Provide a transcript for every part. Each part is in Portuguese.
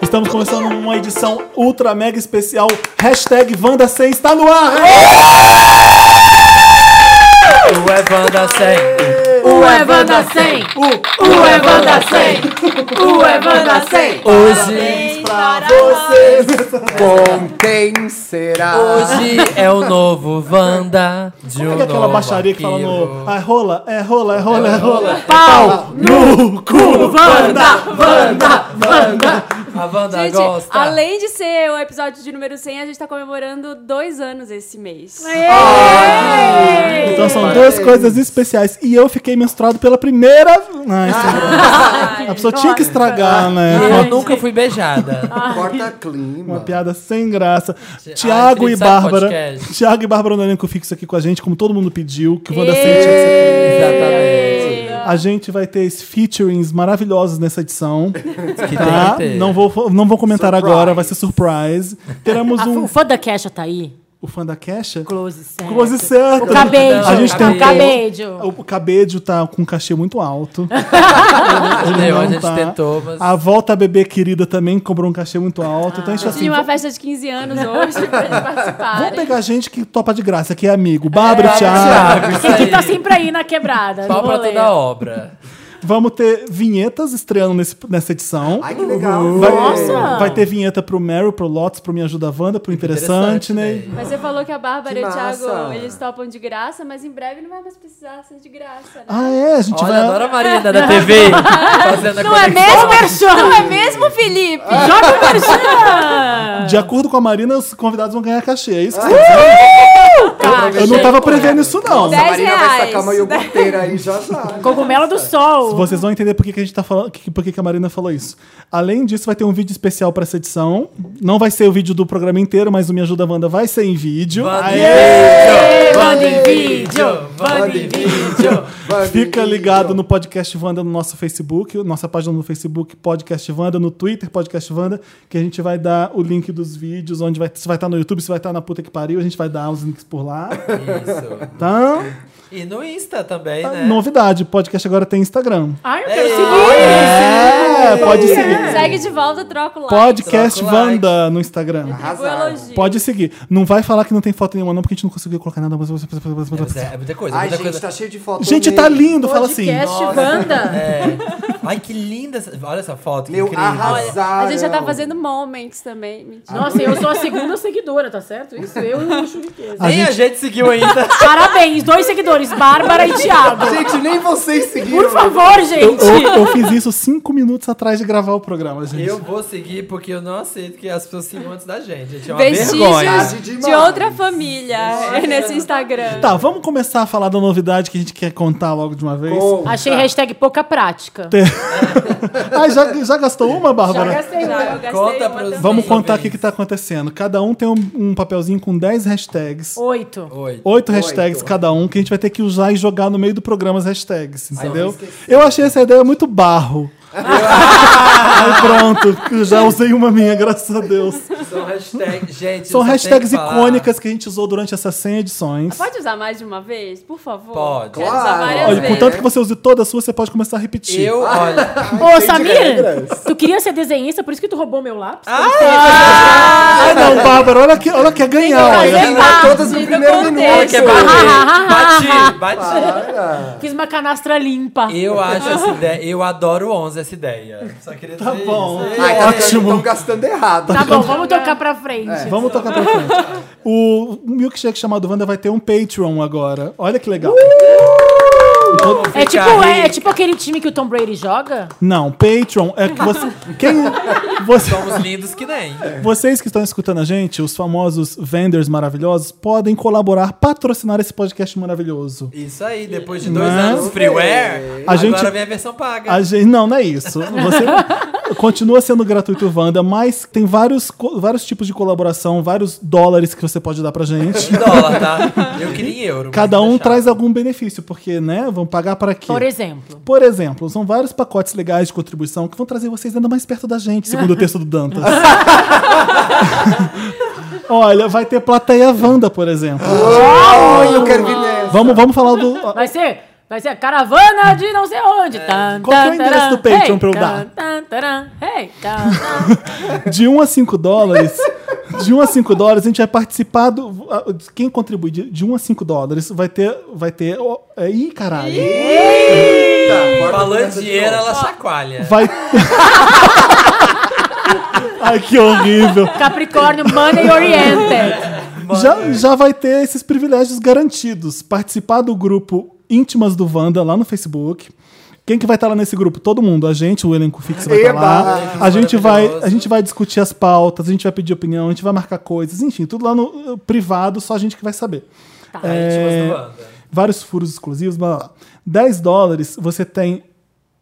Estamos começando uma edição ultra mega especial. Hashtag Wanda 100 está no ar! O Evanda 100. O é Evanda 100! Uh, O Evanda 100! O é Evanda 100! Hoje, pra vocês! Ontem será. hoje é o novo Wanda de um Como é que é aquela novo baixaria que fala no. arquivo. Ah, rola, é rola, é rola, é rola. Pau! No cu! Vanda! Vanda! A Wanda Gente, gosta. além de ser o episódio de número 100, a gente tá comemorando dois anos esse mês. Ah, Então são duas coisas especiais. E eu fiquei menstruado pela primeira. Ai, senhor. A pessoa tinha que estragar, né? Eu Uma- nunca fui beijada. Corta Uma clima. piada sem graça. Ai, Tiago Felipe, e sabe Bárbara. podcast? Tiago e Bárbara Nolenco fixo aqui com a gente, como todo mundo pediu, que o Wanda Sente tinha que ser Exatamente. A gente vai ter esses featurings maravilhosos nessa edição. Que tem Tá? que ter. Não vou, não vou comentar Surprise. agora, vai ser surprise. Teremos A- um. O fã da Kesha tá aí. O fã da Kesha? Close certo. Close certo. O cabejo. A gente um tem- o cabejo. O Cabedio tá com um cachê muito alto. Ele Entendeu? não A gente tá. tentou, mas... A volta a bebê querida também cobrou um cachê muito alto. Então a Ah. gente Eu assim. tinha uma festa de 15 anos hoje pra eles Vamos participarem. pegar gente que topa de graça, que é amigo. Bárbara, e Thiago. Thiago, isso Quem que tá aí. sempre aí na quebrada. Pau no pra rolê. toda obra. Vamos ter vinhetas estreando nesse- nessa edição. Ai, que legal. Vai, Nossa! vai ter vinheta pro Meryl, pro Lotus, pro Me Ajuda Wanda, pro Interessante, né? Mas você falou que a Bárbara Que e o massa. Thiago, eles topam de graça, mas em breve não vai mais precisar ser de graça, né? Ah, é? A gente Olha, vai. adoro a Marina da TV. Fazendo a Não é conexão. mesmo, Merchan? Não é mesmo, Felipe? Ah. Joga o Ah. Merchan! De acordo com a Marina, os convidados vão ganhar cachê. É isso que Eu Tá. Cachê, não tava porra. prevendo isso, não. Ah, é. Nossa, a Dez Marina vai reais. sacar uma iogurteira aí já já. Cogumelo do Uhum. Sol. Vocês vão entender por que, que a gente tá falando, que- por que, que a Marina falou isso. Além disso, vai ter um vídeo especial pra essa edição. Não vai ser o vídeo do programa inteiro, mas o Me Ajuda Wanda vai ser em vídeo. Wanda Aê! em vídeo, Wanda Wanda em em vídeo, Wanda Wanda em em vídeo. Vai, Fica menino. ligado no podcast Wanda no nosso Facebook, nossa página no Facebook, Podcast Wanda, no Twitter, Podcast Wanda, que a gente vai dar o link dos vídeos, onde vai, se vai estar no YouTube, se vai estar na puta que pariu, a gente vai dar os links por lá. Isso. Tá? Ah, E no Insta também, né? Novidade, o podcast agora tem Instagram. Ah, Ai, eu quero Ei. seguir. É, pode seguir. Segue de volta, troca o like. Podcast Troca o like. Wanda no Instagram. Vou Arrasaram. elogio. Pode seguir. Não vai falar que não tem foto nenhuma, não, porque a gente não conseguiu colocar nada. É, mas é, é muita coisa, Ai, muita gente, coisa. tá cheio de fotos. Gente, tá lindo, fala assim. Podcast Nossa. Wanda. É. Ai, que linda. essa- Olha essa foto, que Meu, incrível. arrasaram. A gente já tá fazendo moments também. Mentira. Nossa, eu sou a segunda seguidora, tá certo? Isso, eu e o Churiqueza. Nem a gente... seguiu ainda. Parabéns, dois seguidores, Bárbara e Thiago. Gente, nem vocês seguiram. Por favor, Eu, gente. eu- eu fiz isso cinco minutos atrás de gravar o programa, gente. Eu vou seguir porque eu não aceito que as pessoas sigam antes da gente. gente é uma vergonha. Vestígios Verdade de demais. outra família nesse Instagram. Tá, vamos começar a falar da novidade que a gente quer contar logo de uma vez. Conta. Achei hashtag pouca prática. Ah, já, já gastou uma, Bárbara? Já, eu gastei Conta uma pros- também. Vamos contar Parabéns. aqui o que tá acontecendo. Cada um tem um, um papelzinho com 10 hashtags. Oito. Oi. Oito hashtags Oito. cada um, que a gente vai ter que usar e jogar no meio do programa as hashtags, entendeu? eu achei essa ideia muito barro. Aí pronto, eu já usei uma minha, graças a Deus. São hashtags, gente. São eu só hashtags tenho que falar. icônicas que a gente usou durante essas 100 edições. Pode usar mais de uma vez, por favor? Pode. Quero Claro. usar várias Olha, Às vezes. contanto que você use toda a sua, você pode começar a repetir. Ah, Eu, olha. Ô, de Samir, regras. tu queria ser desenhista, por isso que tu roubou meu lápis? Ah, não, Bárbara, olha que, olha que é ganhar, Olha, olha. Ele tá parte todas no do primeiro contexto. minuto. é que bater. Bati, bati. Para. Fiz uma canastra limpa. Eu acho essa assim. ideia. Eu adoro o 11 essa ideia. Só queria Tá dizer bom. isso. Ah, Ai, então- tá Ótimo. É, Estão gastando errado. Tá bom, vamos tocar pra frente. É. Vamos tocar pra frente. O milkshake chamado Wanda vai ter um Patreon agora. Olha que legal. Todo- É Fica tipo, é, rico. é tipo aquele time que o Tom Brady joga? Não, Patreon é que você. Quem. Você, Somos lindos que nem. vocês que estão escutando a gente, os famosos vendors maravilhosos, podem colaborar, patrocinar esse podcast maravilhoso. Isso aí, depois de dois Mas- anos freeware, A gente- agora vem a versão paga. A gente, não, não é isso. Você continua sendo gratuito, Wanda, mas tem vários, co- vários tipos de colaboração, vários dólares que você pode dar pra gente. Em dólar, tá? Eu queria em euro. Cada mas um deixa. traz algum benefício, porque, né, vão pagar para quê? Por exemplo. Por exemplo, são vários pacotes legais de contribuição que vão trazer vocês ainda mais perto da gente, segundo o texto do Dantas. Olha, vai ter plateia Wanda, por exemplo. Ai, eu quero vir nessa. Vamos, vamos falar do. Vai ser Vai ser a caravana de não sei onde. Tan, Qual que é o tan, endereço taran. do Patreon Hey, pra eu tan, dar? tan, taran. Hey, tan, tan. De 1 a 5 dólares. De 1 a 5 dólares, a gente vai participar do. a- Quem contribui de, de 1 a 5 dólares vai ter. Vai ter. ó, é, ih, caralho! Tá, bora Falando começar de dinheiro, novo. ela chacoalha. Vai. Ai, que horrível! Capricórnio, Money Oriented. Já, já vai ter esses privilégios garantidos. Participar do grupo Íntimas do Wanda lá no Facebook. Quem que vai estar lá nesse grupo? Todo mundo. A gente, o elenco fixo vai estar Eba! lá. A gente vai, Maravilhoso. a gente vai discutir as pautas, a gente vai pedir opinião, a gente vai marcar coisas, enfim, tudo lá no eh, privado, só a gente que vai saber. Tá. É, Íntimas do Wanda. Vários furos exclusivos, blá, blá, blá. 10 dólares, você tem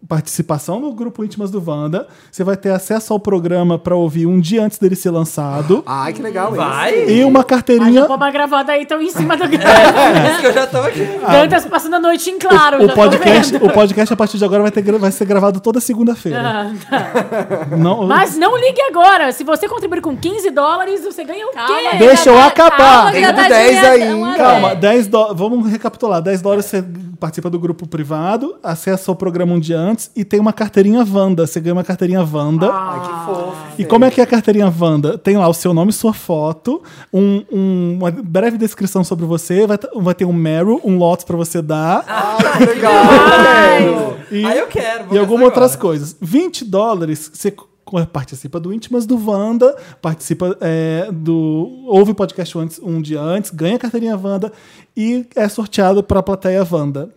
participação no grupo Íntimas do Wanda, você vai ter acesso ao programa para ouvir um dia antes dele ser lançado Ai, que legal isso. Vai? e uma Aí carteirinha já põe uma gravata aí, então em cima do Por isso que eu já tô aqui. Dantas passando a noite em claro. É. o já tô podcast, vendo. o podcast a partir de agora vai, ter gra- vai ser gravado toda segunda-feira. Ah, tá. Não, Mas né, não ligue agora. Se você contribuir com 15 dólares, você ganha o quê? Calma, Deixa eu ainda tá- acabar. calma, Tem ainda do tá 10 direto, aí, é um hein? a calma, dez. 10 dó- vamos recapitular. 10 dólares você participa do grupo privado, acessa o programa um dia antes e tem uma carteirinha Wanda. Você ganha uma carteirinha Wanda. Ai, que fofo. E como é que é a carteirinha Wanda? Tem lá o seu nome, sua foto, um- um- uma breve descrição sobre você, vai, t- vai ter um Meryl, um lote pra você dar. Ai, que legal. Ai. E, Ah, eu quero, vou E algumas gastar outras agora. coisas. 20 dólares, você co- participa do Íntimas do Wanda, participa é, do. Ouve o podcast antes, um dia antes, ganha a carteirinha Wanda e é sorteado para a plateia Wanda.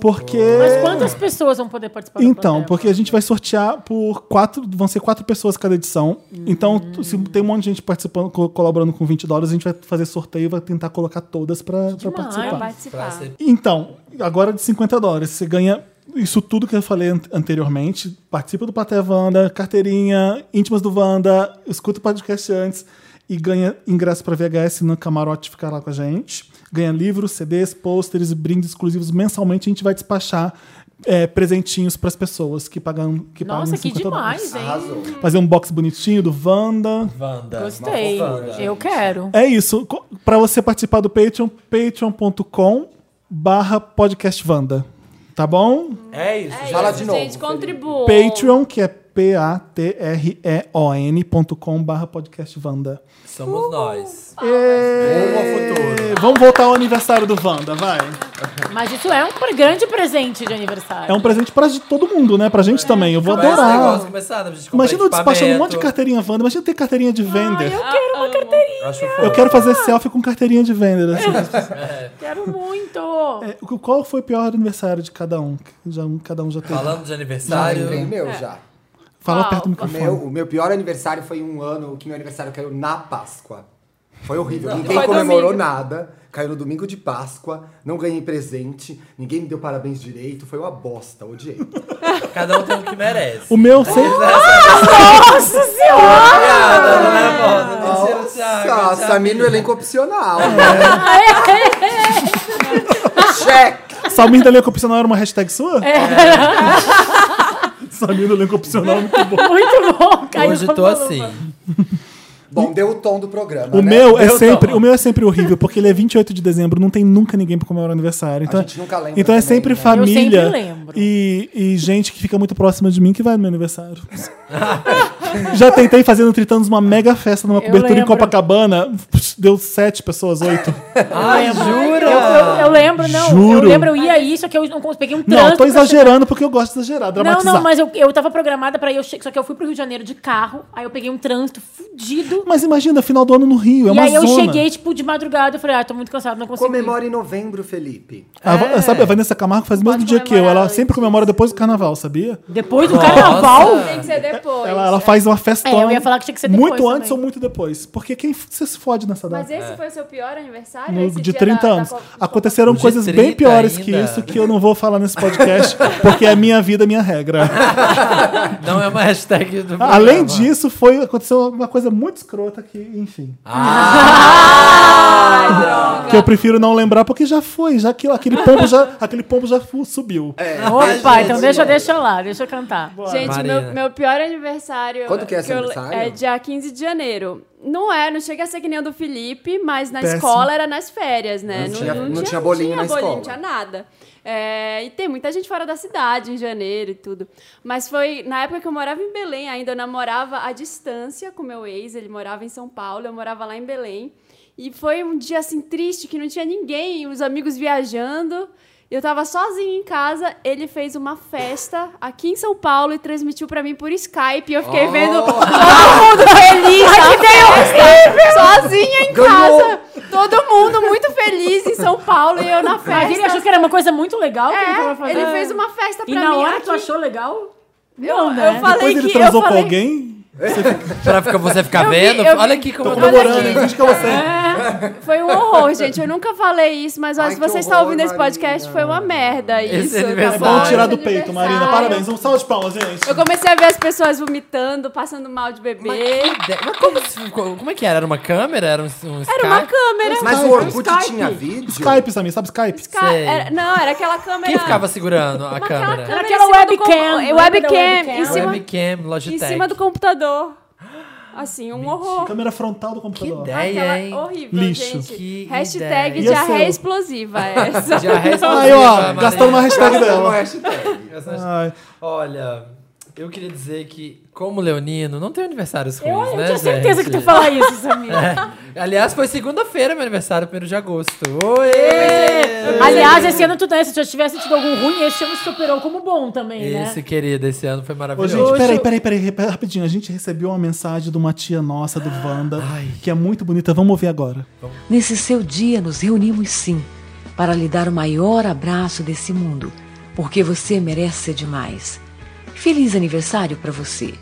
Porque. Mas quantas pessoas vão poder participar da Então, plateia? porque a gente vai sortear por quatro. Vão ser quatro pessoas cada edição. Então, tu- se tem um monte de gente participando, co- colaborando com 20 dólares, a gente vai fazer sorteio e vai tentar colocar todas para Vai participar. Pra participar. ser- Então, agora de 50 dólares, você ganha isso tudo que eu falei an- anteriormente. Participa do Plateia Wanda, carteirinha, íntimas do Wanda, escuta o podcast antes e ganha ingresso para VHS no camarote ficar lá com a gente. Ganha livros, CDs, pôsteres e brindes exclusivos mensalmente. A gente vai despachar é, presentinhos para as pessoas que pagam que Nossa, pagam que 50 demais, dólares. hein? Arrasou. Fazer um box bonitinho do Wanda. Wanda. Gostei. uma né, fofura. Eu quero. É isso. Para você participar do Patreon, patreon.com barra podcastvanda. Tá bom? É isso. É gente. Fala isso, de novo, Gente, Felipe. contribuam. Patreon, que é P-A-T-R-E-O-N.com barra podcastvanda. Somos nós. É. Ê, Rumo ao futuro. É, Vamos voltar ao aniversário do Wanda, vai. Mas isso é um pre- grande presente de aniversário. É um presente pra de todo mundo, né? Pra gente também. Eu vou Vai É. esse negócio adorar. começar, né? A gente compra Imagina eu despachando um monte de equipamento. Ah, carteirinha Wanda. Imagina ter carteirinha de Ah, vender. Eu quero uma carteirinha. Acho Eu fofo. quero fazer selfie com carteirinha de vender. assim. Quero muito. É, Qual foi o pior aniversário de cada um? Já, cada um já teve. Falando de Já aniversário. lembrei o É. meu, já. Fala Qual? perto do O microfone. É. meu, o meu pior aniversário foi um ano que meu aniversário caiu na Páscoa. Foi horrível. Ninguém Foi comemorou domingo. nada. Caiu no domingo de Páscoa. Não ganhei presente. Ninguém me deu parabéns direito. Foi uma bosta. Odiei. Cada um tem o que merece. O meu sempre. Piada, não é Ah. moda. Mentira, Thiago, Nossa, Thiago. Samir no elenco opcional. é um Check! Samir do elenco opcional era uma hashtag sua? É. Samir do elenco opcional é muito bom. Muito bom. Caiu Hoje como tô uma assim. luva. Bom, deu o tom do programa. O né? meu é Eu sempre, não. o meu é sempre horrível, porque ele é 28 de dezembro, não tem nunca ninguém pra comemorar aniversário. Então, gente nunca lembra então é também, sempre né? família Eu sempre lembro. E, e gente que fica muito próxima de mim que vai no meu aniversário. Já tentei fazer no Tritanos uma mega festa numa cobertura em lembro. Copacabana, deu sete pessoas, oito. Ai, jura? Eu, eu- eu lembro, não. Juro. Eu lembro, eu ia aí, só que eu não cons- peguei um trânsito. Não, tô pra exagerando porque eu gosto de exagerar, Não, dramatizar. não, mas eu, eu tava programada pra ir, eu che- só que eu fui pro Rio de Janeiro de carro, aí eu peguei um trânsito fudido. Mas imagina, final do ano no Rio, é e uma aí eu zona. cheguei, tipo, de madrugada, eu falei, ah, tô muito cansado, não consigo. ir. Comemora em novembro, Felipe. A Va- É. sabe, a Vanessa Camargo faz o mesmo Pode dia que eu. Ela comemorar sempre antes. comemora depois do carnaval, sabia? Depois do Nossa. carnaval, Tem que ser depois. É, Ela, ela faz uma festona. É, eu ia falar que tinha que ser depois Muito antes também. ou muito depois. Porque quem f- você se fode nessa data? É. Mas É. esse foi o seu pior aniversário? No- esse de dia 30 da- da anos. co- de Aconteceram De coisas 30 bem piores que ainda. isso que eu não vou falar nesse podcast, porque é minha vida, minha É, regra. Não é uma hashtag do programa. Além disso, foi, aconteceu uma coisa muito escrota que, enfim. Ah! Ai, droga. Que eu prefiro não lembrar, porque já foi, já que aquele pombo já, aquele pombo já fu- subiu. É, então Opa, então deixa, deixa lá, deixa eu cantar. Gente, Marina. meu, meu pior aniversário. Quando que é seu eu- aniversário? É dia 15 de janeiro. Não é, não chega a ser que nem o do Felipe, mas na Péssimo. escola era nas férias, né? Não tinha- não tinha bolinho não tinha bolinho, na escola. Não tinha nada. É, e tem muita gente fora da cidade em janeiro e tudo. Mas foi na época que eu morava em Belém ainda. Eu namorava à distância com meu ex, ele morava em São Paulo, eu morava lá em Belém. E foi um dia assim triste que não tinha ninguém, os amigos viajando. Eu tava sozinha em casa, ele fez uma festa aqui em São Paulo e transmitiu pra mim por Skype. E eu fiquei Oh! vendo feliz, a festa, sozinha em Ganhou! casa. Todo mundo muito feliz em São Paulo e eu na Mas ele festa. achou que era uma coisa muito legal que ele tava É, fazendo. ele fez uma festa E pra na mim hora tu aqui. achou legal? Eu- Não, né? eu falei- Depois ele que- transou eu com falei- alguém, Pra ficar- você ficar Eu vi- vendo? eu vi- Olha aqui como Tô eu tô comemorando, aqui. hein? finge que é você. Foi um horror, gente. Eu nunca falei isso, mas ó, Ai, se você que está ouvindo horror, esse podcast, Marina. foi uma merda Esse isso. tá É aniversário. bom? bom tirar do Esse peito, Marina. aniversário. Parabéns. Um salve de palmas, gente. Eu comecei a ver as pessoas vomitando, passando mal de Mas, bebê. que ideia- mas como, se- como é que era? Era uma câmera? Era um, um Era uma câmera. Mas Skype, o Orkut Skype. tinha vídeo? Skype, Samir, sabe Skype? Ca- sei. era- não, era aquela câmera. Quem ficava assim? segurando a Uma câmera? câmera Era aquela em cima do com- webcam, lembra da Webcam, em webcam? cima, Webcam, em Logitech. cima do computador. Assim, um horror. Câmera frontal do computador. ideia. Aquela hein? horrível, Lixo. então, gente. Que Hashtag ideia. E a sua? diarreia explosiva essa. Diarreia explosiva, Aí, ó, Marina. gastando uma hashtag Essa é uma dela. hashtag. Ai, Olha, eu queria dizer que, como Leonino, não tem aniversários ruins, Eu, eu né, tinha certeza gente? É. que tu ia falar isso, Samir. Aliás, foi segunda-feira meu aniversário, 1 de agosto. Oi! Aliás, esse ano tu né, se tu já tivesse tido algum ruim, esse ano superou como bom também, Esse, né? querida, esse ano foi Ô, maravilhoso. gente, peraí, peraí, peraí, rep- rapidinho. A gente recebeu uma mensagem de uma tia nossa, do Wanda, que é muito bonita. Vamos ouvir agora. Nesse seu dia, nos reunimos sim, para lhe dar o maior abraço desse mundo, porque você merece ser demais. Feliz aniversário para você.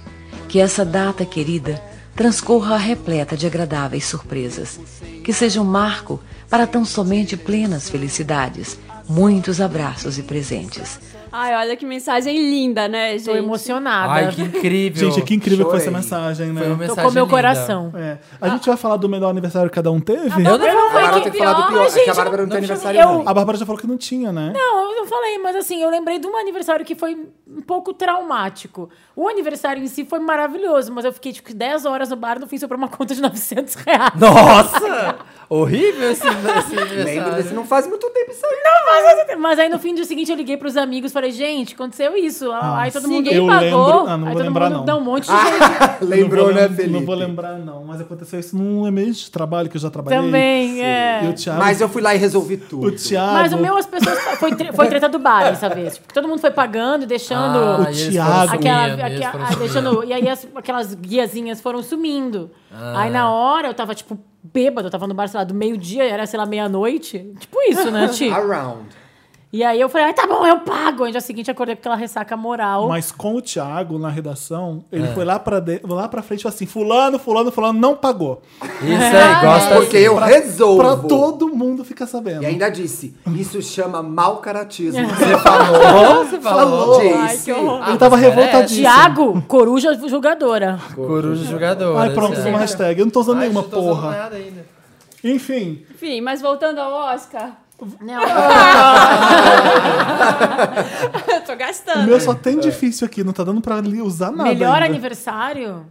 Que essa data querida transcorra repleta de agradáveis surpresas. Que seja um marco para tão somente plenas felicidades, muitos abraços e presentes. Ai, olha que mensagem linda, né, gente? Tô emocionada. Ai, que incrível. Gente, que incrível que foi essa Chorei. mensagem, né? Foi uma mensagem Tocou meu linda. coração. Ah, É. A gente vai falar do melhor aniversário que cada um teve? Eu não A Bárbara que tem que falar do pior, pior. É que a gente, Bárbara não tem não tinha- aniversário, eu- não. A Bárbara já falou que não tinha, né? Não, eu não falei, mas assim, eu lembrei de um aniversário que foi um pouco traumático. O aniversário em si foi maravilhoso, mas eu fiquei tipo 10 horas no bar, no fim sobrou uma conta de 900 reais. Nossa! Horrível esse, esse Lembro desse, aniversário. não faz muito tempo isso aí. Mas aí no fim do dia seguinte eu liguei pros amigos, falei, gente, aconteceu isso. Ah, aí todo mundo eu pagou. lembro- ah, não aí vou todo lembrar, mundo não. dá um monte de Lembrou, não vou né, lem- Felipe? Não vou lembrar, não. Mas aconteceu isso num mês de trabalho que eu já trabalhei. também, é. E o Thiago... Mas eu fui lá e resolvi tudo. O Thiago... Mas o meu, é as pessoas. Foi, tre- foi treta do bar dessa vez. Tipo, todo mundo foi pagando e deixando. Ah, O e eles Thiago. foram Aquela, sumindo, eles aquela- foram ah, sumindo. deixando, e aí as- aquelas guiazinhas foram sumindo. Ah, Aí é. na hora eu tava, tipo, bêbada, eu tava no bar, sei lá, do meio-dia, era, sei lá, meia-noite. Tipo isso, né, Ti? Around. E aí eu falei, ah, tá bom, eu pago. Aí dia seguinte eu acordei com aquela ressaca moral. Mas com o Thiago na redação, ele É. foi lá pra, de... lá pra frente e falou assim: Fulano, Fulano, Fulano não pagou. Isso aí, gosta assim. Porque eu resolvo. Pra todo mundo ficar sabendo. E ainda disse, isso chama mau caratismo. falou, você falou. Disse. Ai, que horror. Ah, Ele tava mas merece. é, revoltadíssimo. Tiago, coruja julgadora. Coruja jogador. Ai, pronto, uma hashtag. Eu não tô usando nenhuma, porra. Nada ainda. Enfim, Enfim, mas voltando ao Oscar. Não, Ah, eu tô o gastando. meu é. só tem difícil aqui, não tá dando pra li- usar nada. melhor ainda. aniversário?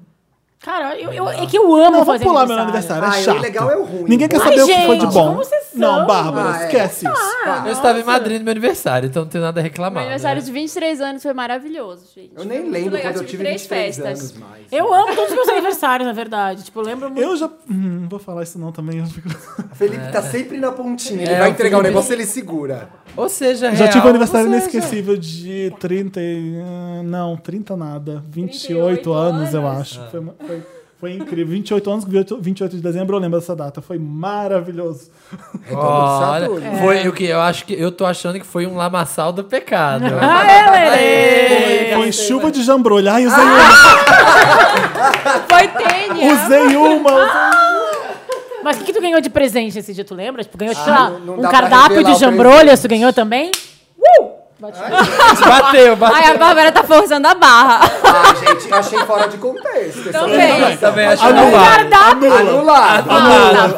Cara, eu, eu- é que eu amo Não, vamos fazer pular aniversário. meu aniversário. É Ah, e o chato. legal é o ruim. Ninguém quer Ai, saber o que foi de gente, bom. como vocês são? Não, Bárbara, Ah, é. esquece isso. Ah, Eu estava em Madrid no meu aniversário, então não tenho nada a Meu reclamar. aniversário né? de 23 anos foi maravilhoso, gente. Eu nem Foi muito lembro legal, quando eu tive 23 anos mais. Eu amo todos os meus aniversários, na verdade. Tipo, eu lembro muito. Eu já. Hum, não vou falar isso não também. eu fico- O Felipe tá sempre na pontinha. Ele É, vai o entregar o Felipe- negócio, ele segura. Ou seja, Já real, tive um aniversário ou seja, inesquecível de 30. e- ah, Não, 30 nada. 28 38 anos, eu anos. acho. Foi, foi- foi incrível. 28 anos, 28 28 de dezembro, eu lembro dessa data. Foi maravilhoso. É Olha, Saturno. É. né? foi o que eu acho que eu tô achando que foi um lamaçal do pecado. Ah, é, Lelê! Foi, foi chuva de jambrolha. Ai, usei Foi tênis. uma. Usei uma. Ah! Mas o que, que tu ganhou de presente esse dia, tu lembra? Tipo, ganhou, tipo, sei Ah, lá, não- não um dá pra cardápio revelar de o jambrolhas, presente. tu ganhou também? Bate- Bateu, bateu. Ai, a Bárbara tá forçando a barra. Ah, gente, achei fora de contexto. essa Também. declaração. Também achei Anulado. roubado. Anulado.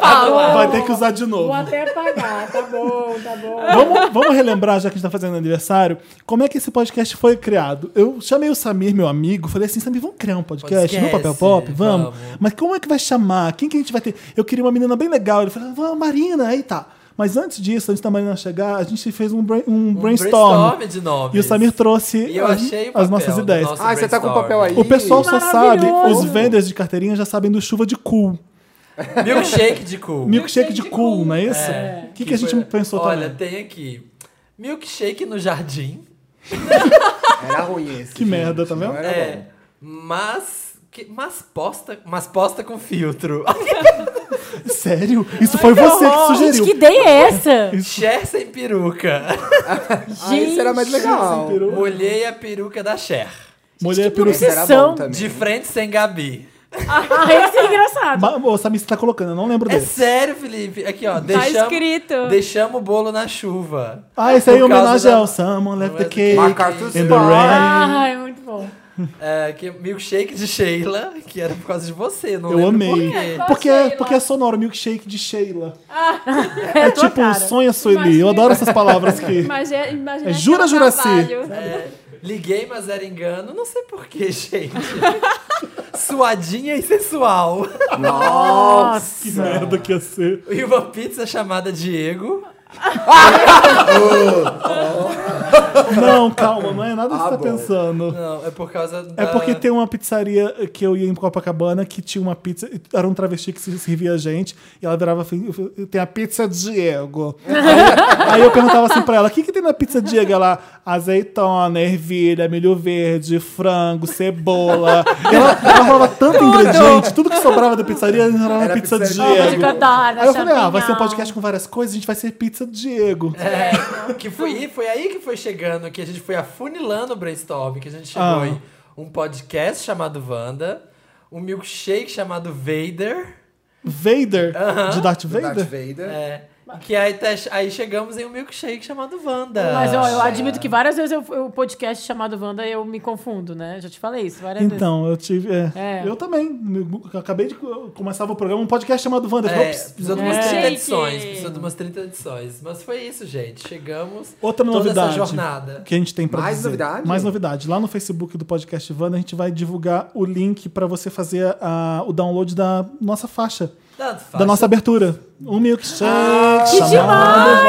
Fala, fala. Vai ter que usar de novo. Vou até pagar, tá bom, tá bom. Vamos, vamos relembrar, já que a gente tá fazendo aniversário, como é que esse podcast foi criado? Eu chamei o Samir, meu amigo, falei assim: Samir, vamos criar um podcast Podcast, no Papel Pop? Vamos. vamos. Mas como é que vai chamar? Quem que a gente vai ter? Eu queria uma menina bem legal. Ele falou: vamos, Marina, aí tá. Mas antes disso, antes da Marina chegar, a gente fez um, brain- um Um brainstorm. brainstorm de nomes. E o Samir trouxe E eu as, achei o as papel nossas do ideias. nosso Ah, você tá com o papel aí? O pessoal só sabe, os Maravilhoso. vendors de carteirinha já sabem do chuva de cool. Milkshake de cu. Milkshake de cool, não é isso? O que, que a gente foi- pensou Olha, também? tem aqui. Milkshake no jardim. Era ruim esse. Que merda, tá vendo? Não era bom. É. Mas. Que, mas posta. Mas posta com filtro. Sério? Isso foi você que sugeriu. Gente, que ideia é essa? Cher sem peruca. Ah, isso era mais legal. Molhei a peruca da Cher. Mulher que peruca. Isso era Sessão bom também. De frente sem Gabi. Ah, esse é engraçado. Ma- Ô, Samir, você tá colocando, eu não lembro É desse. sério, Felipe. Aqui, ó. Tá Deixamos, escrito. deixamos o bolo na chuva. Ah, esse aí é Por causa homenagem da- ao Someone Left the Left Cake the MacArthur in the Spot. Rain. Ah, é muito bom. É, que milkshake de Sheila, que era por causa de você, não Eu amei. lembro por quê. Porque Qual é, Sheila? porque é sonoro, milkshake de Sheila. É, tua tipo, cara. sonha Sueli. Eu Imagina. adoro essas palavras que... Imagina, imagina É Jura que um Juraci. trabalho. É, Liguei, mas era engano. Não sei por quê, gente. Suadinha e sensual. Que merda que ia ser. E uma pizza chamada Diego. Não, calma, não é nada que você Ah, tá bom. pensando. Não, é por causa da... É porque tem uma pizzaria que eu ia em Copacabana que tinha uma pizza, era um travesti que se- servia a gente, e ela virava assim, tem a pizza Diego. aí, aí eu perguntava assim pra ela, o que, que tem na pizza Diego? Ela, azeitona, ervilha, milho verde, frango, cebola. E ela, ela falava tanto ingrediente, tudo que sobrava da pizzaria era na Era pizza, pizza Alma de Diego. codorna, Aí eu falei, ah, vai ser um champignon. podcast com várias coisas, a gente vai ser pizza Diego. É, que foi, e foi aí que foi chegando, que a gente foi afunilando o brainstorm, que a gente chegou Ah. em um podcast chamado Wanda, um milkshake chamado Vader, Vader, de Darth Vader? Darth Vader. é, que aí, tá- aí chegamos em um milkshake chamado Wanda. Mas ó, eu admito que várias vezes eu- eu- o podcast chamado Wanda eu me confundo, né? Já te falei isso várias vezes. Então, eu tive. é. É. Eu também. Eu acabei de. eu começava o programa, um podcast chamado Wanda. É, Ops. precisou de umas É. 30 Milkshake. edições, precisou de umas 30 edições. Mas foi isso, gente. Chegamos Outra toda novidade. essa jornada. Que a gente tem pra Mais dizer. novidade? Mais novidade. Lá no Facebook do podcast Wanda, a gente vai divulgar o link pra você fazer a- o download da nossa faixa, Da, da nossa abertura. Um milkshake. chamado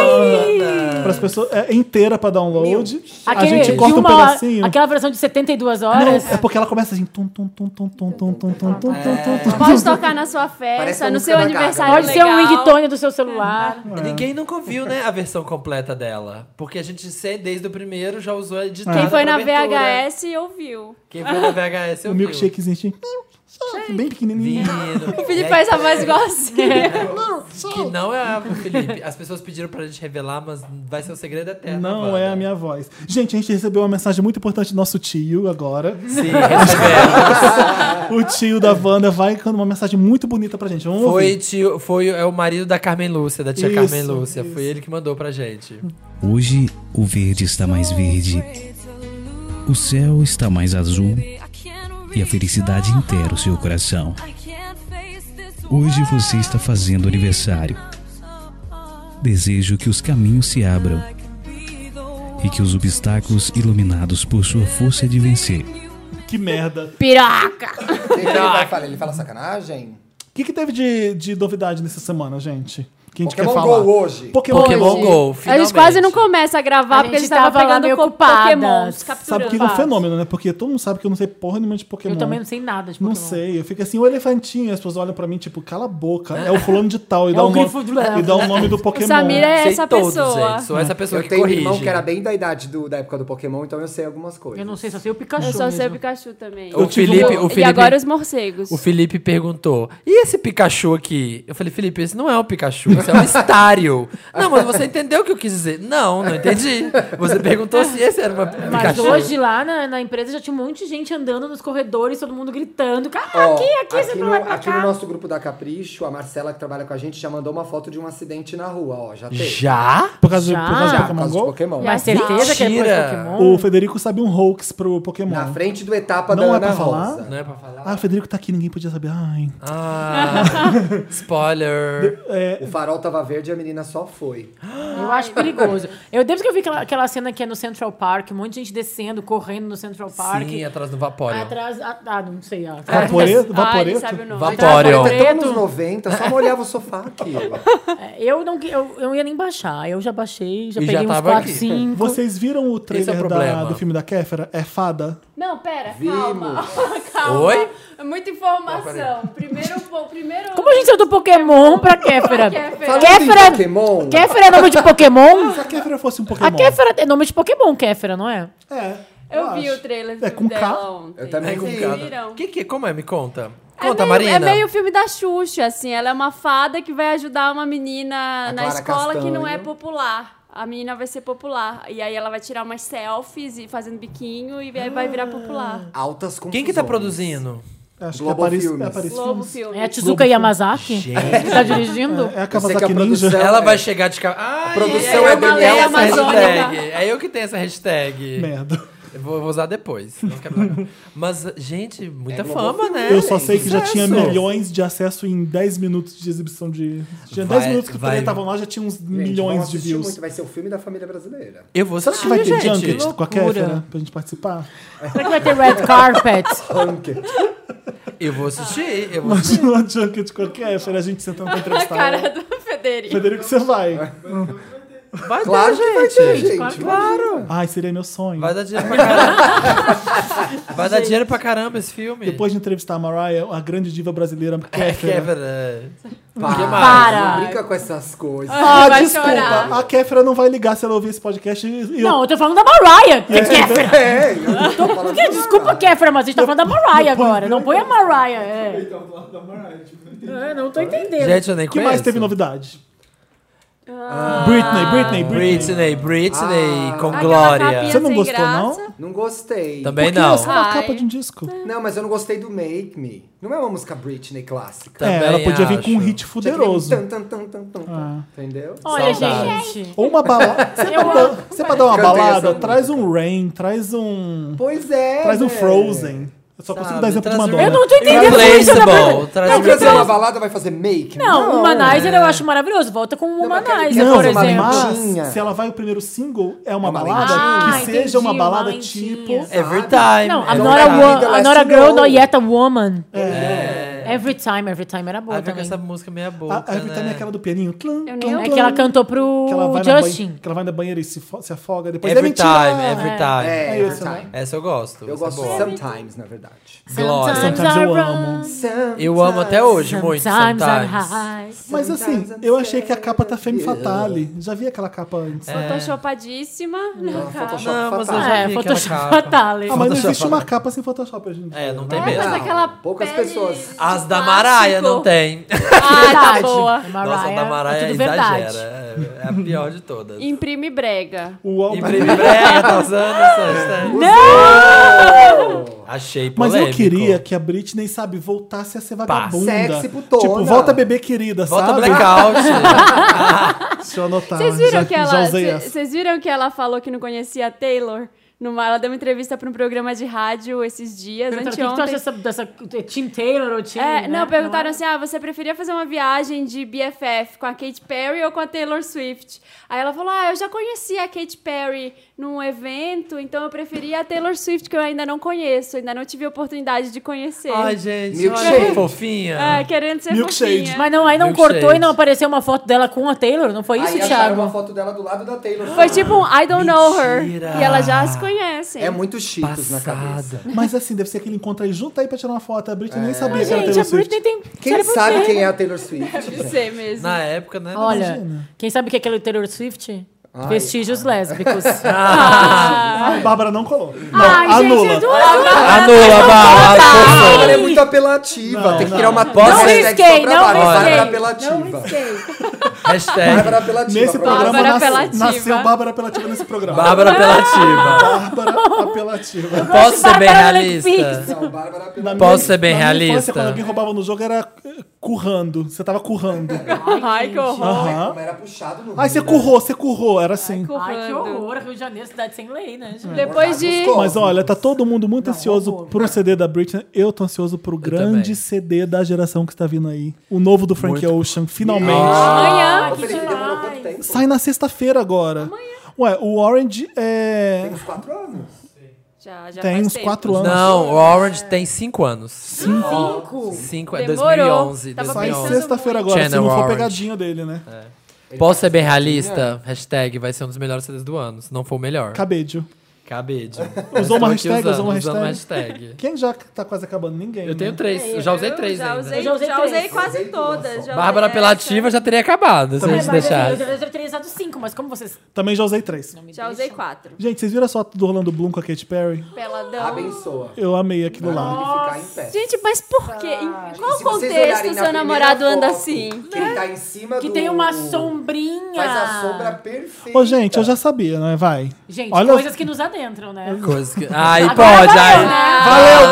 Para as pessoas é inteira pra download. a gente de corta um uma- pedacinho. Aquela versão de 72 Não, horas. é porque ela começa assim, tum tum tum tum tum tum tum tum tum tum, tum, tum. É, Pode tocar na sua Parece festa, a no um música seu da aniversário Pode ser um legal. ringtone do seu celular. É. Ninguém nunca ouviu, né, a versão completa dela. Porque a gente, se- desde o primeiro, já usou a editada. Quem foi pra na abertura. VHS e ouviu. Quem foi na VHS O ouviu. milkshakezinho assim, milkshake, bem pequenininho. Menino. É. O Felipe faz a voz igualzinha. Que não é a Felipe. As pessoas pediram pra gente revelar, mas vai ser o segredo eterno. Não Wanda. é a minha voz. Gente, a gente recebeu uma mensagem muito importante do nosso tio agora. Sim, recebemos. O tio da Wanda vai com uma mensagem muito bonita pra gente. Vamos foi, ouvir. tio, foi é o marido da Carmen Lúcia, da tia Isso, Carmen Lúcia. isso. Foi ele que mandou pra gente. Hoje o verde está mais verde, o céu está mais azul e a felicidade inteira o seu coração. Hoje você está fazendo aniversário. Desejo que os caminhos se abram e que os obstáculos iluminados por sua força de vencer. Que merda. Piroca! O que que Ele, vai falar? Ele fala sacanagem? O que, que teve de, de novidade nessa semana, gente? Que a gente Pokémon quer falar. Go hoje. Pokémon, Pokémon Go. Go, A finalmente. gente quase não começa a gravar A porque a gente gente tava, tava lá pegando meio co- ocupadas. pokémons, capturando. Sabe que é um fenômeno, né? Porque todo mundo sabe que eu não sei porra nenhuma de Pokémon. Eu também não sei nada de Não Pokémon. sei, eu fico assim, o elefantinho, as pessoas olham pra mim, tipo, cala a boca, é o fulano de tal, e, É dá, o o nome, Grifo de- e dá o nome do Pokémon. É. O Samir é Sei essa todos, pessoa. gente. Sou essa pessoa Eu que tenho um corrige. irmão que era bem da idade do- da época do Pokémon, então eu sei algumas coisas. Eu não sei, só sei o Pikachu. Eu só sei o mesmo. Pikachu também. O Felipe, o um E Felipe, agora os morcegos. o Felipe perguntou: e esse Pikachu aqui? Eu falei, Felipe, esse não é um Pikachu. Isso é um estário. não, mas você entendeu o que eu quis dizer? Não, não entendi. Você perguntou se esse era uma Mas Pikachu. hoje lá na, na empresa já tinha um monte de gente andando nos corredores, todo mundo gritando. Cara, Ó, aqui, aqui, você não no, vai pra aqui no cá. nosso grupo da Capricho, a Marcela que trabalha com a gente já mandou uma foto de um acidente na rua, ó, já teve. Já? Por causa, de, Já. por causa Já, do por Pokémon causa de Go? Pokémon. Mas certeza que é depois Mentira. do Pokémon? O Federico sabe um hoax pro Pokémon. Na frente do etapa Não da é Ana pra falar? Rosa. Não é pra falar? Ah, o Federico tá aqui, ninguém podia saber. Ai. Ah, spoiler. é, O farol tava verde e a menina só foi. Eu acho perigoso. Eu desde que eu vi aquela, aquela cena que é no Central Park, um monte de gente descendo, correndo no Central Park. Sim, atrás do Vaporeon. atrás. Ah, ah, não sei. Ah, atrás- Vaporeto? Ah, ele Vaporeto? sabe o nome. Vaporeon. Até Preto. anos 90, só molhava o sofá aqui. É, Eu não, eu, eu não ia nem baixar. Eu já baixei, já E já peguei uns tava 4, aqui. é 5. Vocês viram o trailer da- problema. do filme da Kéfera? É fada? Não, pera, calma. Vimos. calma. Oi? É muita informação. primeiro, pô, primeiro... Como a gente saiu do Pokémon pra Kéfera? Kéfera. Falando em Kéfera, Pokémon, Kéfera é nome de Pokémon? Se a Kéfera fosse um Pokémon. A Kéfera é nome de Pokémon, Kéfera, não é? É. Eu vi acho. o trailer do É com filme dela K? ontem. Eu também É com vi. cada. Viram? O que, que Como é? Me conta. É Conta, meio- Marina. É meio o filme da Xuxa, assim. Ela é uma fada que vai ajudar uma menina A na Clara escola que não é Castanho. popular. A menina vai ser popular. E aí ela vai tirar umas selfies e fazendo biquinho e vai- vai virar popular. altas confusões. Quem que tá produzindo? Acho que é Globo Paris, Filmes. é Paris Globo Filmes. Filme. É a Tizuka Yamazaki? Que tá dirigindo? É a Eu sei que a Kawasaki Ninja. produção Ela é- vai chegar de cavalo. Ah, produção é eu que uma tenho lei essa amazônica. hashtag. É eu que tenho essa hashtag. Merda. Eu vou, vou usar depois. não quero usar. Mas, gente, muita É fama, né? Eu só sei que já Sucesso. tinha milhões de acesso em 10 minutos de exibição de. Tinha 10 Vai- minutos que o vai- trailer tava lá, já tinha uns Gente, vão milhões de assistir views. Muito. Vai ser o filme da família brasileira. Eu vou Será assistir, que Ah, vai ter gente. junket com a né? loucura. Kéfera pra gente participar? Será que vai ter Red Carpet? Punk. Eu vou assistir. Eu vou assistir. Imagina uma junket com a Kéfera, a gente sentando pra A entrevistar. cara ela. do Federico. Federico, você vai. Vai dar, Claro que vai ter, gente. Claro. Ai, seria meu sonho. Vai dar dinheiro pra caramba. vai dar dinheiro pra caramba esse filme. Depois de entrevistar a Mariah, a grande diva brasileira é, Kéfera. Kevin. Para. Que mais? Para. Não brinca com essas Ah, coisas. Ai, vai Ah, desculpa. chorar. é. A Kéfera não vai ligar se ela ouvir esse podcast e e Não, eu tô falando da Mariah. Que Kéfera? É, eu tô falando Porque, desculpa, Kéfera, mas a gente tá falando da Mariah agora. Não põe a Mariah. É. É, não tô entendendo. Gente, eu nem O que mais conheço. teve novidade? Ah. Britney, Britney, Britney. Britney, Britney, com Ah. Aquela glória. capinha Você não assim. sem gostou, não? graça. Não gostei. Também Porque não. essa era a Ai. capa de um disco. Não, mas eu não gostei do Make Me. Não é uma música Britney clássica. é, ela Também podia vir com um acho. hit Tinha aquele fuderoso. tan, tan, tan, tan, tan, tan. Entendeu? Olha, Saudades. gente. Ou uma balada. Você pra dar- Você pra dar uma Cantei essa balada, música. traz um Rain, traz um. Pois é. Traz um né? Frozen. Eu só consigo Sabe, dar exemplo de traz um- Madonna. Eu não tô entendendo isso da Irreplaceable. Britney. Traz Não, um quer dizer, uma replaceable. balada vai fazer Make né? Me? Não, o Humanizer eu acho maravilhoso. Volta com o Não, mas aquele que Humanizer, é por uma exemplo. maluca. mas Valentinha. se ela vai o primeiro single, é uma Uma balada Valentinha. que Ah, seja uma entendi, balada Valentinha. tipo. Every time. Não, I'm every not, a time. wo- I'm not a girl, Não. not yet a woman. É. É. É. Every time, every time era boa Ai, fica também. essa música meia né? boa. A Every Time é aquela do pianinho. Tlum, Eu nem tlum, ouvi. É que ela tlum. cantou Que pro ela vai na banhe- Justin. que ela vai na banheira e se, fo- se afoga depois. é Every mentira! time, every time. É, every isso, né? time. Essa eu gosto. Eu essa gosto é boa. sometimes, na verdade. Glória. Sometimes Sometimes I eu run, amo. Eu amo até hoje muito. sometimes I Sometimes. hide. Mas assim, Sometimes eu I'm achei que a capa tá femme scared. fatale. Já vi aquela capa antes. Photoshopadíssima. Não, Photoshop É. Não, mas eu fatal. já É, vi aquela Photoshop capa. Fatale. Ah, mas não Photoshop, existe uma né? capa sem Photoshop, gente. É, não tem É, mas mesmo. aquela poucas pele pessoas. de As da plástico. Maraia não tem. Ah, tá boa. A Nossa, a da é Maraia tudo exagera. verdade. É- É a pior de todas. Imprime brega. O álbum- E Prêmio Brega tá usando essa hashtag. Achei Mas É polêmico. eu queria que a Britney, sabe, voltasse a ser vagabunda. Sexy putona. Tipo, volta bebê querida, Volta sabe? blackout. Deixa eu anotar. Vocês viram Tá, já, que ela. já usei cê- essa. Vocês viram que ela falou que não conhecia a Taylor? Numa, ela deu uma entrevista para um programa de rádio esses dias, Perguntaram, O que que tu acha anteontem. dessa, dessa Tim Taylor ou Tim... É, né? não, perguntaram é? assim: ah, você preferia fazer uma viagem de BFF com a Katy Perry ou com a Taylor Swift? Aí ela falou: ah, eu já conhecia a Katy Perry num evento, então eu preferia a Taylor Swift, que eu ainda não conheço, ainda não tive a oportunidade de conhecer. Ai, gente, olha Milkshake. que fofinha. É, querendo ser Milkshade. fofinha. Mas não, aí não Milkshake. cortou e não apareceu uma foto dela com a Taylor? Não foi isso, Aí acharam uma Thiago? foto dela do lado da Taylor. É Foi tipo um I don't know her. Mentira. E elas já se conhecem. É muito cheetos na cabeça. É. Passada. Mas assim, deve ser aquele encontro aí, junta aí pra tirar uma foto. A Britney nem sabia Mas, que Ah, era gente, a Taylor Swift. Britney tem... Quem Sério, sabe você- quem é a Taylor Swift? Deve ser mesmo. Na época, né? Olha, quem sabe o que é aquele Taylor Swift? Vestígios lésbicos. Ah, A Bárbara não colou. Não, Ai, anula. gente, tu não, tipo Anula, Bárbara. A forçou. Bárbara é muito apelativa. Não, Tem que não. criar uma Não hashtag risquei, só pra não Bárbara. risquei. Bárbara não apelativa. risquei. Hashtag Bárbara apelativa. Nesse pra programa Bárbara nas- apelativa. nasceu Bárbara Apelativa nesse programa. Bárbara Apelativa. Bárbara Apelativa. Posso ser bem Bárbara realista? Netflix. Não, Bárbara apelativa. Na Posso ser bem na minha infância, realista? Quando alguém roubava no jogo era eh, currando. Você tava currando. Ai, que horror. Aham. Como era puxado no Ai, você Rio, né? currou, você currou. Era assim. Ai, que Curvando. horror. Rio de Janeiro, cidade sem lei, né, gente? Depois de. Buscou. Mas olha, tá todo mundo muito ansioso pro CD da Britney. Eu tô ansioso pro também. grande CD da geração que está vindo aí. O novo do Frank Ocean, finalmente. Ah. Amanhã. Ô, Felipe, demorou quanto tempo? Sai na sexta-feira agora. Ué, o Orange é. Uns quatro anos. Já, já Tem faz uns tempo. quatro anos. Não, o Orange tem 5 anos. É. Cinco. 5 é Demorou. 2011. Tava Sai 2011. sexta-feira agora, se Channel não for Orange. É. pegadinha dele, né? Posso ser bem tá realista? Hashtag vai ser um dos melhores CDs do ano, se não for o melhor. Cabedio. Acabei de. Usou uma Estou aqui hashtag, usando, usou uma usando hashtag. hashtag. Quem já tá quase acabando? Ninguém. Eu né? tenho três, eu já usei três já ainda. Usei, É, Eu já usei já usei três. quase Usei duas todas. já é Bárbara usei Apelativa já teria acabado, se a gente Mas, deixar. assim, Eu já teria usado cinco, mas como vocês... Também já usei três. essa, Já usei quatro. Gente, vocês viram a foto do Orlando Bloom com a Katy Perry? Peladão. Abençoa. Eu amei aquilo lá. Ele ficar em pé. Ah, Gente, mas por quê? Em qual Se vocês contexto olharem o na seu primeira namorado anda foto, assim? Que ele tá em cima Que do- tem uma sombrinha. Faz a sombra perfeita. Ô, gente, eu já sabia, né? Vai. Gente, Olha- coisas que nos adentram, né? Coisa que... Aí pode, aí. Valeu,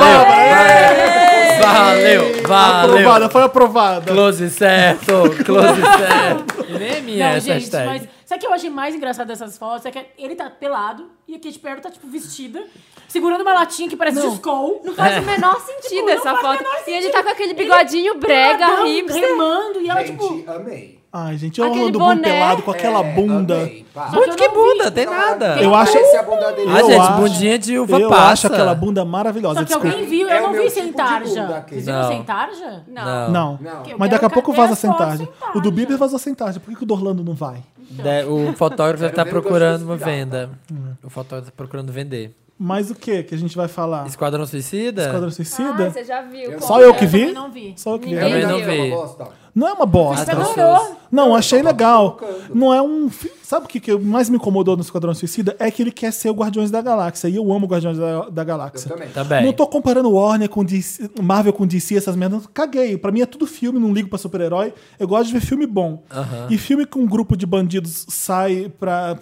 Valeu, valeu. Aprovada, foi aprovada. Close certo, close certo. E nem é minha Não, essa gente, hashtag. mas sabe o que eu achei mais engraçado dessas fotos? É que ele tá pelado e a Katy Perry tá, tipo, vestida, segurando uma latinha que parece de Skol. Não faz o menor sentido Tipo, não essa faz o foto. menor E ele sentido. tá com aquele bigodinho brega, peladão, hipster. remando, e ela, Gente, tipo... amei. Ai, gente, eu Aquele Orlando Bloom boné. pelado com aquela É, bunda. amei, pá. Só eu Onde que não vi. bunda? Tem Então, nada. Eu acho- Parece a bunda dele. Ah, Eu gente, acho- bundinha de uva eu passa. acho aquela bunda maravilhosa. Só que desculpa. alguém viu, eu É o não meu vi tipo sem de tarja. bunda, Katy. Vocês viram Não. sem tarja? Não. Não. Não. Eu Mas daqui a quero pouco cadê vaza as sem fotos tarde. sem tarja? O do Bieber vazou sem tarde. Por que, que o do Orlando não vai? De- Né, o fotógrafo deve estar ver o procurando gosto uma desse pirata. venda. O fotógrafo está procurando vender. Mas o que que a gente vai falar? Esquadrão Suicida? Esquadrão Ah, Suicida? você já viu. é? Só eu que Eu vi? também não vi. Só eu que vi. Ninguém Também não achei vi. uma bosta? Não é uma bosta. As adorou. Não, achei legal. provocando. Não é um. fi- Sabe o que, que mais me incomodou no Esquadrão Suicida? É que ele quer ser o Guardiões da Galáxia. E eu amo Guardiões da, da Eu Galáxia. também. Tá bem. Não tô comparando Warner com DC, Marvel com DC, essas merdas. Caguei. Pra mim é tudo filme, não ligo pra super-herói. Eu gosto de ver filme bom. E filme com um grupo de bandidos sai pra.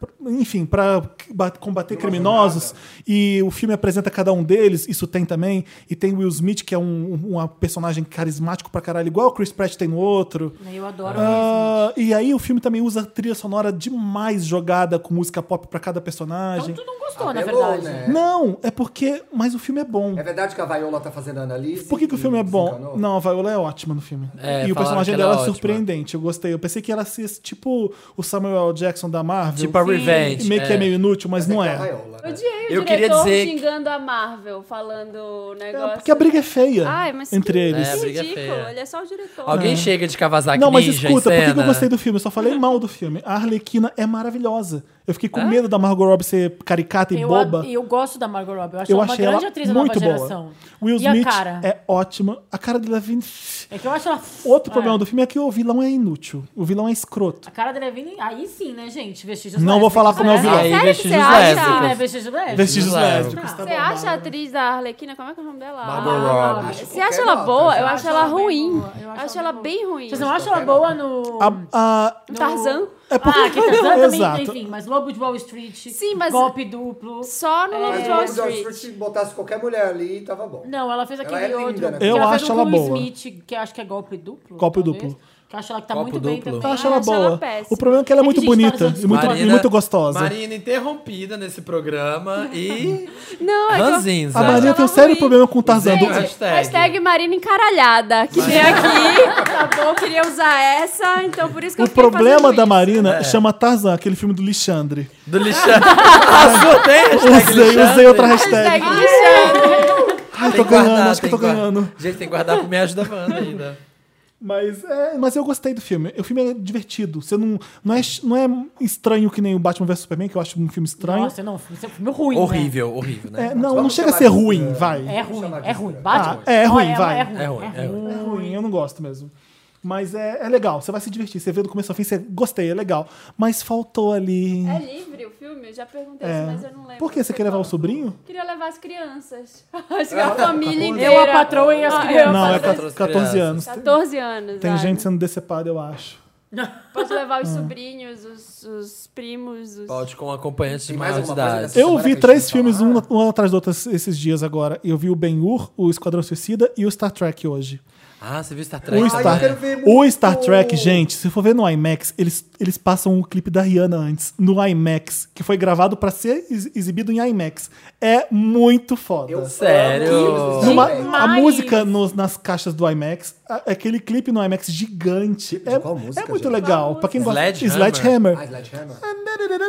pra- enfim, pra ba- combater criminosos. E o filme apresenta cada um deles. Isso tem também. E tem Will Smith, que é um, um- um personagem carismático pra caralho, igual o Chris Pratt tem no outro. Eu adoro Ah, e aí o filme também usa trilha sonora demais jogada com música pop pra cada personagem. Então tu não gostou, na Apelou, verdade. né? Não, é porque. Mas o filme é bom. É verdade que a Viola tá fazendo a análise? Por que, que o e filme é bom? desencanou? Não, a Viola é ótima no filme. É, e o falaram personagem que ela dela é é ótima. surpreendente. Eu gostei. Eu pensei que ela ia ser tipo o Samuel L. Jackson da Marvel. Tipo a Revenge. meio que é é. meio inútil, mas, não que é. a Viola, né? Odiei o diretor Eu queria dizer que- xingando a Marvel, falando o negócio. É, porque a briga é feia Ai, mas entre que eles. É, a briga é ridículo. feia. Ele é só o diretor. Alguém chega de Kawasaki Não, mas Ninja em escuta, por que, que cena? eu gostei do filme? Eu só falei mal do filme. A Arlequina é maravilhosa. Eu fiquei com medo da Margot Robbie ser caricata e Eu, boba. ad- eu gosto da Margot Robbie. Eu acho Eu ela uma achei ela grande atriz da nova muito boa. geração. Will e a Smith cara? É... é ótima. A cara dele é vin- que eu acho ela... Outro É. problema do filme é que o vilão é inútil. O vilão é escroto. A cara da Levine, aí sim, né, gente? Vestígios Não vou lésbicos, falar como é o né? vilão. Aí, Sério que vestígios você acha? Sim, né? lésbicos. Vestígios lésbicos. Ah, Vestígios lésbicos. lésbicos. tá Você bom. acha a atriz da Arlequina? Como é que é o nome dela? Margot Ah, Robbie. Acho Você qualquer acha ela nota, boa? gente. Eu acho ela bem ruim. boa. Eu acho Acho ela ela bem ruim. Vocês não acham ela boa no... A- a- No Ah, Tarzan? é porque... Ah, que Tarzan também, Exato. enfim. Mas Lobo de Wall Street, Sim, mas- Golpe Duplo... É, Só no Lobo Mas de o Wall Wall Street, Street. se botasse qualquer mulher ali, tava bom. Não, ela fez Ela aquele é linda, outro. né? que Eu ela acho fez um ela com o boa. Smith, que eu acho que é golpe duplo. Golpe talvez. duplo. Que eu acho ela que tá Golpe muito duplo. bem Eu também. acho ela acho ela boa. péssima. o problema é que ela é É muito que, gente, bonita Tarzan- e muito, e muito gostosa. Marina interrompida nesse programa e Não, é que eu- ranzinza. a Marina ela tem um sério ruim. problema com o Tarzan. Gente, Do- Hashtag. Hashtag Marina Encaralhada, que tem aqui. tá bom, eu queria usar essa, então por isso que eu O fiquei problema fazendo da isso. Marina É. chama Tarzan, aquele filme do Lixandre. Do Alexandre. A sua tem hashtag Usei, usei Alexandre? outra hashtag. Hashtag Alexandre. Ai, Tem tô que guardar, ganhando, acho que tem eu tô guardar. ganhando. Gente, tem que guardar pro Me Ajuda Banda ainda. Mas, é, mas eu gostei do filme. O filme é divertido. Você não, não, é, não é estranho que nem o Batman vs Superman, que eu acho um filme estranho. Nossa, não, isso é um filme ruim. né? Horrível, horrível, É, né? não, não Vamos chega a chamar ser de- ruim, vai. É ruim, chamar é disso, ruim. né? Batman. Ah, é ruim, Olha, vai. É ruim, É ruim, é ruim. É ruim, eu não gosto mesmo. Mas é, é legal, você vai se divertir. Você vê do começo ao fim, você gostei, é legal. Mas faltou ali. É livre o filme? Eu já perguntei É. isso, mas eu não lembro. Por quê? Você quer levar o sobrinho? Queria levar as crianças. Acho que é a família um inteira. Eu, a patroa e as Ah, eu, a crianças. Não, é patroa. 14 14 anos. Tem- 14 anos. Tem acho. gente sendo decepada, eu acho. Pode levar Ah. os sobrinhos, os, os primos, os. Pode com acompanhante de Tem maior mais de alguma coisa idade. nessa- Eu semana que a vi gente três vai filmes, falar? um, um atrás do outro, esses dias agora. Eu vi o Ben-Hur, o Esquadrão Suicida e o Star Trek hoje. Ah, você viu Star Trek? O né? Star, quero ver o muito! Star Trek, gente, se for ver no IMAX, eles, eles passam o clipe da Rihanna antes, no IMAX, que foi gravado pra ser ex- exibido em IMAX. É muito foda. Eu Sério? amo filmes Numa- dos X-Men. a Demais. música nos- nas caixas do IMAX, a- aquele clipe no IMAX gigante. Clipe de É, qual música, é muito gente? legal. Pra quem gosta Sledgehammer. Ah, Sledgehammer. Sledgehammer.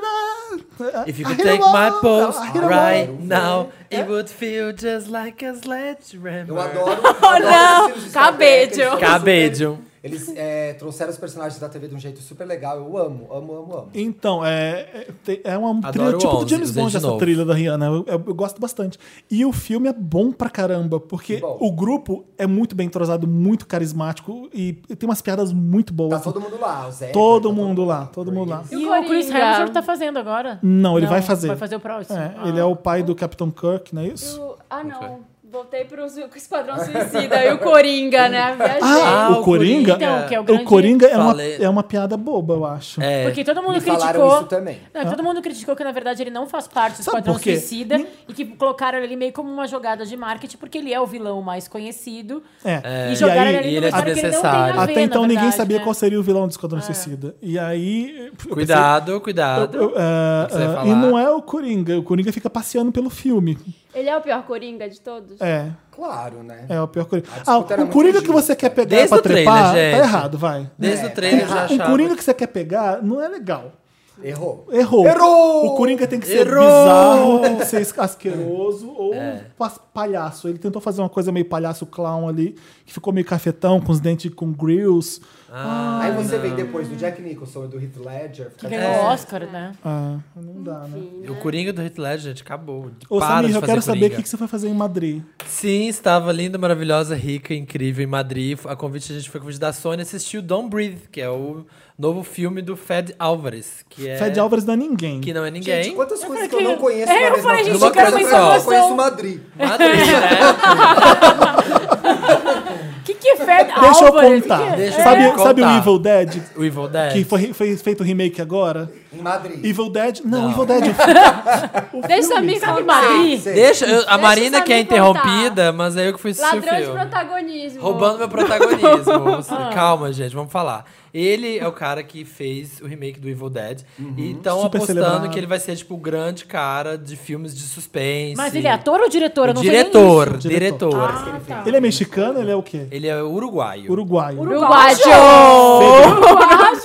If you could take my pulse right now, É. it would feel just like a sledgehammer. Eu adoro. Oh, não! Cabedio. Cabedio. Eles é, trouxeram os personagens da TV de um jeito super legal. Eu amo, amo, amo, amo. Então, é, é, tem- é uma trilha o tipo 11, do James usei Bond, de essa novo. trilha da Rihanna. Eu, eu- eu gosto bastante. E o filme é bom pra caramba, porque Que bom. o grupo é muito bem entrosado, muito carismático e tem umas piadas muito boas. Tá todo mundo lá, o Zé. Todo tá mundo lá, todo mundo lá. E E o Coringa? Chris Hemsworth tá fazendo agora? Não, ele Não, vai fazer. vai fazer o próximo. É, Ah. Ele é o pai do Capitão Kirk, não é isso? O- Ah, não. Voltei pro Zu- com o Esquadrão Suicida e o Coringa, né? Viajei. Ah, Ah, o o Coringa? Então, que é o grande... O Coringa é uma, Falei. é uma piada boba, eu acho. É. Porque todo mundo Me falaram criticou... isso também. Não, todo mundo criticou que, na verdade, ele não faz parte do Sabe Esquadrão por quê? Suicida Nem- e que colocaram ele meio como uma jogada de marketing, porque ele é o vilão mais conhecido. É. E jogaram aí- ele ali e no ele é lugar que ele não tem a desnecessário. ver, Até então na ninguém verdade, sabia né? qual seria o vilão do Esquadrão Suicida. E aí. eu pensei- Cuidado, eu- cuidado. eu- é, que você vai é, e falar. não é o Coringa. O Coringa fica passeando pelo filme. Ele é o pior Coringa de todos? É, Claro, né? é o pior Coringa. disputa Ah, era o muito Coringa que justa. você quer pegar Desde pra o trailer, trepar, gente. tá errado, vai. Desde É, o trailer eu já Um achava. Coringa que você quer pegar não é legal. Errou. Errou. Errou! O Coringa tem que ser Errou! É. bizarro, tem que ser asqueroso ou pas- palhaço. Ele tentou fazer uma coisa meio palhaço clown ali, que ficou meio cafetão, com os dentes com grills. Ah. Aí você vem depois do Jack Nicholson e do Heath Ledger. Que Fica ganhou o Oscar, né? Ah, não dá, né? O Coringa do Heath Ledger, gente, acabou. Ô, Para Samir, de eu fazer quero saber o Coringa. que, que você vai fazer em Madrid. Sim, estava linda, maravilhosa, rica, incrível em Madrid. A convite a gente foi convite da Sony assistiu Don't Breathe, que é o novo filme do Fed Álvares, que é Fede Álvares não é ninguém. que não é ninguém. Gente, quantas coisas que eu falei não que- conheço É, na eu mesma falei, frase. gente, eu quero uma Uma coisa só, informação. Eu conheço Madrid. Madrid, né? O que, que é Fed Álvares? Deixa eu contar. Que que é? Deixa eu sabe, contar. sabe o Evil Dead? O Evil Dead. Que foi, foi feito o remake agora? Em Madrid. Evil Dead? Não, Não. Evil Dead. é Deixa eu me Sabe contar. Marie? Sei. Deixa, eu- a Marina Samir que é contar. interrompida, mas aí eu que fui assistir o Ladrão de filme. protagonismo. Roubando meu protagonismo. Ah. Calma, gente, vamos falar. Ele é o cara que fez o remake do Evil Dead. Uhum. E estão Super apostando celebrado. que ele vai ser, tipo, o grande cara de filmes de suspense. Mas ele é ator ou diretor? Eu não sei nem diretor, isso. diretor. isso. Ah, tá. Ele é mexicano? Ele é o quê? Ele é uruguaio. Uruguaio. Uruguaio! Uruguaio!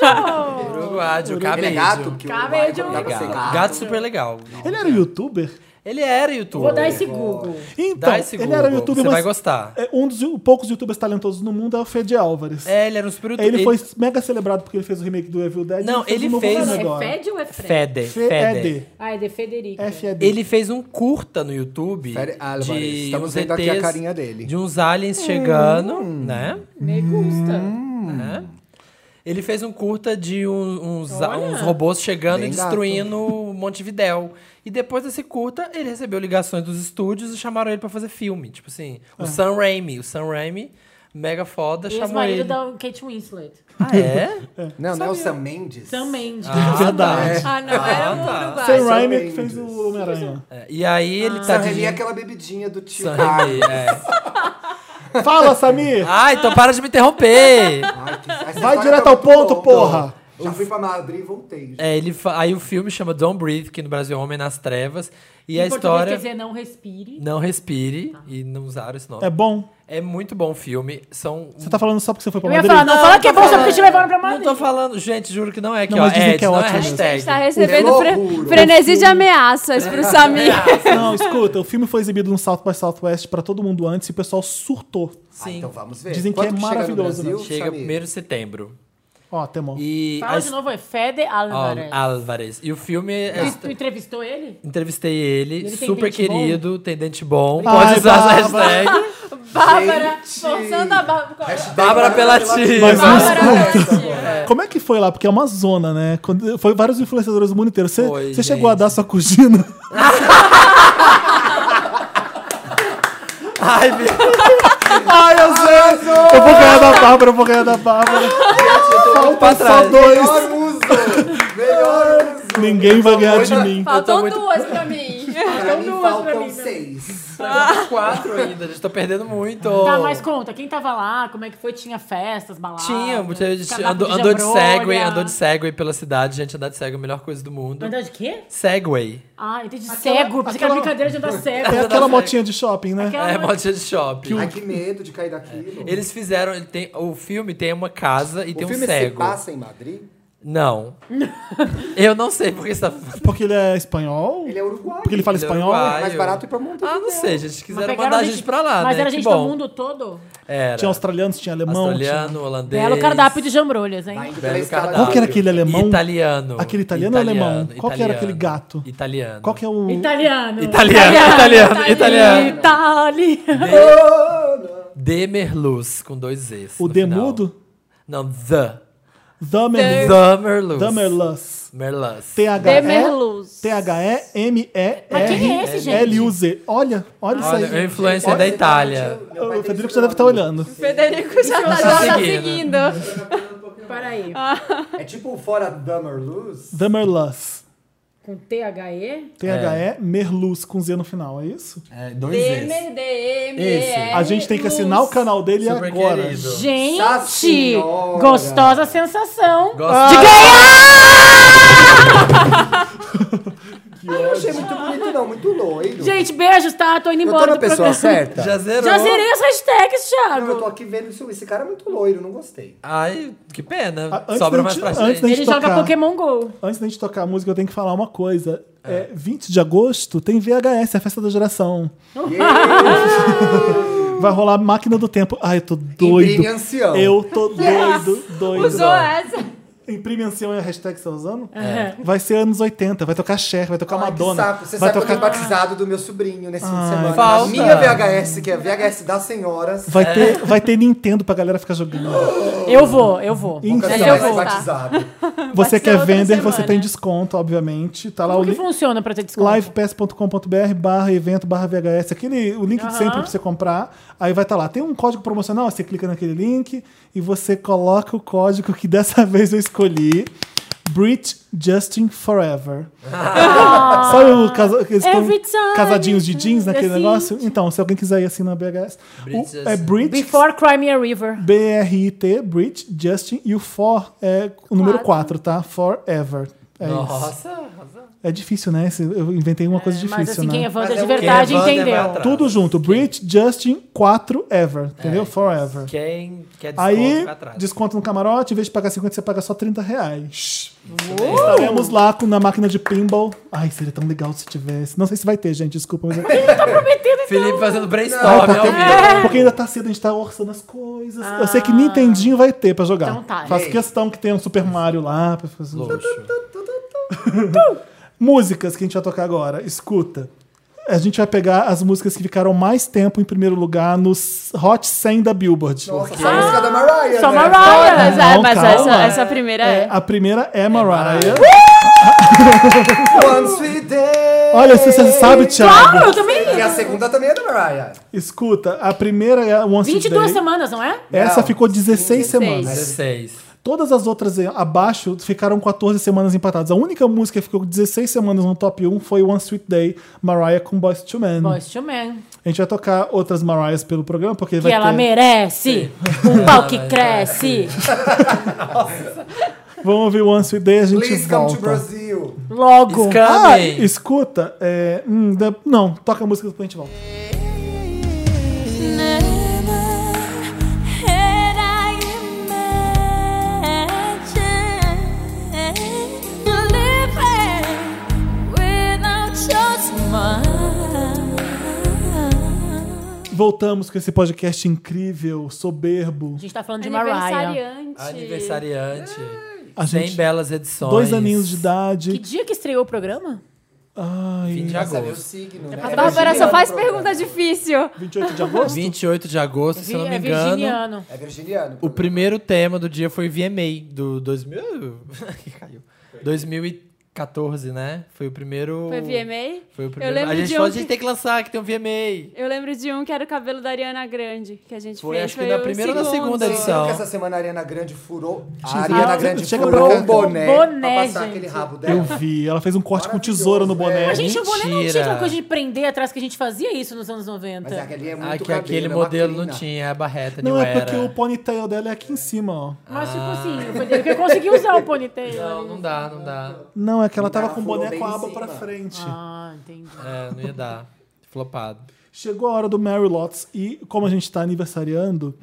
Uruguaio, Ele é cabejo. gato? Que o Cabejo. Michael dá pra ser Gato. Gato super legal. Ele era youtuber? Ele é. era youtuber. Vou dar esse Google. Então, Dá esse ele Google, era youtuber, você mas vai gostar. é um dos you- poucos youtubers talentosos no mundo é o Fede Álvares. É, ele era um super youtuber. Ele foi mega celebrado porque ele fez o remake do Evil Dead. Não, fez ele um novo fez- filme É agora. Fed ou é Fred? Fede, Fede. Fed. Ah, é de Federico. F-E-D. Ele fez um curta no YouTube Fede Álvarez. de Ah, Estamos uns vendo aqui a ETs, carinha dele. De uns aliens chegando, Hum. né? Me gusta. Hum. né? Ele fez um curta de um- uns, uns robôs chegando Bem e gato. destruindo um Montevidéu. E depois desse curta, ele recebeu ligações dos estúdios e chamaram ele pra fazer filme. Tipo assim, Ah. o Sam Raimi. O Sam Raimi, mega foda, chamou ele. Ex-marido da Kate Winslet. Ah, é? Não, não é o Sam Mendes? Também. Verdade. Ah, não, era um Ah, tá. uruguaio. Sam Sam Raimi é que fez Mendes. o Homem-Aranha. É, E aí ele tá Sam Raimi é dirigindo... aquela bebidinha do tio Sam Carlos. Raimi, é. Fala, Samir! Ah, então para de me interromper! Ai, que- essa Vai história direto tá ao muito ponto, longa. porra! Já fui pra Madrid e voltei. gente. É, ele fa- Aí o filme chama Don't Breathe, que no Brasil é Homem nas Trevas. E a Em português história... quer dizer não respire. Tá. Não respire, e não usaram esse nome. É bom? É, muito bom o filme. São Você tá falando só porque você foi pra Eu ia Madrid? falar, não, Não, fala não que é tô bom só falando. porque te levaram pra Não Madrid. tô falando, gente, juro que não é aqui, Não, ó. mas dizem Ed, que é não é ótimo. A gente tá hashtag. recebendo O fre- loucuro. frenesi de ameaças pro Samir. É. Não, escuta, o filme foi exibido no South by Southwest pra todo mundo antes e o pessoal surtou. Ah, então vamos ver. Dizem que Quanto é chega no maravilhoso, Brasil, Chega Samir? 1 de setembro. Ótimo. E Fala a de his- novo, é Fede Álvarez. Al- Álvarez. E o filme. é- Tu- tu entrevistou ele? Entrevistei ele, Ele tem super dente bom? querido, tem dente bom. Ai, Pode usar essa Bárbara. hashtag. Bárbara, forçando a Bárbara. Bárbara Mas Pelativa. isso- Bárbara, né? Como é que foi lá? Porque é uma zona, né? Quando- Foi vários influenciadores do mundo inteiro. Você Foi, você chegou a gente. dar sua cugina? Ai, meu Ai, eu sei! Eu vou ganhar da Bárbara, eu vou ganhar da Bárbara. pra Faltam só trás. dois. Melhor uso! Melhor uso! Ninguém vai ganhar de mim. Faltam muito- duas pra mim. Pra mim duas pra faltam mim, né? seis. Ah. Ah. quatro ainda, gente. Tô perdendo muito. Tá, mas conta, quem tava lá, como é que foi? Tinha festas, baladas? Tinha, cavaco andou, andou de jambrolha? Segway, andou de Segway pela cidade, gente. Andar de Segway é a melhor coisa do mundo. Andou de quê? Segway. Ah, entendi, cego. Pensei que era aquela- brincadeira de andar cego. É aquela motinha de shopping, né? Aquela- É, motinha de shopping. Ai, que medo de cair daquilo. Eles fizeram. ele tem, o filme tem uma casa e tem o um filme se cego. passa em Madrid? Não. Eu não sei porque você tá falando. Porque ele é espanhol? Ele é uruguaio. Porque ele fala Ele é espanhol? uruguaio. mais barato ir pra Montevideo. Ah, não sei, gente. Mas Quiseram pegaram mandar a gente pra lá, Mas né? era Que gente bom. do mundo todo? Era. Tinha australianos, tinha alemão. Australiano, holandês. Belo cardápio de jambrolhas, hein? Vai indo Velho pela escala Tinha... Qual que era de- aquele alemão? Italiano. Aquele italiano ou alemão? Qual que era italiano, aquele gato? Italiano. Qual que é o. Italiano. Italiano, italiano, italiano. Italiano. Demerluz, com dois Zs. O no final. Demudo? Não, The. Dummerlus. Demerluz. Demerlus. Merluz. Demerluz. Mas quem é T-H-E-M-E-R-L-U-Z. esse, gente? Olha, olha isso Olha, é aí. influencer da Itália. Meu pai O tem Federico sobrenome. já deve estar olhando. Federico já tá, tá já tá seguindo. seguindo. Ah. Peraí. um É tipo o fora Dummer Luz. Dummerlus. Com T-H-E? T-H-E, Merluz, com Z no final, é isso? É, dois Zs. Demer, DM, Esse. A gente tem que assinar o canal dele Super agora. querido. Nossa Gente, Senhora. gostosa sensação. Ah, Gosto Eu Ah, não achei muito bonito, não. Muito loiro. Gente, beijos, tá? Tô indo Então, eu tô embora na do pessoa programa. certa? Já zerou? Já zerei as hashtags, Não, eu tô Thiago. aqui vendo isso. Esse cara é muito loiro, não gostei. Ai, que pena. Ah, antes Sobra da mais gente- pra antes da frente. gente- Ele joga tocar. Pokémon GO. Antes da gente tocar a música, eu tenho que falar uma coisa. É, 20 de agosto tem VHS, a festa da geração. Vai rolar Máquina do Tempo. Ai, eu tô doido. Imprime ancião. Eu tô doido, doido. Usou essa. Imprime ancião é a hashtag que você tá usando? Vai ser anos 80, vai tocar Cher, vai tocar É. Ai, que Madonna. saco. Você vai sabe que eu tocar. fui batizado do meu sobrinho nesse fim de semana. falta. A minha VHS, que é a VHS das senhoras. É. Vai ter, vai ter Nintendo pra galera ficar jogando. Eu vou, eu vou. Então, Nunca Mas se eu mais vou. batizado. você ser quer outra vender, semana. você tem desconto, obviamente. Tá lá o Como que link. funciona pra ter desconto? livepass.com.br barra evento barra VHS, aquele, o link de sempre pra você comprar, aí vai estar lá. Tem um código promocional, você clica naquele link e você coloca o código que dessa vez eu escolhi. Brit Justin Forever. Sabe o casa, que eles Ah. Every estão time. casadinhos de jeans naquele Assim. negócio? Então, se alguém quiser ir assim na BHS. Brit o- é Justin. Brit, Before Crimea River. B-R-I-T, Brit Justin, e o for é o número 4, tá? Forever. É isso. Nossa, arrasou. É difícil, né? Esse- Eu inventei uma coisa difícil, Mas assim, né? quem é fã Mas de é o quê? verdade Wander vai entendeu. atrás. Tudo junto. Brit, Justin, 4 ever. Entendeu? Forever. Quem quer desconto Aí, fica atrás. desconto no camarote, em vez de pagar 50, você paga só 30 reais. Estaremos lá com, na máquina de pinball. Ai, seria tão legal se tivesse. Não sei se vai ter, gente, desculpa. Mas... é- tá então. Felipe fazendo Ah, brainstorm, é né, tá um ao tendo- vivo. É. Porque ainda tá cedo, a gente tá orçando as coisas. Eu sei que Ah. Nintendinho vai ter pra jogar. Então tá. Faço é. Ei. questão que tenha um Super Mario lá. Pra fazer... Luxo. Músicas que a gente vai tocar agora. Escuta. A gente vai pegar as músicas que ficaram mais tempo em primeiro lugar no Hot 100 da Billboard. Nossa, só a música da Mariah, Só né? Mariah. Mas, é, Não, Ah, mas calma. essa, essa primeira é. A primeira é Mariah. One Sweet Day. Olha, se você sabe, Thiago. Claro, eu também. E a segunda também é da Mariah. Escuta, a primeira é a Once 22 Day. semanas, não é? Essa Não, ficou 16, 16. Ah, semanas. 16. Todas as outras eh, abaixo ficaram 14 semanas empatadas. A única música que ficou 16 semanas no top 1 foi One Sweet Day, Mariah com Boys to Men. Boys to Men. A gente vai tocar outras Mariahs pelo programa, porque Que vai ela ter... merece. Um pau que cresce. Vamos ouvir One Sweet Day e a gente Please come to volta. Brazil. Logo. Esca- ah, Amém. escuta, é, hum, da- não, toca a música depois a gente volta. Voltamos com esse podcast incrível, soberbo. A gente tá falando de Mariah. Aniversariante. Aniversariante. A Sem gente, belas edições. dois aninhos de idade. Que dia que estreou o programa? Ai, Fim de Já sabe o agosto. signo, né? A Bárbara só é faz Virginiano pergunta difícil. 28 de agosto? 28 de agosto, se eu não Vi- me é engano. virginiano. o programa. É virginiano. O primeiro tema do dia foi VMA, do 2000... que caiu. 2014, né? Foi o primeiro... Foi VMA? Foi o primeiro. lembro a gente de falou, um a gente que- tem que lançar, que tem um VMA. Eu lembro de um que era o cabelo da Ariana Grande, que a gente Foi, fez. acho que na o primeira ou na segundo. segunda Vocês viram edição. que essa semana a Ariana Grande furou. A Ah, Ariana Grande chega furou pra cá. o boné, Boné, pra passar gente. aquele rabo dela. É, Eu vi. Ela fez um corte com Maravilhoso, tesoura no boné. A gente, o boné não tinha né? Mentira. aquela coisa de prender atrás, que a gente fazia isso nos anos 90. Mas aquele é muito Ah, que cabelo, aquele é uma modelo não crina. tinha, a barreta Não, new é porque era. Ah. o ponytail dela é aqui em cima, ó. Mas, tipo assim, foi dele que eu consegui usar o ponytail. Não, não dá, não dá. Não, é que ela Não, tava ela com o furou boné bem com a em aba cima. pra frente. Ah, entendi. É, não ia dar. Flopado. Chegou a hora do Mary Lots e, como a gente tá aniversariando,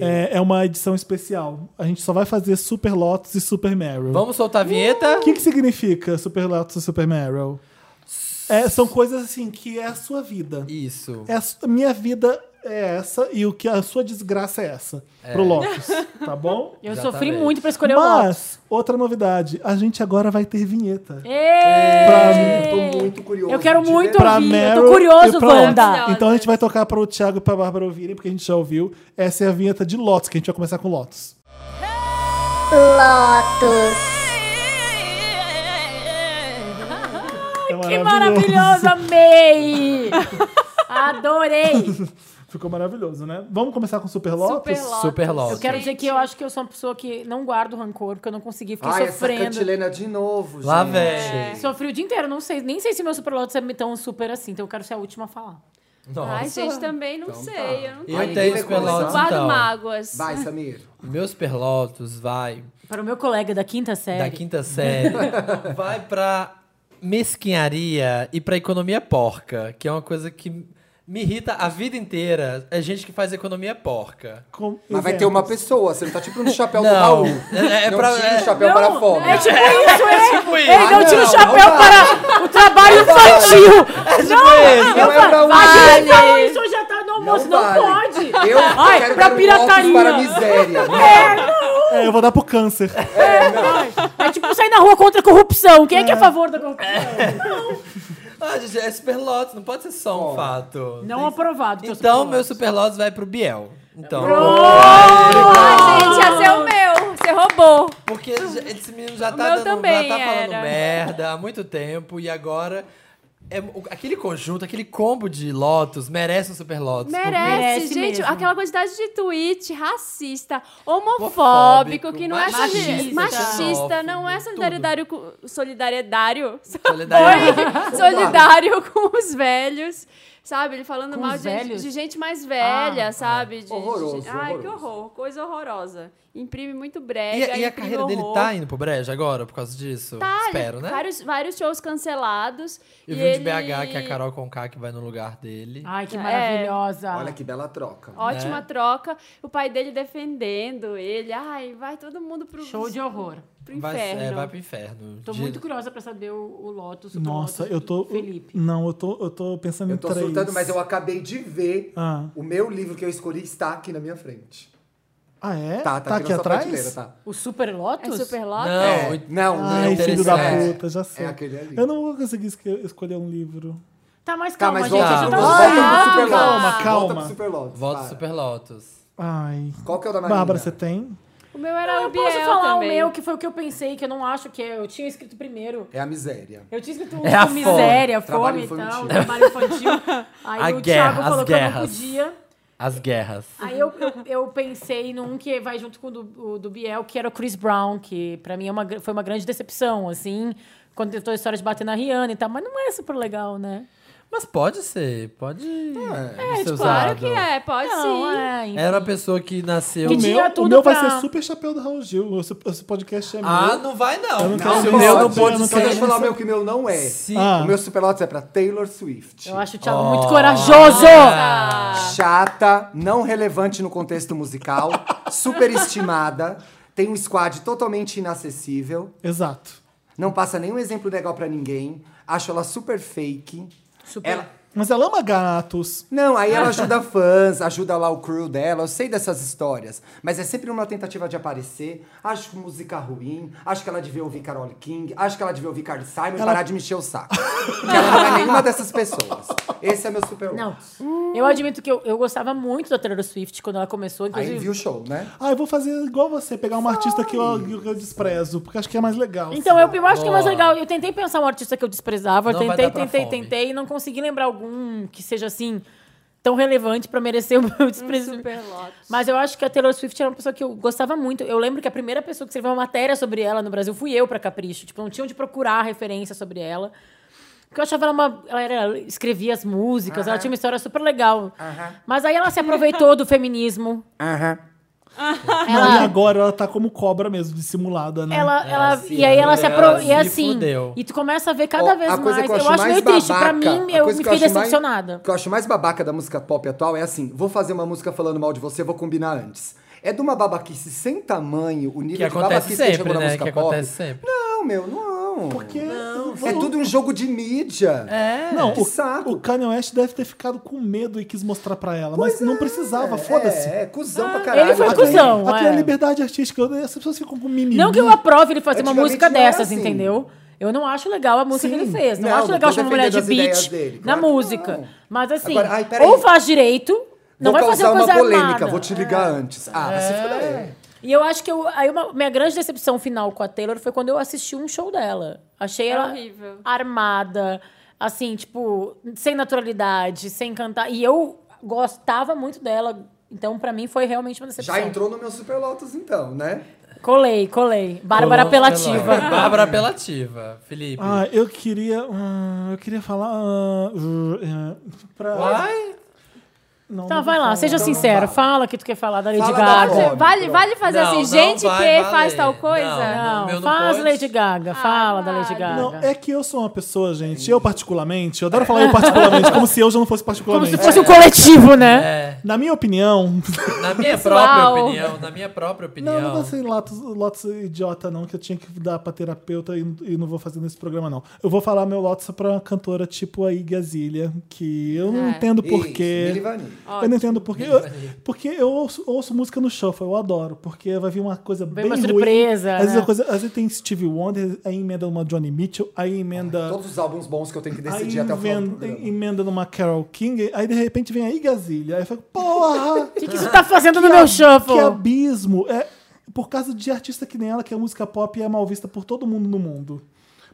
é, é uma edição especial. A gente só vai fazer Super Lots e Super Meryl. Vamos soltar a vinheta? O que, que significa Super Lotus e Super Meryl? É, são coisas assim que é a sua vida. Isso. É a su- minha vida é essa e o que a sua desgraça é essa. Pro Lotus, tá bom? Eu Exatamente. sofri muito pra escolher o Lotus. Mas, outra novidade, a gente agora vai ter vinheta. Ê! Eu tô muito curioso. Eu quero de muito verdade. Pra ouvir. Eu Meryl tô e curioso, pra Wanda. Lotus. Então a gente vai tocar pro Thiago e pra Bárbara ouvirem, porque a gente já ouviu. Essa é a vinheta de Lotus, que a gente vai começar com Lotus. Lotus. Que maravilhoso, amei! Adorei! Ficou maravilhoso, né? Vamos começar com Super Lotus? Super Lotus. Super Lotus. Eu quero dizer que eu acho que eu sou uma pessoa que não guardo rancor, porque eu não consegui, fiquei Ai, essa sofrendo. É. cantilena de novo, Lá gente. vem. Sofri o dia inteiro, não sei, nem sei se meu super Lotus é tão super assim, então eu quero ser a última a falar. Nossa. Ai, gente, Então também tá. não sei. Eu não Eu Ai, tenho ninguém vai Super Lotus, guardo então. mágoas. Vai, Samir. Meus Perlotos vai Para o meu colega da quinta série. da quinta série, vai pra mesquinharia e pra economia porca, que é uma coisa que me irrita a vida inteira. É gente que faz economia porca. Com- Mas vai ter uma pessoa, você não tá tipo no chapéu do Não. Raul. É- é não pra- tira é- o chapéu Não, para a fome. É tipo isso, é. Tipo isso. Ele não Ah, tira o não, chapéu não para o trabalho infantil. Não, É tipo Não é pra um A gente vale. falou isso hoje já tá no almoço, não, vale. pode. Eu Ai, quero pra dar um pirataria. voto para a miséria. É. É, eu vou dar pro câncer. É tipo sair na rua contra a corrupção. Quem é que é a favor da corrupção? Ah, gente, é superlotes, não pode ser só um fato. Não aprovado. é teu Então, Super meu Lotus. superlotes vai pro Biel. Então, Ai, gente, ia é ser o meu. Você roubou. porque já- esse menino já O tá, meu dando, já também tá falando era. merda há muito tempo e agora é, o- aquele conjunto, aquele combo de Lotus merece um superlotes. porque- Merece, Merece É, gente. mesmo. Aquela quantidade de tweet racista, Homofóbico, tá. homofóbico, que não é solidariedade. machista, Machista, não é solidariedade com. Solidaridário. Solidariedade. solidário com os velhos, sabe? Ele falando Com mal os de, gente- velhos? de gente mais velha, sabe? De, Horroroso, de- Ai, que horroroso. horror, coisa horrorosa. Imprime muito E, brega. e a imprime um carreira dele horror. tá indo pro Breja agora por causa disso? Tá, Espero, né? Vários, vários shows cancelados. Eu e vi um de ele- BH, que é a Carol Conká, que vai no lugar dele. Ai, que É. maravilhosa. Olha que bela troca. Ótima né? troca. O pai dele defendendo ele. Ai, vai todo mundo pro, Show de horror. pro vai, inferno. É, vai pro inferno. Tô De- muito curiosa pra saber o, o Lotus. o Nossa, Lotus eu tô. do Felipe. Não, eu tô, eu tô pensando Eu em tô três. surtando, mas eu acabei de ver Ah. o meu livro que eu escolhi está aqui na minha frente. Ah, é? Tá, tá, aqui, aqui na sua prateleira, atrás? tá. O Super É Lotus? super Não, lota? É, não, Ai, não, filho da é, puta, já sei. É aquele ali. Eu não vou conseguir esque- escolher um livro. Tá, mas Tá, calma, mas gente. volta, a gente volta, tá Lotus. usando. pro Super Calma, Lotus. calma. Volta pro Super Lotus, Voto para. Super Lotus. Ai. Qual que é o da Marina? Bárbara, você tem? O meu era Eu o Biel posso falar também. o meu, que foi o que eu pensei, que eu não acho que é. Eu tinha escrito primeiro. É a miséria. Eu tinha escrito É a com miséria, Trabalho fome, e tal, infantil. trabalho infantil. Aí A o guerra, Thiago as falou que eu não guerras. podia. É. As guerras. Aí eu, eu, eu pensei num que vai junto com o do, o do Biel, que era o Chris Brown, que pra mim é uma, gr- foi uma grande decepção, assim. Quando tentou a história de bater na Rihanna e tal, mas não é super legal, né? Mas pode ser, pode É, ser tipo, usado. claro que é, pode Não, sim. é, enfim. Era uma pessoa que nasceu... Que o tinha meu, o tudo meu vai pra- ser super chapéu do Raul Gil. Esse, esse podcast é Ah, meu. não vai não. não Não, quero se o saber. meu não Eu pode não ser... Então deixa eu falar o Sim. meu que o meu não é. Se- Ah. O meu Super Lotus é pra Taylor Swift. Eu acho o Thiago muito Oh. corajoso! Ah. Chata, não relevante no contexto musical, superestimada, tem um squad totalmente inacessível, Exato. não passa nenhum exemplo legal pra ninguém, acho ela super fake. Super. Ela, Mas ela ama gatos. É. Não, aí ela ajuda fãs, ajuda lá o crew dela, eu sei dessas histórias. Mas é sempre uma tentativa de aparecer. Acho música ruim, acho que ela devia ouvir Carol King, acho que ela devia ouvir Carly Simon e parar de mexer o saco. Porque ela não é nenhuma dessas pessoas. Esse é meu super Não. Eu admito que eu, eu gostava muito da Taylor Swift quando ela começou. Inclusive, Aí viu o show, né? Ah, eu vou fazer igual você, pegar uma artista que eu, que eu desprezo, porque acho que é mais legal. Então, eu, eu acho que é mais Boa. legal. Eu tentei pensar um artista que eu desprezava. eu Não vai tentei, dar pra tentei, fome. tentei. E não consegui lembrar algum que seja assim, tão relevante pra merecer o meu desprezo. Super Lotus. Mas eu acho que a Taylor Swift era uma pessoa que eu gostava muito. Eu lembro que a primeira pessoa que escreveu uma matéria sobre ela no Brasil fui eu pra Capricho. Tipo, não tinha onde procurar referência sobre ela. Porque eu achava ela uma. Ela era- escrevia as músicas, ela tinha uma história super legal. Mas aí ela se aproveitou do feminismo. Aham. Não, e agora ela tá como cobra mesmo, dissimulada, né? Ela, ela, se e aí ela se é Ah, assim, ela apro... se E assim, fudeu. e tu começa a ver cada Ó, vez a coisa mais. que eu acho mais meio triste. Pra babaca, mim, a eu me coisa que fiquei acho mais- decepcionada. O que eu acho mais babaca da música pop atual é assim: vou fazer uma música falando mal de você, vou combinar antes. É de uma babaquice sem tamanho, o nível Que de acontece babaquice que sempre, chegou na né? música Que pop. acontece sempre. Não, meu, não. Porque- É tudo um jogo de mídia. É. Não, que o, saco. o Kanye West deve ter ficado com medo e quis mostrar pra ela, mas Pois não é, precisava, foda-se. É, é, cuzão pra Ah, caralho. ele foi também. cuzão. Não, Até é. a liberdade artística, eu- essas pessoas ficam com mimimi. Não que eu aprove ele fazer uma Uhum. Antigamente música não era dessas, assim. entendeu? Eu não acho legal a música que ele Sim. fez. Não, Não, acho não legal tô chamar mulher de defendendo as beat ideias dele, na claro que música. não. Mas assim, Agora, ai, peraí. ou faz direito, não Vou vai fazer causar uma coisa É. uma polêmica, armada. vou te ligar antes. Ah, vai se fuder. E eu acho que eu, aí uma, minha grande decepção final com a Taylor foi quando eu assisti um show dela. Achei É ela horrível. armada, assim, tipo, sem naturalidade, sem cantar. E eu gostava muito dela, então pra mim foi realmente uma decepção. Já entrou no meu Super Lotus então, né? Colei, colei. Bárbara Colou pela- apelativa. Bárbara apelativa, Felipe. Ah, eu queria. ah, eu queria falar. ah, ah, pra- Uai? Não, Tá, não vai vou lá, falar. seja Então sincera. não Fala o que tu quer falar da Lady Fala da Gaga. Vale, Lorde. vale, vale fazer Não, assim, não gente vai que valer. faz tal coisa? Ah, Não, Não, meu não faz pode. Lady Gaga, fala da Lady Gaga. Não, é que eu sou uma pessoa, gente. Eu, particularmente, eu adoro falar eu, particularmente, como se eu já não É. fosse Como particularmente. se fosse um coletivo, né? É, Na minha opinião. na minha Pessoal. própria opinião, na minha própria opinião. Não, não vou ser lotos, lotos idiota, não, que eu tinha que dar pra terapeuta e, e não vou fazer nesse programa, não. Eu vou falar meu lotus só pra cantora tipo a Iggy Azalea, que eu não É. entendo Isso, porquê. Milli Vanilli. Eu não entendo porquê. Eu, porque eu ouço, ouço música no shuffle, eu adoro. Porque vai vir uma coisa bem uma ruim. surpresa, Às vezes, né? a coisa, às vezes tem Stevie Wonder, aí emenda uma Johnny Mitchell, aí emenda... Todos os álbuns bons que eu tenho que Aí decidir até o final do vem- programa. emenda numa Carol King, aí de repente vem a Igazilha. Aí eu falo, porra! O que, que isso tá fazendo no meu shuffle? Que abismo! É por causa de artista que nem ela, que a música pop é mal vista por todo mundo no mundo.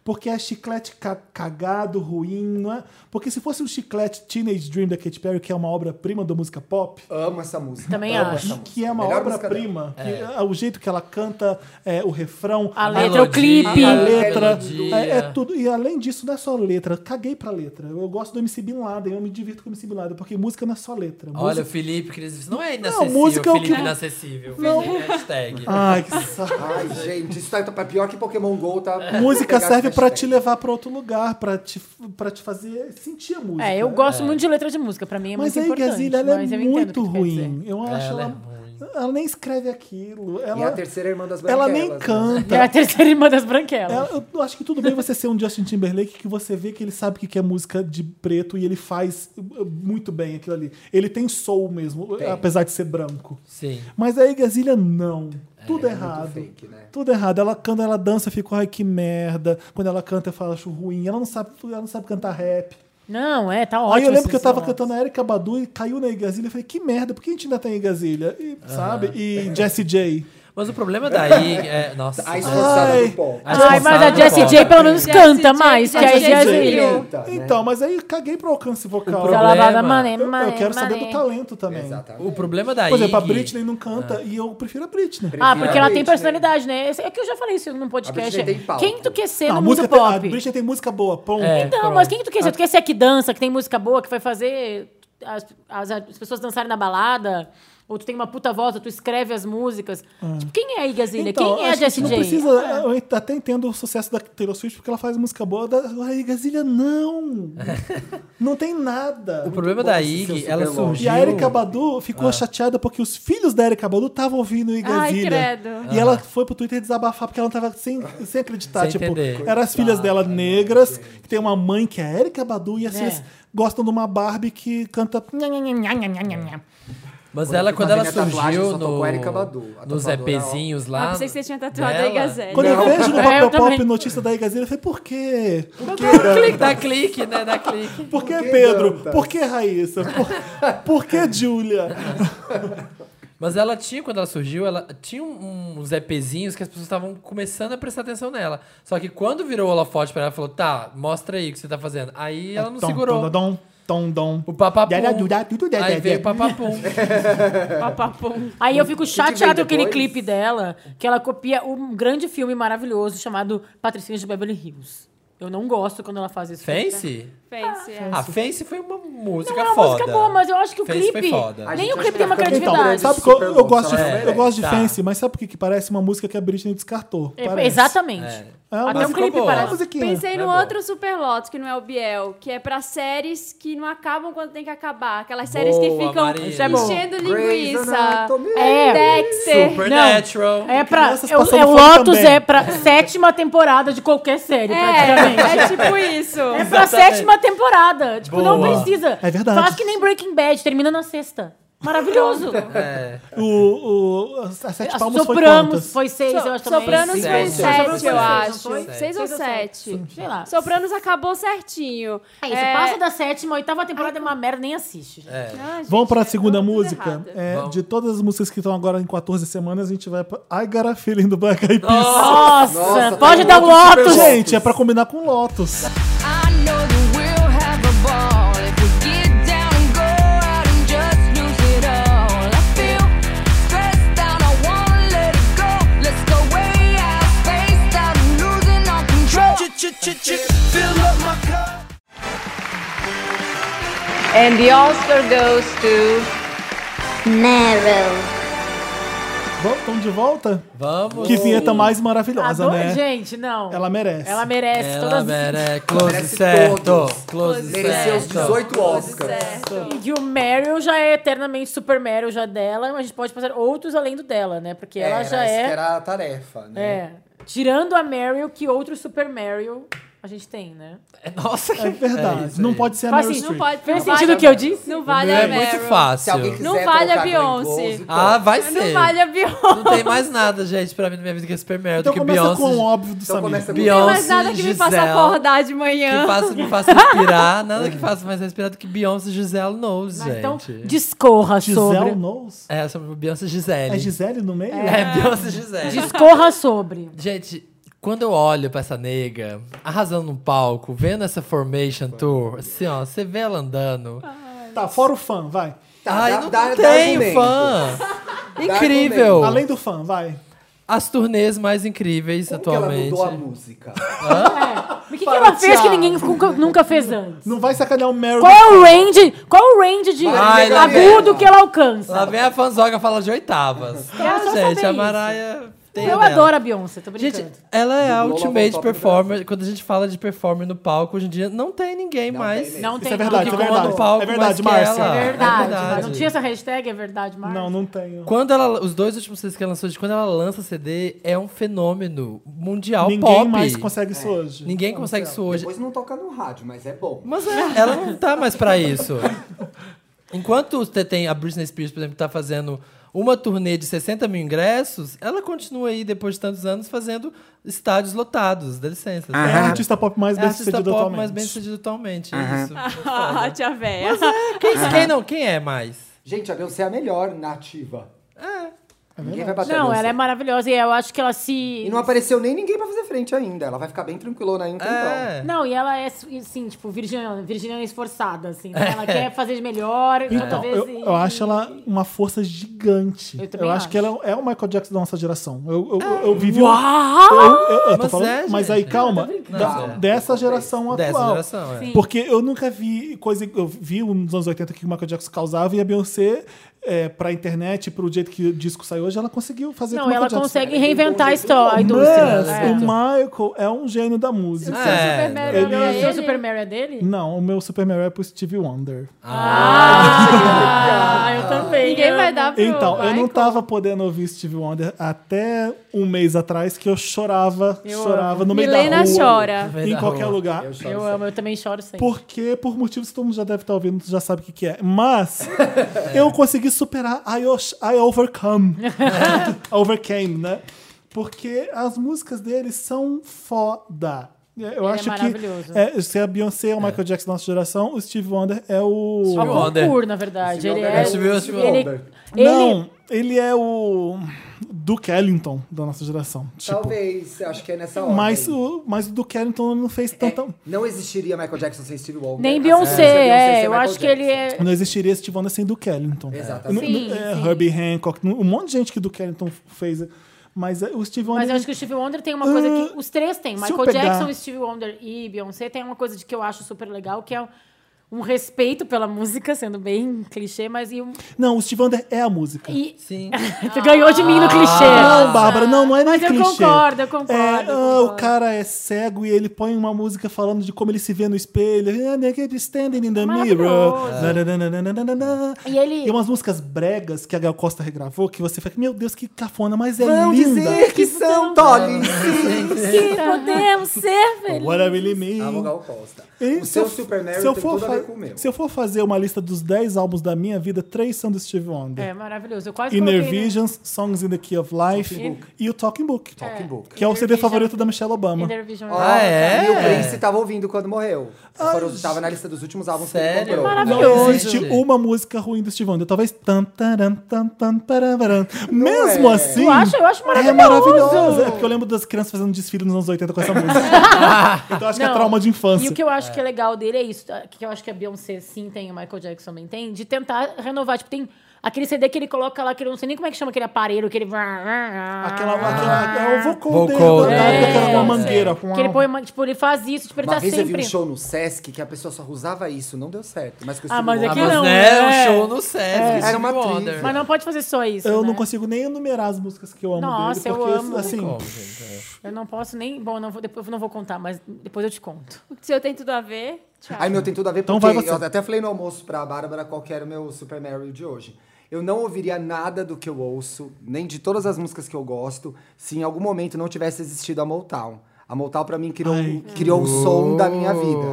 Porque é chiclete ca- cagado, ruim, não é? Porque se fosse um chiclete Teenage Dream da Katy Perry, que é uma obra-prima da música pop, Amo essa música. Também amo acho. essa e música. que é uma Melhor música obra-prima, que é o jeito que ela canta, é, o refrão, A a letra, o clipe. a Ah, letra, melodia. é, é tudo. E além disso, não é só letra. Caguei pra letra. Eu gosto do MC Bin Laden, eu me divirto com o MC Bin Laden, porque música não é só letra. Olha, o música... Felipe, que eles- não é inacessível, música é o Felipe que- inacessível. Não. Felipe, é, hashtag. Ai, que saco. Ai, gente, isso tá tá pior que Pokémon GO, tá? É. Música Pegar serve pra hashtag. te levar pra outro lugar, pra te, pra te fazer sentir a música. É, eu gosto muito de letra de música, pra mim é Mas a muito importante. Igazilha, ela mas é eu entendo o que muito tu quer dizer. ruim. Eu acho Ela ela. é Ela, nem escreve aquilo. E é a Ela, terceira irmã das ela Branquelas, nem né? canta. Ela é a terceira irmã das branquelas. Ela- eu acho que tudo bem você ser um Justin Timberlake que você vê que ele sabe o que que é música de preto e ele faz uh, muito bem aquilo ali. Ele tem soul mesmo, uh, apesar de ser branco. Sim. Mas a Igazilha não. Tudo errado. fake, né? Tudo errado. Ela canta, ela dança, eu fico, ai que merda. Quando ela canta, eu falo, acho ruim. Ela não sabe, ela não sabe cantar rap. Não, é, Ah, tá ótimo. Aí eu lembro esse que eu tava som. cantando a Erika Badu e caiu na Igazilha. Eu falei, que merda, por que a gente ainda tem a Igazilha? E, Sabe? E Jessie J. Mas o problema daí é... Nossa. A esforçada Ai. do pop. Ai, mas a Responsável Jessie por- J é pelo menos Jessie canta J, mais que a Jessie J. Igazilha. Canta, né? Então, mas aí eu caguei pro alcance vocal. né, O problema- Eu, eu quero saber do talento também. Exatamente. Ah. O problema daí... Por exemplo, a Britney não canta e eu prefiro a Britney. Ah, porque ela tem Britney. personalidade, né? Esse- É que eu já falei isso num A podcast. Britney tem palco. Quem tu quer ser a, no música mundo tem, a pop? Britney tem música boa, ponto. É. Então, Pronto. mas quem que tu quer ser? Tu quer ser a que dança, que tem música boa, que vai fazer as, as- as pessoas dançarem na balada? Ou tu tem uma puta voz, ou tu escreve as músicas. Tipo, quem é a Igazilha? Hum. Então, quem é a acho que Jessie não J? É. precisa. Eu até entendo o sucesso da Taylor Swift porque ela faz música boa. Da agora a Igazilha, não! não tem nada. O problema bom da esse seu Ig, super ela longe. surgiu. Ah. E a Erika Badu ficou chateada porque os filhos da Erika Badu estavam ouvindo o Igazilha. Ai, credo. E ela foi pro Twitter desabafar porque ela não tava sem, sem acreditar. Ah. Sem tipo, entender. eram as filhas dela negras, que tem uma mãe que é a Erika Badu e assim, É. eles gostam de uma Barbie que canta. Mas Quando ela, eu fui quando fazer ela minha tatuagem, eu surgiu só tô no, com Erykah Badu. A nos tatuadora, ó. EPzinhos Ah, lá. pensei que você tinha tatuado dela. a Igazé. Quando eu Não. vejo no É, papel eu também. pop notícia da Igazilha, eu falei, por quê? Dá clique, né? Dá clique. Por que que Pedro? Dantas? Por que Raíssa? Por, por que Júlia? Mas ela tinha, quando ela surgiu, ela tinha um- uns EPzinhos que as pessoas estavam começando a prestar atenção nela. Só que quando virou o holofote pra ela, ela falou, tá, mostra aí o que você tá fazendo. Aí É ela não Tom, segurou. Tom, dom, dom, dom. O papapum. Dá, dá, dá, dá, dá, Aí dá, veio o dá. papapum. Papapum. um Aí eu fico chateado com aquele depois? clipe dela, que ela copia um grande filme maravilhoso chamado Patricinha de Beverly Hills. Eu não gosto quando ela faz isso. Fence? Fence, é. Ah, A Fence foi uma música Não é uma foda. música boa, mas eu acho que o Fence clipe. foi foda. A Nem gente o acha clipe que tem uma ela ficou Então, É criatividade. sabe que eu, eu Superbowl, gosto de, ela merece. eu gosto de Tá. Fancy, mas sabe o que, que parece? Uma música que a Britney descartou. É, Parece. exatamente. É uma Até mas o música clipe boa. É uma parece. musiquinha. Pensei Não é no bom. outro Superlotus, que não é o Biel, que é pra séries que não acabam quando tem que acabar. Aquelas séries que Boa, ficam Marília. Isso é bom. enchendo Grey's linguiça. Anatomy. É. Dexter. Supernatural. É pra. crianças É, o- passando é o fome Lotus também. é pra sétima temporada de qualquer série, praticamente. É, é tipo isso. É pra Exatamente. sétima temporada. Tipo, não Boa. precisa. É verdade. Faz que nem Breaking Bad, termina na sexta. Maravilhoso. O, o, as as sete As palmas foi Sopranos quantas? foi seis, eu acho também. Sopranos foi Sete. sete, Sete. eu acho. Sete. Seis ou sete. Sei lá. Sopranos acabou certinho. É isso, passa da sétima, oitava temporada é uma merda, nem assiste. gente. Ah, gente, Vamos para a é segunda tudo música. errado. É, Vamos. de todas as músicas que estão agora em 14 semanas, a gente vai pra I Got a Feeling do Black Eyed Peas. Nossa, Nossa, tem pode um dar um outro Lotus. Super Bowl. Gente, é pra combinar com Lotus. I know that we'll have a ball if we get down and go out and just lose it all. I feel stressed out, I wanna let it go. Let's go way out, spaced out, and losing all control. And the Oscar goes to Meryl. Vamos tamo de volta? Vamos. Que vinheta mais maravilhosa, Adoro- né? Gente, não. Ela merece. Ela merece Ela todas merece. Close Merece certo. todos. Close Mereceu os certo. 18 Oscars. E o Meryl já é eternamente Super Meryl já é dela, mas a gente pode passar outros além do dela, né? Porque ela Era, já essa é, que era a tarefa, né? é. Tirando a Meryl, que outro Super Meryl a gente tem, né? Nossa, que É verdade. não pode ser a Faz Meryl sentido, Streep. Não pode. Fez não sentido vale- o que eu disse? Não O vale meu a é muito Meryl. Se alguém fácil. quiser Não vale a colocar Glenn Beyoncé. Close, Ah, vai Não ser. vale a Não Beyoncé. tem mais nada, gente, pra mim na minha vida que é Super Meryl Então do que começa Beyoncé. com o óbvio do Então Samir. começa com Não Beyoncé. tem mais nada que me faça Gisele. acordar de Que manhã. faça, me faça respirar. Nada que faça mais respirar do que Beyoncé Gisele Knowles, Mas gente. então, discorra Giselle sobre. Knowles? É, sobre Beyoncé Gisele. É Gisele no meio? É, Beyoncé Gisele. Discorra sobre. Gente, quando eu olho pra essa nega, arrasando no palco, vendo essa Formation Tour, assim, ó, você vê ela andando. Tá, fora o fã, vai. Tá, Ai, dá- não dá- dá tem argumento. fã! Incrível! Além do fã, vai. As turnês mais incríveis Como que ela atualmente. mudou a música? É, Mas O que, que ela fez que ninguém nunca, nunca fez antes? Não vai sacanear o Meryl. Qual é o range? Qual é o range de Ai, lá agudo vem. que ela alcança? Lá vem a fanzoga fala de oitavas. Quero só gente, saber a isso. Mariah tem. Eu a dela. adoro a Beyoncé, tô brincando. Gente, ela é a Lola ultimate voltou pro performer. Quando a gente fala de performer no palco, hoje em dia não tem ninguém mais. tem não Isso tem é verdade, não. é comanda o verdade. palco é verdade, mais que Márcia. ela. É verdade, É verdade. mas não tinha essa hashtag, é verdade, Marcos? Não, não tenho. Quando ela, os dois últimos CDs que ela lançou, de quando ela lança CD, é um fenômeno mundial Ninguém pop. mais consegue isso hoje. Ninguém consegue isso hoje. Depois não toca no rádio, mas é bom. Mas é, ela não tá mais pra isso. Enquanto você tem a Britney Spears, por exemplo, que tá fazendo uma turnê de 60 mil ingressos, ela continua aí, depois de tantos anos, fazendo estádios lotados. Dá licença. É a artista pop mais É a bem artista sucedida pop atualmente. mais bem sucedida atualmente. Isso. Ah, tia véia. é. Quem, quem não? Quem é mais? Gente, a Beyoncé é a melhor nativa. Ninguém vai bater Não, a ela é dança. maravilhosa e eu acho que ela se. E não apareceu nem ninguém pra fazer frente ainda. Ela vai ficar bem tranquilona aí um tempão. É. Não, e ela é, assim, tipo, virginiana, virginiana esforçada, assim. né? Ela quer fazer de melhor, É. Então, talvez. eu, eu acho ela uma força gigante. Eu Eu, também acho, acho. que ela é o Michael Jackson da nossa geração. Eu, eu, eu vivi. um- Uau! Eu, eu- eu tô Mas falando- é, mas gente. aí, calma. da- Não, é. dessa geração atual. Dessa geração, é. Porque eu nunca vi coisa. Eu vi nos anos 80 que o Michael Jackson causava e a Beyoncé, é, pra internet, pro jeito que o disco saiu hoje, ela conseguiu fazer com Não, o ela Michael Jackson. consegue reinventar a história, a indústria. Mas É. o Michael é um gênio da música. É. Super Mario ele- é O seu ele. Super Mary né? é dele? Não, o meu Super Mario é pro Steve Wonder. Ah, eu também. Ninguém vai amo. dar pro Então, eu não Michael. tava podendo ouvir Steve Wonder até um mês atrás que eu chorava, Eu chorava no meio Milena da rua. chora. No meio Em da qualquer rua. lugar. Eu amo, eu também choro sempre. Porque, por motivos que todo mundo já deve estar ouvindo, já sabe o que, que é. Mas eu consegui superar I, os- I Overcome. Overcame, né? Porque as músicas dele são foda. É, Eu acho é maravilhoso. que é, se a Beyoncé é o Michael Jackson da nossa geração, o Steve Wonder é o. Ó, Steve Wonder. concurso, na verdade. Ele é. Steve Wonder. Steve Ele, Wonder. ele, Não, ele é o Duke Ellington da nossa Tá geração. Tipo, Talvez, acho que é nessa hora. mas, o, mas o Duke Ellington não fez É, tanta. Não existiria Michael Jackson sem Steve Wonder. nem assim Beyoncé, como sem é. Beyoncé Eu sem acho que Michael ele é. Não existiria esse Tivanda sem Duke Ellington. Exatamente. N- n- Sim, é, sim. Herbie Hancock, n- um monte de gente que Duke Ellington fez. Mas é, o Steve Wonder. Mas eu acho que o Steve Wonder tem uma coisa que os três têm. se Michael eu pegar- Jackson, Steve Wonder e Beyoncé tem uma coisa de que eu acho super legal, que é um respeito pela música, sendo bem clichê, mas e um... Não, o Steve Wonder é a música. E... Sim. tu ganhou de mim no clichê. Não, Bárbara, não, não é nem Mas eu clichê. concordo, eu concordo, É, eu ah, concordo. O cara é cego e ele põe uma música falando de como ele se vê no espelho. Ah, And I keep standing in the mirror. Maravilhoso. Nananana. E ele- E umas músicas bregas que a Gal Costa regravou que você fica, meu Deus, que cafona, mas é Vão linda. dizer que são Tolly. Que podemos ser, velho. Oh, What I really mean. Amo Gal Costa. E Ah, o se seu eu- Super Mario se eu tem for tudo a ver fa- com o meu. Se eu for fazer uma lista dos 10 álbuns da minha vida, três são do Steve Wonder. É maravilhoso. Eu quase Inner coloquei, né? Visions, Songs in the Key of Life Talking Book. e o Talking Book. Talking Book. Que é o Inner CD Vision. favorito da Michelle Obama. Inner Vision. Ah, E o é? Prince tava ouvindo quando morreu. Foram, tava na lista dos últimos álbuns que ele Sério? comprou. É Maravilhoso. Não existe gente. uma música ruim do Steve Wonder. Talvez. Tan, taran, tan, tan, paran, paran. Mesmo é. assim. Eu acho- eu acho É maravilhoso. maravilhoso. É porque eu lembro das crianças fazendo desfile nos anos 80 com essa música. então acho que é Não. trauma de infância. E o que eu acho que é legal dele é isso, tá? que eu acho que a Beyoncé sim tem, o Michael Jackson também tem, de tentar renovar. Tipo, tem aquele CD que ele coloca lá, que eu não sei nem como é que chama aquele aparelho, que ele... Aquela, Aquela, Ah. aquela, é o vocal, Vocal, dele, da né? época que era uma É, mangueira. Que ele põe, uma- tipo, ele faz isso, tipo, ele Uma tá vez eu vi sempre... um show no Sesc que a pessoa só usava isso, não deu certo. Mas que o Ah, Steve mas é Ah, Wonder- que mas não, né, né? um show no Sesc. era uma Steve atriz. Wonder. Mas não pode fazer só isso, Eu né? não consigo nem enumerar as músicas que eu amo Nossa, dele. eu Porque, amo. assim, Como, gente? é. Eu não posso nem... Bom, eu não vou, depois, eu não vou contar, mas depois eu te conto. O seu tem tudo a ver. Tchau. Aí meu tem tudo a ver porque Então vai você. eu até falei no almoço pra Bárbara qual que era o meu Super Mario de hoje. Eu não ouviria nada do que eu ouço, nem de todas as músicas que eu gosto, se em algum momento não tivesse existido a Motown. A Motown pra mim criou, um, criou o som da minha vida.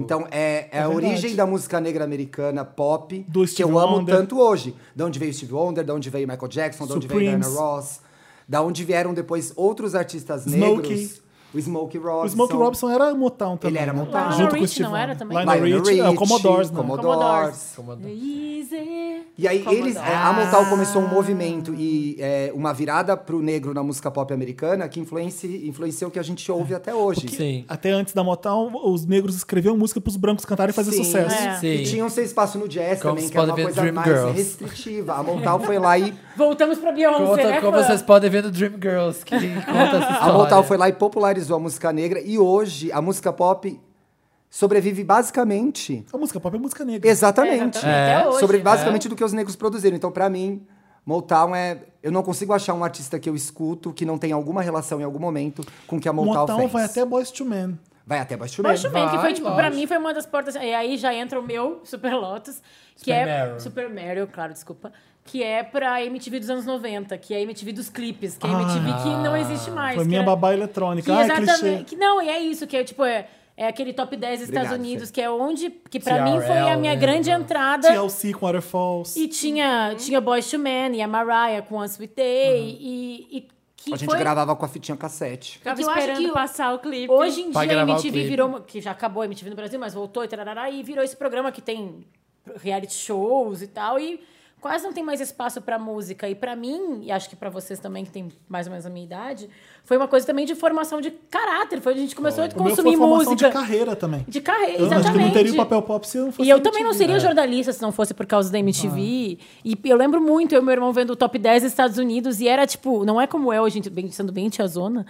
Então é, é a origem da música negra americana pop Do que Steve eu amo Wonder. tanto hoje. De onde veio Steve Wonder, de onde veio Michael Jackson, de onde veio Diana Supremes. Ross, da onde vieram depois outros artistas Smokey. negros. O Smokey Robinson. o Smokey Robinson era Motown também. Ele era né? Motown. Junto Lionel com o Rich Steve não era Wonder. também? Lionel Rich, é o Commodores, né? Commodores. Easy. E aí eles, é, a Ah. Motown começou um movimento e é, uma virada pro negro na música pop americana que influenci, influenciou o que a gente ouve até hoje. Sim. Até antes da Motown, os negros escreviam música pros brancos cantarem e fazer Sim. sucesso. É. E Sim. tinha um seu espaço no jazz Como também, se que era pode uma ver coisa Dream mais Girls. restritiva. A Motown foi lá e Voltamos pra Beyoncé, Conta- né, como fã? vocês podem ver no Dreamgirls, que conta essa a história. Motown foi lá e popularizou a música negra e hoje a música pop sobrevive basicamente, A música pop é música negra. Exatamente, exatamente, até hoje, sobre né? basicamente do que os negros produziram. Então, pra mim, Motown é. Eu não consigo achar um artista que eu escuto que não tenha alguma relação em algum momento com o que a Motown, Motown fez. vai até Boys to Men. Vai até Baixo Baixo Man, que foi, Vai, tipo, lógico. pra mim foi uma das portas. E aí já entra o meu Super Lotus, que Super é. Mario. Super Mario, claro, desculpa. Que é pra MTV dos anos 90, que é a MTV dos clipes, que é a MTV que não existe mais. Ah, Foi que minha era- babá eletrônica. que Ai, clichê. exatamente. Que não, e é isso, que é tipo. É, é aquele top 10 dos Obrigado, Estados Unidos, Fê. que é onde. Que pra TRL, mim foi a minha né? grande entrada. TLC com Waterfalls. E tinha, tinha Boyz II Men, e a Mariah com a Sweet Day, e, e que A gente foi... gravava com a fitinha cassete. Ficava eu acho esperando que passar o clipe. Hoje em Pra dia a gravar o MTV clipe. virou, uma- que já acabou a MTV no Brasil, mas voltou e tarará, e virou esse programa que tem reality shows e tal, e quase não tem mais espaço pra música. E pra mim, e acho que pra vocês também, que tem mais ou menos a minha idade, foi uma coisa também de formação de caráter. Foi onde a gente começou a O meu consumir foi formação música. de carreira também. De carreira, Eu exatamente. acho que não teria o papel pop se eu não fosse E eu MTV. também não seria jornalista se não fosse por causa da MTV. E eu lembro muito, eu e meu irmão vendo o top 10 dos Estados Unidos. E era tipo, não é como é hoje, em dia, bem, sendo bem tiazona.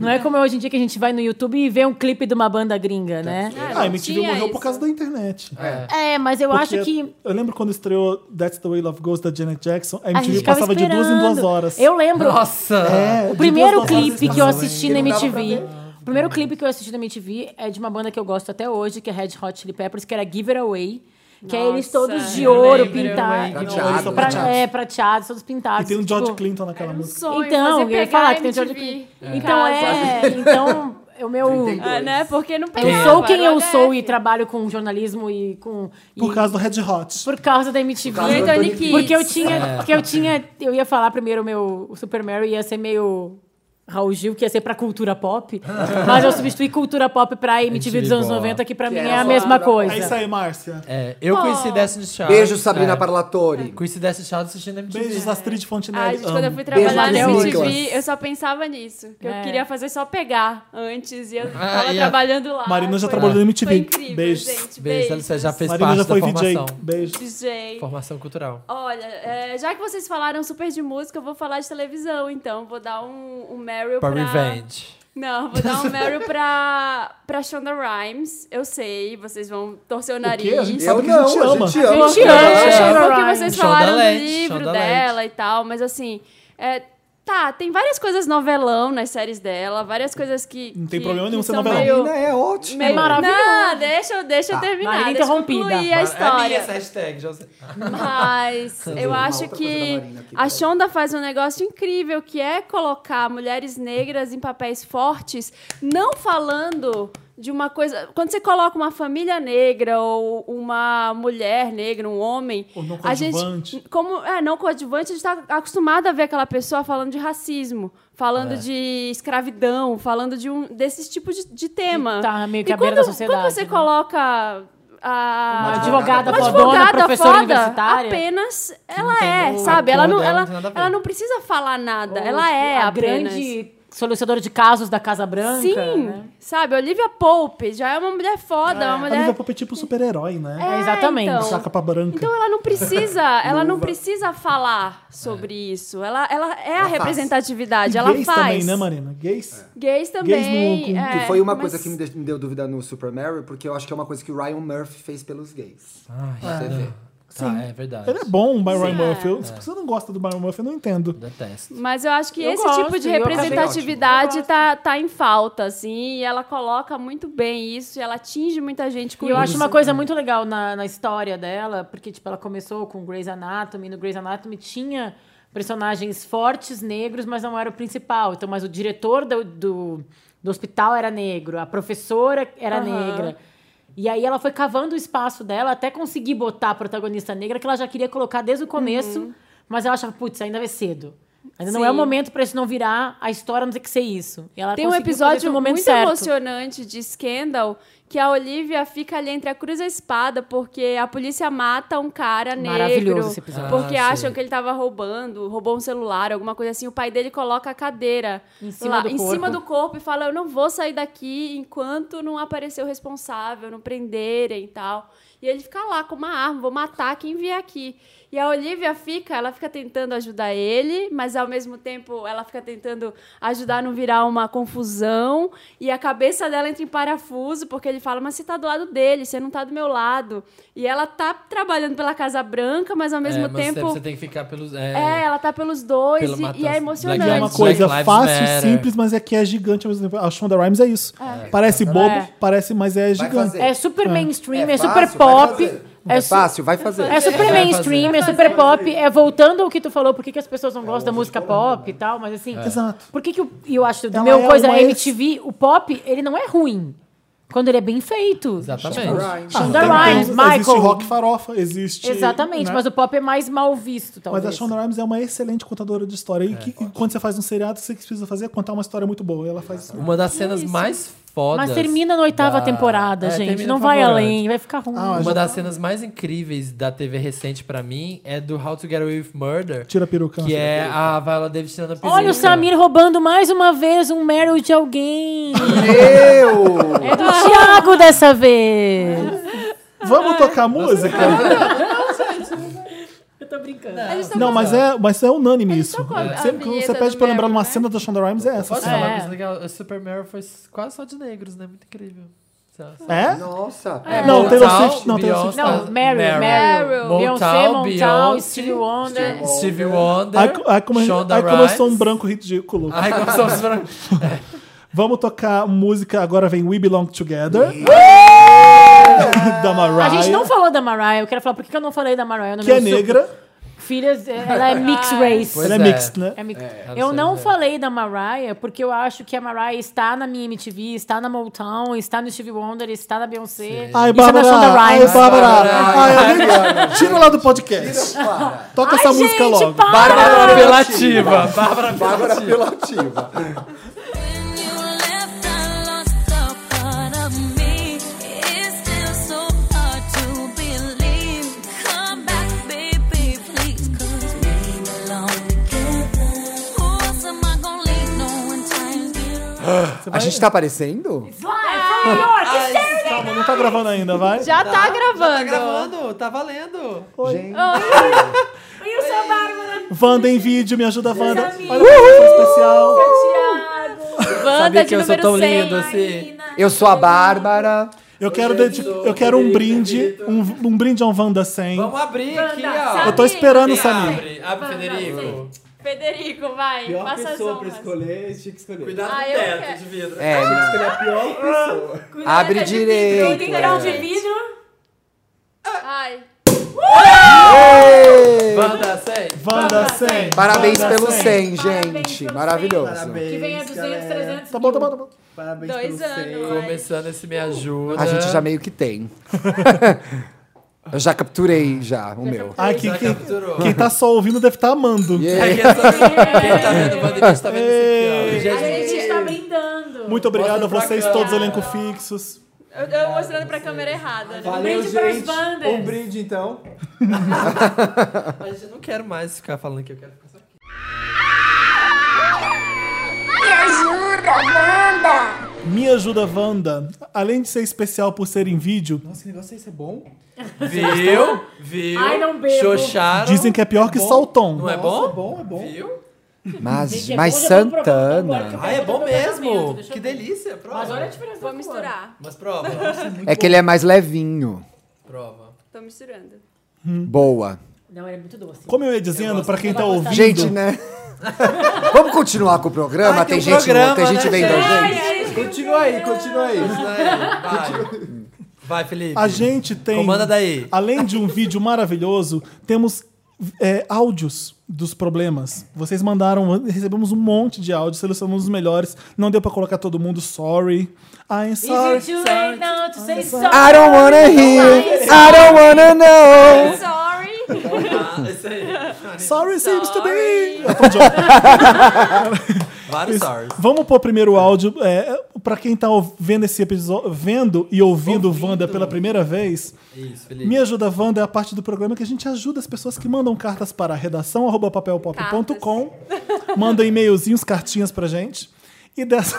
Não é como é hoje em dia que a gente vai no YouTube e vê um clipe de uma banda gringa, né? Ah, a MTV tinha morreu por isso. causa da internet. É, mas eu Porque acho que. Eu lembro quando estreou That's the Way Love Goes da Janet Jackson, A a gente MTV ficava passava de duas em duas esperando. horas. Eu lembro. Nossa! É, O de primeiro duas né? horas clipe em que eu duas assisti na MTV. O primeiro clipe que eu assisti na MTV é de uma banda que eu gosto até hoje, que é Red Hot Chili Peppers, que era Give It Away. Que é eles Nossa, todos de eu ouro, lembro, eu pintados. lembro. Eles são prateados. É, prateados, todos pintados. E tem o tipo- George Clinton naquela música. um Sonho Então, fazer eu ia pegar falar a que tem o George MTV. Clinton. Então é. Então, o meu. É, né? Porque não Eu pegava, sou quem era o eu sou e HF. trabalho com jornalismo e com. e- Por causa do Red Hot. É. por causa da MTV. causa do Anthony Kids. Porque eu tinha. Porque eu tinha. Eu ia falar primeiro o meu o Super Mario ia ser meio. Raul Gil, que ia ser pra cultura pop, mas eu substituí cultura pop pra MTV dos MTV anos boa. 90, que pra mim era é a só mesma cultura coisa. É isso aí, Márcia. É, eu conheci Destiny Child. Beijo, Sabrina é, Parlatori. Conheci Destiny Child assistindo MTV. Beijos, Astrid Fontenelle. Ai, gente, quando eu amo. fui Beijo, trabalhar na Matheus. MTV, Nicolas. eu só pensava nisso. Que É. eu queria fazer só pegar antes. E eu Ah, tava e a- trabalhando lá. Marina já foi- trabalhou na MTV. Foi incrível, Beijos. gente. Beijo, Beijos. você já fez Marina parte já foi da VJ. formação. Beijo. DJ. Formação cultural. Olha, é, já que vocês falaram super de música, eu vou falar de televisão, então. Vou dar um, um Meryl Pra pra... Revenge. Não, vou dar um Meryl pra, pra Shonda Rhimes. Eu sei, vocês vão torcer o nariz. quê? A gente Eu Sabe que a não, gente ama. a gente A ama. gente ama. É, Shonda porque Rhimes. vocês Shonda falaram Land, do livro Shonda dela e tal, mas assim, é, tá, tem várias coisas novelão nas séries dela, várias coisas que. Não tem que- problema nenhum que ser são novelão. meio- Marina é ótima. É maravilhoso. Não, deixa, eu- deixa Tá, eu terminar. Marina Deixa eu interrompida. concluir Tá. É a minha história. essa hashtag, já sei. Mas eu Uma acho outra coisa da que Marina aqui, a peraí. Shonda faz um negócio incrível, que é colocar mulheres negras em papéis fortes, não falando de uma coisa... Quando você coloca uma família negra ou uma mulher negra, um homem... Ou não a gente, coadjuvante. como é, não coadjuvante, a gente está acostumado a ver aquela pessoa falando de racismo, falando de escravidão, falando de um, desses tipos de, de tema. tá meio que à e beira quando, da sociedade, quando você né? coloca... A, Uma advogada uma fodona, advogada professora foda, universitária. apenas não ela tem é, o sabe? Ela não, acordo, ela, ela não tem nada a ver. ela não precisa falar nada. Ou, ela é a apenas. grande solucionadora de casos da Casa Branca. Sim, né? sabe? Olivia Pope já é uma mulher Ah, foda, uma A mulher. Olivia Pope é tipo um super-herói, né? É, exatamente. então. Só a capa branca. Então ela não precisa, ela não precisa falar sobre isso. Ela, ela é a faz. representatividade, E ela gays faz. também, né, Marina? Gays. Gays também. Gays no- com- é, Que foi uma mas- coisa que me deu, me deu dúvida no Super Mario, porque eu acho que é uma coisa que o Ryan Murphy fez pelos gays. Ai, Você vê. tá, é verdade. Ele é bom, o Byron Sim. Murphy. Eu- Se você não gosta do Byron Murphy, eu não entendo. É. Detesto. Mas eu acho que Eu esse gosto, tipo de eu achei representatividade tá, tá em falta, assim, e ela coloca muito bem isso, e ela atinge muita gente com E eu isso. acho uma coisa muito legal na, na história dela, porque, tipo, ela começou com Grey's Anatomy, no Grey's Anatomy tinha personagens fortes, negros, mas não era o principal. Então, mas o diretor do, do, do hospital era negro, a professora era Aham. negra. E aí ela foi cavando o espaço dela até conseguir botar a protagonista negra, que ela já queria colocar desde o começo, mas ela achava, putz, ainda é cedo. Ainda não é o Uhum. Sim. momento pra isso não virar a história, não tem que ser isso. E ela Tem um conseguiu fazer isso episódio no momento muito certo. emocionante de Scandal que a Olivia fica ali entre a cruz e a espada porque a polícia mata um cara negro. Maravilhoso esse episódio. Porque Ah, acham sim. que ele tava roubando, roubou um celular, alguma coisa assim. O pai dele coloca a cadeira Em cima lá, do em corpo. cima do corpo e fala: Eu não vou sair daqui enquanto não aparecer o responsável, não prenderem e tal. E ele fica lá com uma arma, vou matar quem vier aqui. E a Olivia fica, ela fica tentando ajudar ele, mas ao mesmo tempo ela fica tentando ajudar a não virar uma confusão. E a cabeça dela entra em parafuso, porque ele fala, mas você tá do lado dele, você não tá do meu lado. E ela tá trabalhando pela Casa Branca, mas ao mesmo É, mas tempo. Você tem que ficar pelos. É, É, ela tá pelos dois Pela e- e, matança. é E emocionante. é Black uma Lives- coisa Black Lives fácil, Matter. simples, mas é que é gigante ao mesmo tempo. A Shonda Rhimes é isso. Parece bobo, É. parece, mas Vai é gigante. fazer. É super mainstream, é, super fácil, vai pop. fazer. É É su- fácil, vai fazer. É super Vai mainstream, fazer. é super pop. É voltando ao que tu falou, por que, que as É pessoas não gostam da música né? pop e tal, mas assim. É. Exato. Por que, que o- e eu acho, do Ela meu é coisa, uma a MTV, o pop, ele não é ruim. Quando ele é bem feito. Exatamente. Shonda Ah, Tem- tem- Rhimes, Existe Michael. rock farofa, existe... Exatamente, né? mas o pop é mais mal visto, talvez. Mas a Shonda Rhimes é uma excelente contadora de é história. E, que- e quando você faz um seriado, o que você precisa fazer é contar uma história muito boa. E ela faz isso. Uma das cenas mais fodas. Mas termina na oitava temporada, É, gente. termina Não vai apavorante. além, vai ficar ruim. Ah, Uma das cenas mais incríveis da TV recente pra mim é do How to Get Away with Murder, Tira a peruca. que é a Viola Davis tirando a peruca. é. Olha o Samir roubando mais uma vez um Meryl de alguém. Eu! É do Thiago dessa vez. Vamos tocar música? Eu tô brincando. A gente tá Não, mas é, mas é unânime isso. tocou a- a Sempre que vinheta você pede do pra lembrar Meryl, uma né? cena da Shonda Rhimes, é essa. Posso assim. falar uma É. coisa legal? O Super Mario foi quase só de negros, né? Muito incrível. Sei lá. É? Nossa. Não, Taylor Motown, Swift, não, Taylor Swift. Beyoncé, Não, Meryl, Meryl. Meryl. Beyoncé, Motown, Montal, Beyoncé, Stevie Wonder. Stevie Wonder, Ai, co- ai, como, Shonda ai, como eu sou um Rhimes. branco ridículo. Ai, como são os brancos. Vamos tocar música, agora vem We Belong Together. É. da A Mariah. gente não falou da Mariah. Eu quero falar por que que eu não falei da Mariah. no que é meu negra. super- Filhas, ela é mixed race. Pois Ela é, é. mixed, né? É mix- não eu sei, não né? falei da Mariah porque eu acho que a Mariah está na minha MTV, está na Motown, está no Stevie Wonder, está na Beyoncé. Isso Ai, é da Bárbara. Shonda Ai, Rhimes. Bárbara. Bárbara. Ai, amiga, tira lá do podcast. Para. Toca Ai, essa música gente, logo. para! Bárbara Apelativa. Bárbara Bárbara Apelativa. apelativa. When you left, I lost a part of me. It's still so hard to believe. Come back, baby, please, 'cause we belong together. Who else am I gonna leave? No one time A gente tá aparecendo? é Calma, não tá gravando ainda, vai. Já tá gravando. Tá gravando, tá valendo. Gente. E o seu Bárbara? Wanda em vídeo, me ajuda, Wanda. Olha que especial. Wanda Sabia de que eu sou número tão 100. lindo assim. Eu sou a Bárbara. Eu quero, é dedicar, eu quero um brinde, um, um brinde a um Wanda 100. Vamos abrir aqui, ó. sabe- Eu tô esperando, Samir. Abre, abre, Federico. Federico, vai. passa as honras. escolher, tinha que escolher. Cuidado Ah, com o eu teto quero. é de vidro. Ah, É, Ele é a pior pessoa. abre direito. vidro. Ai. Banda 100. Wanda 100. Parabéns Wanda pelo 100, Parabéns gente. pelo 100. Maravilhoso. Parabéns, Que venha 200, galera. 300. Tá bom, tá bom, tá bom. Parabéns Dois pelo 100. anos. Começando esse Me Ajuda. A gente já meio que tá. tem. Eu já capturei já o meu. Ai, quem, Já quem, capturou. quem tá só ouvindo deve estar amando. É, Quem tá vendo- quem tá vendo o Bandeirantes tá vendo esse A aqui, ó. Gente, gente tá está brindando. Muito obrigado a Mostra pra vocês, câmera. todos elenco fixos. um- Eu, eu mostrando pra câmera errada, né? Valeu, brinde pras gente. bandas. Um brinde, então. a gente não quero mais ficar falando que eu quero ficar só aqui. Me ajuda, Wanda. Além de ser especial por ser em vídeo, Nossa, que negócio é esse, é bom? Viu? Viu? Ai, não bebo. Xoxaram. dizem que é pior que só o Não tom. é Nossa, bom? É bom, é bom. Viu? Mas, Gente, é mas bom, já vamos provar, Santana. vamos assim. Ah, é bom mesmo. Deixa eu Que ver. delícia. Prova. Mas olha a diferença. Vou da cor. misturar. Mas prova. É que ele é mais levinho. prova. Tô misturando. Boa. Não, ele é muito doce. Hum. Como eu ia dizendo, pra quem tá ouvindo, Gente, né? Vamos continuar com o programa? Ai, tem, tem um gente, programa, tem gente né, vendo a gente. Continua aí, continua aí. Vai. Vai, Felipe. a gente tem. Comanda daí. Além de um vídeo maravilhoso, temos é, áudios dos problemas. Vocês mandaram, recebemos um monte de áudios, selecionamos os melhores. Não deu pra colocar todo mundo, sorry. I'm sorry. Is it too late now to say sorry? I don't wanna hear, I don't wanna know. Sorry. Ah, isso aí. Sorry seems to be. Vários stars. Vamos pôr primeiro o áudio. É, para quem tá ouv- vendo esse episódio, vendo e ouvindo o Wanda pela primeira vez, Isso, Felipe. Me Ajuda Wanda é a parte do programa que a gente ajuda as pessoas que mandam cartas para redação arroba papelpop.com, mandam e-mailzinhos, cartinhas pra gente. E dessa.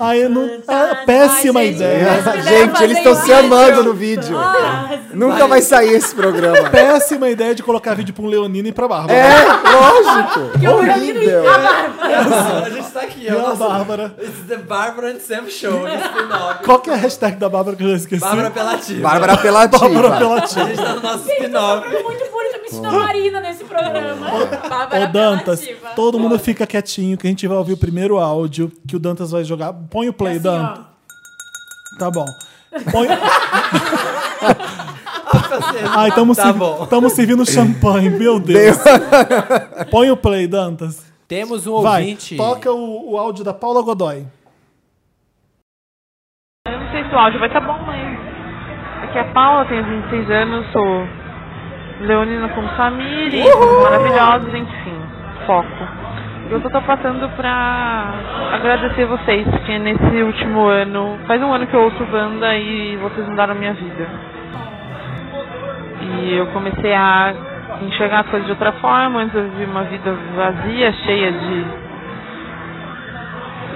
Ai, eu não. É péssima Ai, gente, ideia. Gente, eles estão se amando no vídeo. Ah. Nunca vai sair esse programa. Péssima ideia de colocar vídeo pra um Leonino e pra Bárbara. É, lógico. Horrível. A gente tá aqui, E a ó. Nossa, Bárbara. It's the Bárbara and Sam Show. esse spin-off. Qual que é a hashtag da Bárbara que eu já esqueci? Bárbara Apelativa. Bárbara apelativa. Bárbara pela A gente tá no nosso spin-off. Muito bonito, me ensinou Marina nesse programa. Ô Dantas, todo mundo fica quietinho que a gente vai ouvir o primeiro áudio que o Dantas vai jogar. Põe assim, o Assim, play, Dantas. Tá bom. Põe... Ai, estamos Tá bom. servindo champanhe, meu Deus. Põe o play, Dantas. Temos um Vai, ouvinte. toca o, o áudio da Paula Godoy. Eu não sei se o áudio vai estar bom, mas. Aqui é a Paula, tenho 26 anos, sou leonina como Samir, e maravilhosos, enfim, foco. Eu só tô passando pra agradecer vocês, porque nesse último ano, faz um ano que eu ouço banda e vocês mudaram minha vida. E eu comecei a enxergar as coisas de outra forma, antes eu vivi uma vida vazia, cheia de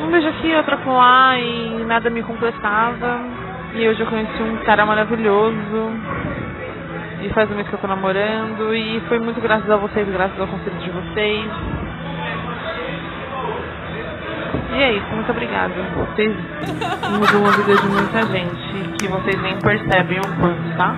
um beijo aqui, outro lá e nada me completava. E hoje eu conheci um cara maravilhoso. E faz um mês que eu tô namorando. E foi muito graças a vocês, graças ao conselho de vocês. E é isso, muito obrigada. Vocês mudam a vida de muita gente. Que vocês nem percebem o quanto, tá?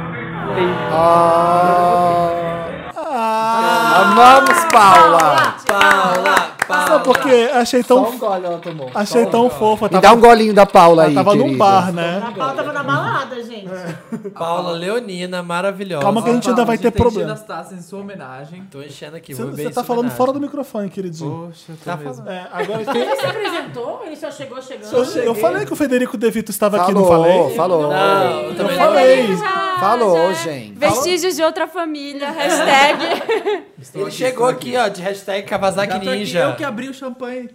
Beijo. Ah. Amamos Paula! Paula, Só porque achei tão. Só um gole ela tomou. Achei Só um tão gole. fofa. Me dá um golinho da Paula aí, Ela tava num querida. bar, né? A pau tava na balada, gente. É. Paula Leonina, maravilhosa. Calma que a gente ainda vai tá ter Enchendo problema. as taças em sua homenagem. Tô enchendo aqui, vou beber Você tá essa falando homenagem. fora do microfone, queridinho. Poxa, tô Tá mesmo. falando. É, agora tem- Ele se apresentou? Ele só chegou chegando? Eu, eu falei que o Federico De Vito estava aqui, não Falou, falei? falou. Não, eu também Eu não. falei. Falou, gente. Vestígios de outra família, hashtag. Ele chegou aqui, ó, de hashtag Kawasaki Já tô aqui, Ninja. eu que abri o champanhe.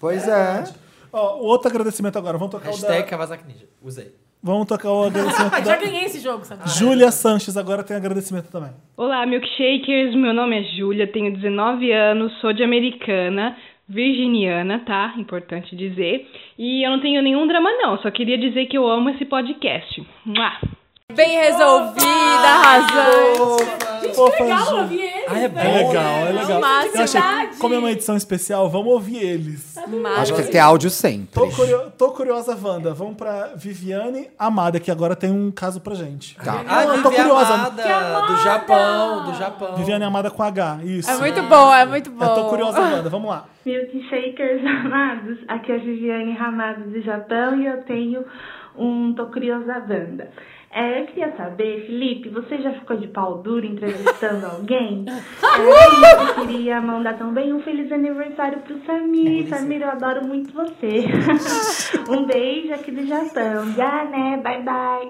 Pois é. Ó, outro agradecimento agora. Vamos tocar o da... Hashtag Kawasaki Ninja. Usei. Vamos tocar o agradecimento Já da... ganhei esse jogo, sabe? Júlia Sanches agora tem agradecimento também. Olá, milkshakers. Meu nome é Júlia, tenho 19 anos, sou de Americana, virginiana, tá? Importante dizer. E eu não tenho nenhum drama, não. Só queria dizer que eu amo esse podcast. Mua! Bem resolvida, arrasou. Fofa, Legal Ju. ouvir ele. né? Ah, é É bom. legal, é legal. Máximo. Eu achei, Verdade. como é uma edição especial, vamos ouvir eles. Acho Mas que tem que ter áudio sempre. Tô, curio- tô curiosa, Wanda. Vamos pra Viviane Amada, que agora tem um caso pra gente. Tá. Ah, Não, eu tô Vivi curiosa. Amada, do Japão, do Japão. Viviane Amada com H, isso. é muito bom, é muito bom. Eu tô curiosa, Wanda. Vamos lá. Milkshakers amados, aqui é a Viviane Ramado do Japão e eu tenho um Tô Curiosa Banda. É, eu queria saber, Felipe, você já ficou de pau duro entrevistando alguém? É, eu queria mandar também um feliz aniversário pro Samir. Samir, eu adoro muito você. um beijo aqui do Japão. Já, né? Bye, bye.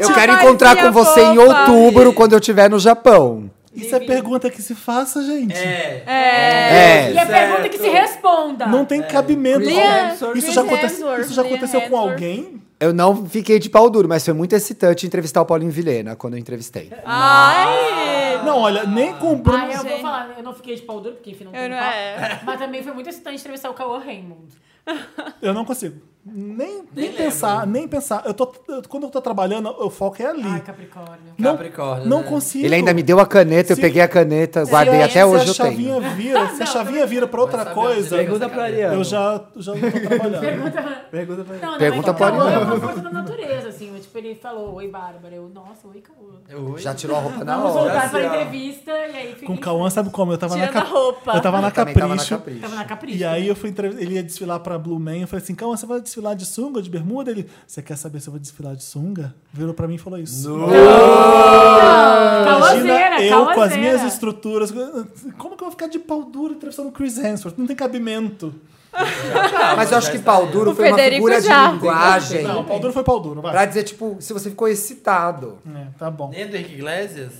Eu quero encontrar com você em outubro, quando eu estiver no Japão. Isso é pergunta que se faça, gente. É. É. E a pergunta que se responda. Não tem cabimento. Liam, isso, já Liam aconte- Hemsworth, isso já Liam aconteceu com Hemsworth. alguém? Eu não fiquei de pau duro, mas foi muito excitante entrevistar o Paulinho Vilhena quando eu entrevistei. Ah. Ai! Não, olha, nem com o Bruno. Aí eu vou gente. falar, eu não fiquei de pau duro, porque enfim, não Eu tem não pau. é. Mas também foi muito excitante entrevistar o Cauã Raymond. Ah. Eu não consigo. Nem, nem, pensar, nem pensar. Eu tô, eu- quando eu tô trabalhando, o foco é ali. Ai, Capricórnio. não, Capricórnio, Não né? consigo. Ele ainda me deu a caneta, Se- eu peguei a caneta, guardei Se a- até hoje eu se a chavinha tenho. Vira, se a chavinha vira pra outra coisa, Pergunta pra Ariana. eu já, já não tô trabalhando. Pergunta. Pergunta pra Não, não, Pergunta mas pra Cauã é Ariana. uma coisa da natureza, assim. eu, Tipo, ele falou, oi, Bárbara. Eu, nossa, oi, Cauã. Oi. Já tirou a roupa na Vamos hora. assim, voltar pra entrevista e aí fica. Com o Cauã, sabe como? Eu tava Tirando na a roupa. Eu tava na Eu também tava na capricho. Capricho. Tava na capricho. né? E aí eu fui entrev- ele ia desfilar pra Blue Man, eu falei assim, Cauã, você vai desfilar de sunga ou de bermuda? Ele, você quer saber se eu vou desfilar de sunga? Virou pra mim e falou isso. Imagina Cauãzeira, eu com as Cauãzeira. minhas estruturas. Como que eu vou ficar de pau duro entrevistando o Chris Hemsworth? Não tem cabimento. Tá, Mas eu acho que pau duro O foi uma Federico figura de já. linguagem. Não, pau duro foi pau duro, vai. Pra dizer, tipo, se você ficou excitado. É, tá bom. Nem do Henrique Iglesias?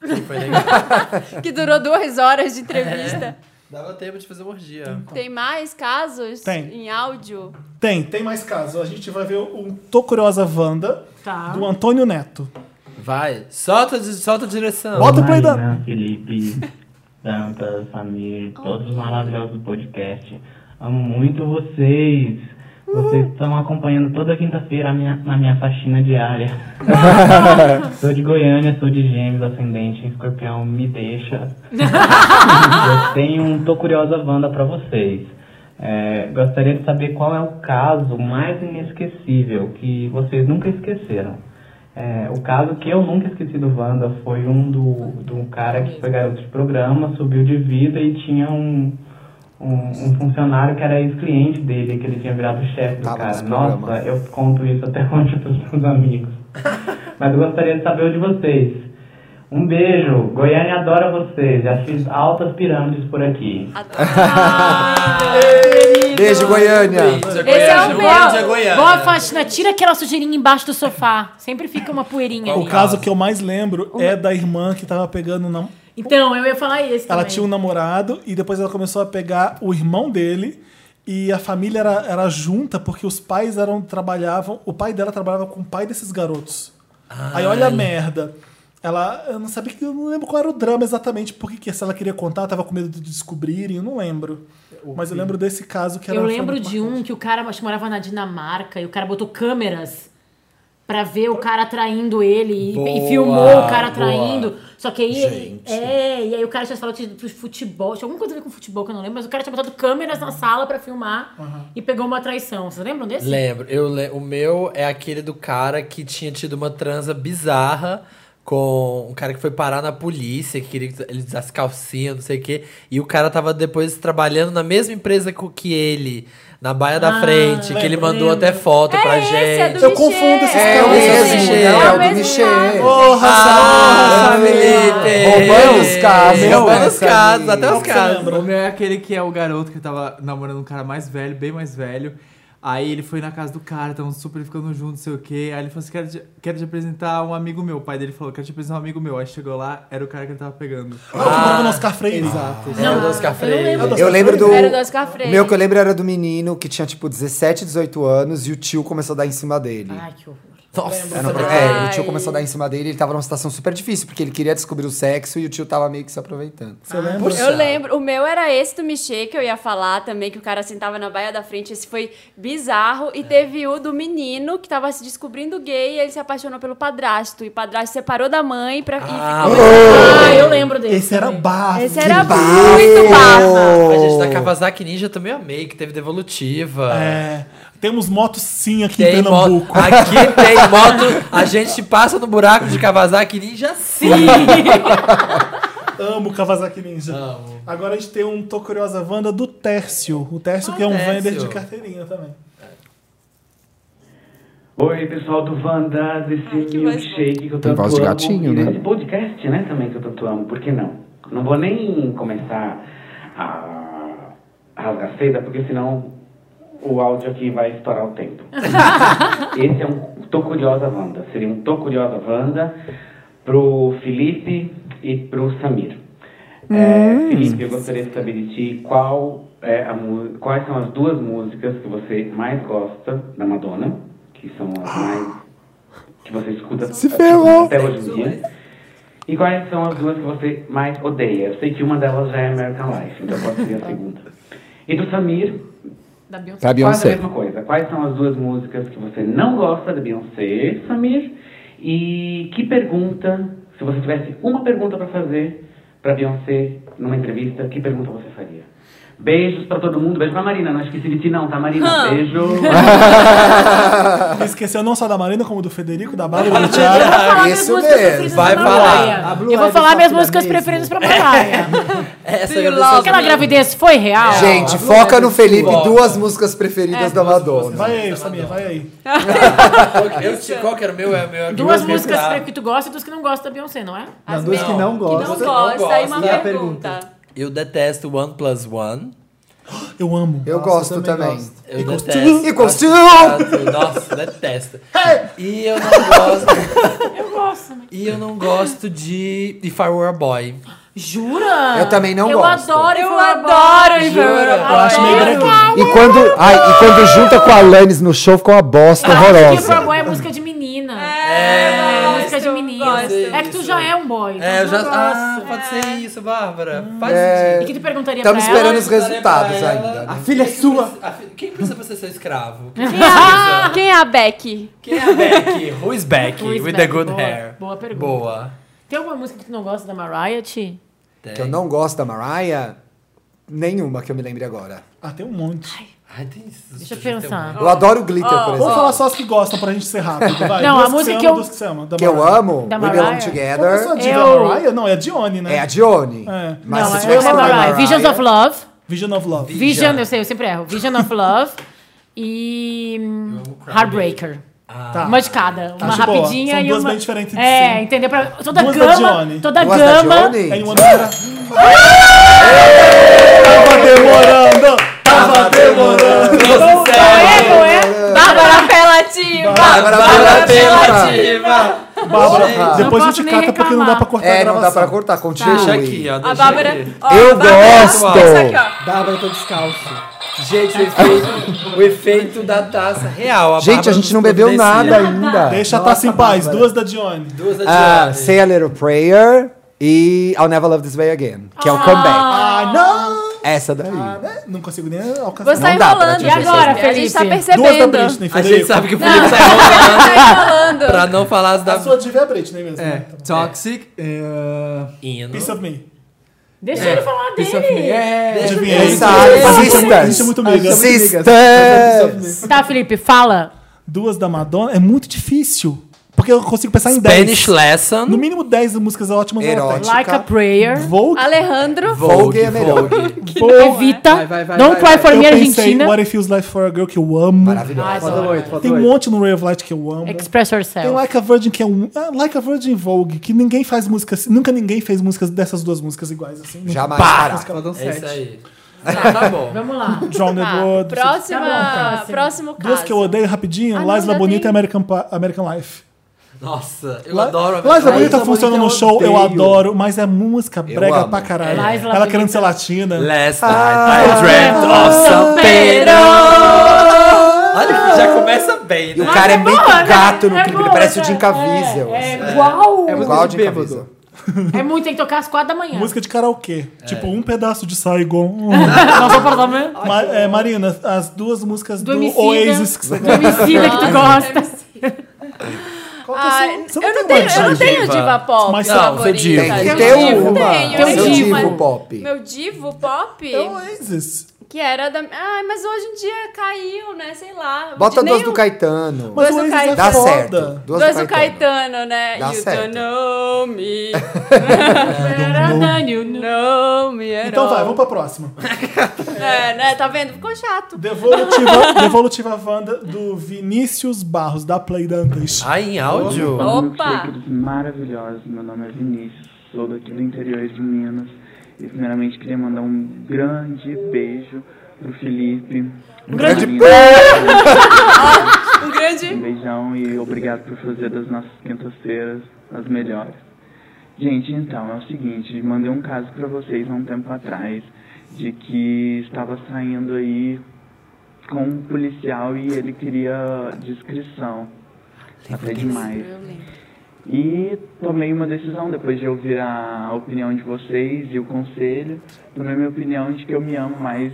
Foi legal. É. Que durou duas horas de entrevista. Dava tempo de fazer uma orgia. Tem mais casos Tem. em áudio? Tem, tem mais casos. A gente vai ver um Tô Curiosa Wanda, Tá. do Antônio Neto. Vai, solta, de- solta a direção. Bota o play da... Marina, Felipe, Dantas, Samir, todos os maravilhosos do podcast. Amo muito vocês. Vocês estão acompanhando toda quinta-feira a minha- na minha faxina diária. sou de Goiânia, sou de gêmeos, ascendente, em escorpião, me deixa. Eu tenho um Tô Curiosa Wanda pra vocês. É, gostaria de saber qual é o caso mais inesquecível que vocês nunca esqueceram. É, o caso que eu nunca esqueci do Wanda foi um do, de um cara que foi garoto de programa, subiu de vida e tinha um, um, um funcionário que era ex-cliente dele, que ele tinha virado chefe do Tava cara. nesse programa. Nossa, eu conto isso até hoje pros meus amigos. Mas eu gostaria de saber o de vocês. Um beijo, Goiânia adora vocês. Já fiz altas pirâmides por aqui. Beijo, Goiânia. Esse é o Goiânia, meu. Goiânia. Boa faxina, tira aquela sujeirinha embaixo do sofá. Sempre fica uma poeirinha O ali. caso que eu mais lembro é da irmã que tava pegando... Não... Então, eu ia falar esse Ela também. tinha um namorado e depois ela começou a pegar o irmão dele e a família era, era junta porque os pais eram trabalhavam, o pai dela trabalhava com o pai desses garotos. Aí olha a merda. Ela, eu não sabia que eu não lembro qual era o drama exatamente, porque que se ela queria contar, eu tava com medo de descobrirem, eu não lembro. Mas eu lembro desse caso que era Eu foi lembro muito de um que o cara acho que morava na Dinamarca e o cara botou câmeras pra ver o cara traindo ele e, Boa, e filmou o cara boa. traindo. Só que aí. Gente. É, e aí o cara tinha falado de de futebol, tinha alguma coisa a ver com futebol que eu não lembro, mas o cara tinha botado câmeras na sala pra filmar e pegou uma traição. Vocês lembram desse? Lembro. Eu le- O meu é aquele do cara que tinha tido uma transa bizarra com um cara que foi parar na polícia, que queria que ele usasse calcinha, não sei o quê. E o cara tava depois trabalhando na mesma empresa co- que ele, na Baia da Ah, Frente, que ele lembro, É mandou até foto pra gente. Eu confundo esses É caras. o mesmo, Michel. não, é o do Michel. Porra, Ah, Samir. Felipe. Roubando os casos, Meu, roubando é, os casos, Samir. até os Qual que você casos. lembra? O meu é aquele que é o garoto que tava namorando um cara mais velho, bem mais velho. Aí ele foi na casa do cara, estavam super ficando juntos, não sei o quê. Aí ele falou assim: quero te, quero te apresentar um amigo meu. O pai dele falou: quero te apresentar um amigo meu. Aí chegou lá, era o cara que é ele tava pegando. Ah, que morava no Oscar Freire. Exato. Ah, É Não, era do Oscar eu não Freire. lembro. Eu lembro do. Era do Oscar Freire. O meu que eu lembro era do menino que tinha tipo 17, 18 anos e o tio começou a dar em cima dele. Ai, que horror. Era um pro- É, o tio começou a dar em cima dele, ele tava numa situação super difícil, porque ele queria descobrir o sexo e o tio tava meio que se aproveitando. Você lembra? Eu lembro, o meu era esse do Michê que eu ia falar também, que o cara sentava na baia da frente, esse foi bizarro. E teve o do menino que tava se descobrindo gay e ele se apaixonou pelo padrasto. E o padrasto separou da mãe pra. Ah, Ah, eu lembro desse. Esse era bafo. Esse era muito bafo. A gente da Kawasaki Ninja também amei, que teve devolutiva. É. Temos motos sim aqui em Tem mo- Pernambuco. Aqui tem moto, a gente passa no buraco de Kawasaki Ninja sim. Amo Kawasaki Ninja. Agora a gente tem um Tô Curiosa Wanda do Tércio. O Tércio que é um Ah, Tércio. vender de carteirinha também. Oi, pessoal do Wanda, esse milkshake que eu Tem tanto voz de amo. gatinho, e né? Esse podcast, né, também que eu tanto amo, por que não? Não vou nem começar a rasgar seda, porque senão o áudio aqui vai estourar o tempo. esse é um Tô Curiosa Wanda, seria um Tô Curiosa Wanda pro Felipe e pro Samir. É, Felipe, eu gostaria de saber de ti qual é a mu- quais são as duas músicas que você mais gosta da Madonna, que são as mais que você escuta Se até ferrou. até hoje em dia. E quais são as duas que você mais odeia? Eu sei que uma delas já é American Life, então pode ser a segunda. E do Samir, Da Beyoncé. Da quase a Beyoncé. mesma coisa. Quais são as duas músicas que você não gosta da Beyoncé, Samir? E que pergunta, se você tivesse uma pergunta pra fazer pra Beyoncé numa entrevista, que pergunta você faria? Beijos pra todo mundo, beijo pra Marina, não esqueci de ti não, tá Marina? Hum. Beijo! Esqueceu não só da Marina, como do Federico, da Bárbara, do Eu vou falar Thiago. minhas músicas preferidas da Mariah. Eu vou falar minhas músicas preferidas pra Mariah. Essa Aquela gravidez foi real? Gente, foca no Felipe, duas músicas preferidas da Madonna. Vai aí, Samir, vai aí. Eu, te- qual que era o meu? É o meu é o que Duas eu vou músicas lembrar. que tu gosta e duas que não gosta da Beyoncé, não é? As duas que não Que não gosta, e uma né? pergunta. Eu detesto One Plus One. Eu amo. Eu gosto também. Eu Equals detesto. two, equals Nossa, two. Nossa, detesto. E eu não gosto. Eu gosto. Mas... E eu não gosto de If I Were a Boy. Jura? Eu também não eu gosto. Adoro, eu adoro If I Were a Boy. Eu acho meio E quando, ai, e quando junta com a Alanis no show, ficou uma bosta Porque If I Were a horrorosa. Boy é música de menina. É, música de menina. É que tu já é um boy. É, eu já. Ah, Nossa. pode ser isso, Bárbara. Faz É. sentido. E que tu perguntaria Tamo pra esperando ela? os resultados ainda, né? A filha é sua. Quem precisa pra você ser escravo? Quem Quem é Ah. a, quem é a Beck? Quem é a Becky? Who is Becky? Who is With the Becky? good Boa- hair. boa pergunta. Boa. Tem alguma música que tu não gosta da Mariah, Ti? Que eu não gosto da Mariah, nenhuma que eu me lembre agora. Ah, tem um monte. Deixa eu pensar. Eu adoro Glitter, Oh, por exemplo. Vamos falar só as que gostam pra gente ser rápido. Vai. Não, Duas a música você que ama, eu- duas que, você ama, da Que eu Mariah. amo, Da We Belong Mariah? Together. Qual que é a sua diva, Eu- Mariah? Não, é a Dione, né? É a Dione. É. Mas não, se é, tivesse é uma Mariah. Mariah- Visions of Love. Vision of Love. Vision, eu sei, eu sempre erro. Vision of Love e. hum, Heartbreaker. Tá. Uma de cada. Uma Acho boa. rapidinha São e duas uma... bem diferentes de É, si. entendeu? Pra... Toda Duas da gama. Dione. toda Duas da gama. Dione? Em uma mistura- Tava demorando! Tava demorando! Não é, não é? Bárbara Pelativa! É Bárbara Bárbara Pelativa. Pelativa. Bárbara, Gente. Não depois a posso gente nem cata porque não dá pra cortar É, a não dá gravação. pra cortar, continue. Tá. Deixa aqui, ó, deixa aqui. Eu tá gosto. Bárbara, tô descalço. Gente, o efeito, o efeito da taça real. A Gente, Bárbara a gente nos não bebeu providencia. nada ainda. Deixa a taça em paz. Duas da Dione. Duas da Ah, Say a Little Prayer e I'll Never Love This Way Again, que é o comeback. Ah, não! Essa daí. Ah. Não consigo nem alcançar. Você tá Não dá pra enrolando, atingir Felipe. essas A metas. gente tá Duas da percebendo. Britney, A Felipe. gente sabe que o Felipe tá enrolando. pra não falar as da. A sua diva é a Britney mesmo. É, né? Toxic. Uh... Piece of Me. Deixa É. ele falar Piece of me. dele. É, Adivinhei. A gente é muito amiga. Sisters. Tá, Felipe, fala. Duas da Madonna é muito difícil. Porque eu consigo pensar em 10. Spanish Lesson. No mínimo 10 músicas ótimas. ela tem. Like a Prayer. Vogue. Alejandro. Vogue é melhor. Evita. Don't Cry For é eu Me pensei Argentina. em What It Feels Like For A Girl, que eu amo. Maravilhosa. Ai, Falta adoro. oito, falta Tem um oito. monte no Ray of Light que eu amo. Express Yourself. Tem Like a Virgin, que é um... ah, Like a Virgin Vogue, que ninguém faz músicas... Nunca ninguém fez músicas dessas duas músicas iguais, assim. Nunca. Jamais. Pá! Para. As que ela dão É sete. isso aí. Ah, tá bom. Vamos lá. Drowned Tá, World. próxima- Tá bom, próximo. próximo caso. Duas que eu odeio rapidinho, Ah, não, Lies La ainda Bonita tem- e American, Pa- American Life. Nossa, eu La- adoro. Lies La Bonita funciona tá no show, eu odeio. adoro, mas é música brega amo. pra caralho. Lies La Ela querendo ser latina. Ah, é Last night I dreamt of San Ah. Olha que já começa bem, E né? o cara é muito boa, né? gato no É clipe, boa, ele parece o essa- Jim Caviezel. é, assim. é igual. É igual o Jim Caviezel. É muito, tem que tocar às quatro da manhã. Música de karaokê. É. Tipo, um pedaço de Saigon. Não, só pra dar uma- Ma- é, Marina, as duas músicas do, Do Emicida. Oasis que você Do Emicida que tu gosta. Ah, Ai, é Você eu não tem tenho, uma eu não tenho diva. diva pop. Mas tá, é favorita. não, seu divo. Eu Tem que não ter tenho, uma. tenho, Tem eu um tenho, divo mas- pop. Meu divo pop? Então é Oasis. Que era da. Ai, mas hoje em dia caiu, né? Sei lá. Bota Nem duas do o- Caetano. Mas Duas o do Oasis é Caetano. Dá foda. certo. Duas, do Caetano, né? Dá you certo. don't know me. É, Don't you know me é. at Então vai, all. vamos pra próxima. É, né? Tá vendo? Ficou chato. Devolutiva, Devolutiva Wanda do Vinícius Barros, da Play Dantas. Ah, em áudio? Opa! Milkshakers maravilhosos. Meu nome é Vinícius, sou daqui do interior de Minas. E primeiramente queria mandar um grande beijo pro Felipe. Um grande beijo! Um grande. Um beijão e obrigado por fazer das nossas quintas-feiras as melhores. Gente, então, é o seguinte, mandei um caso pra vocês há um tempo atrás de que estava saindo aí com um policial e ele queria descrição. É Até demais. E tomei uma decisão, depois de ouvir a opinião de vocês e o conselho, tomei minha opinião de que eu me amo mais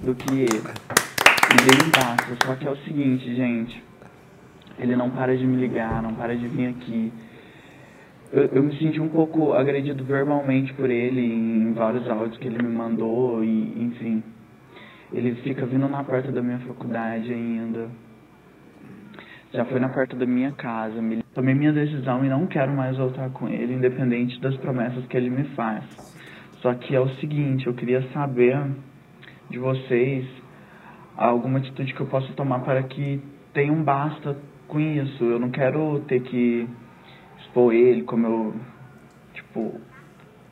do que ele. Me dei um passo, só que é o seguinte, gente. Ele não para de me ligar, não para de vir aqui. Eu, eu me senti um pouco agredido verbalmente por ele em vários áudios que ele me mandou e, enfim. Ele fica vindo na porta da minha faculdade ainda. Já foi na porta da minha casa. me- Tomei minha decisão e não quero mais voltar com ele, independente das promessas que ele me faz. Só que é o seguinte, eu queria saber de vocês alguma atitude que eu possa tomar para que tenha um basta com isso. Eu não quero ter que expor ele como eu, tipo,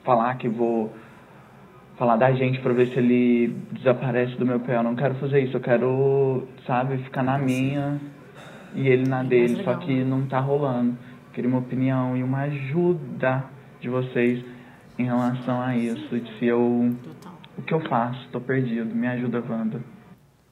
falar que vou falar da gente pra ver se ele desaparece do meu pé. Eu não quero fazer isso. Eu quero, sabe, ficar na minha e ele na dele. Só que não tá rolando. Queria uma opinião e uma ajuda de vocês em relação a isso. De se eu. O que eu faço? Tô perdido. Me ajuda, Wanda.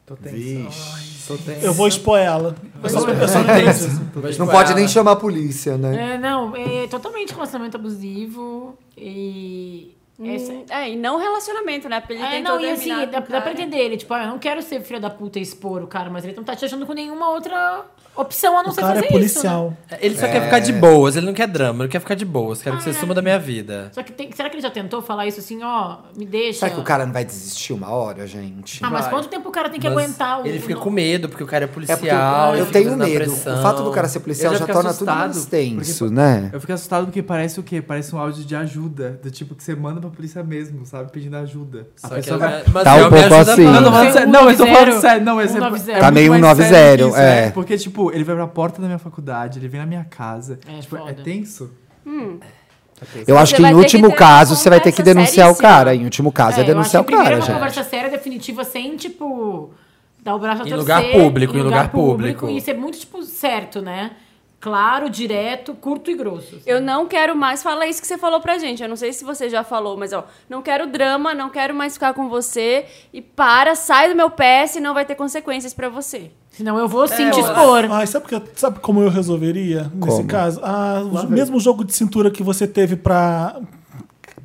Tô Vixe. Eu vou expor é ela. Eu só, eu só É Não pode nem chamar a polícia, né? É, não, é totalmente relacionamento abusivo e. essa- Hum, É, e não relacionamento, né? Porque ele É, tentou não, e assim, terminar com dá, o dá pra cara. entender ele. Tipo, ah, eu não quero ser filha da puta e expor o cara, mas ele não tá te achando com nenhuma outra opção a não O ser cara fazer é policial. isso. né? Ele só É. quer ficar de boas, ele não quer drama, ele quer ficar de boas. Quero que você suma da minha vida. Só que tem- será que ele já tentou falar isso assim, ó, me deixa. Será que o cara não vai desistir uma hora, gente? Ah, mas quanto tempo o cara tem que Mas aguentar o. Ele fica o- com medo, porque o cara é É porque policial. eu, ele eu fica tenho fazendo a medo. pressão. O fato do cara ser policial Eu já, fico torna tudo assustado, mais tenso, porque- né? Eu fiquei assustado porque parece o quê? Parece um áudio de ajuda. Do tipo que você manda pra polícia mesmo, sabe? Pedindo ajuda. Só que ela- mas Tá um pouco assim. Não, eu tô falando sério. Não, eu tô falando 190. sério. Não, mas é, 190. é Tá muito meio mais sério 190, que isso, né? é. Porque, tipo, ele vai pra porta da minha faculdade, ele vem na minha casa. É, tipo, é tenso. Hum. Eu acho que em último caso você vai ter que conversa denunciar o seríssima. cara. Em último caso é, eu acho que denunciar o primeiro é cara, uma gente. conversa séria, definitiva, sem, tipo, dar o braço a Em torcer. lugar público, em lugar público. E ser muito, tipo, certo, né? Claro, direto, curto e grosso. assim. Eu não quero mais. Fala isso que você falou pra gente. Eu não sei se você já falou, mas ó, não quero drama, não quero mais ficar com você. E para, sai do meu pé, senão vai ter consequências pra você. Senão eu vou sim É, te eu- expor. Ai, sabe, porque, sabe como eu resolveria nesse Como? caso? Ah, o Lá jo- vem. mesmo jogo de cintura que você teve pra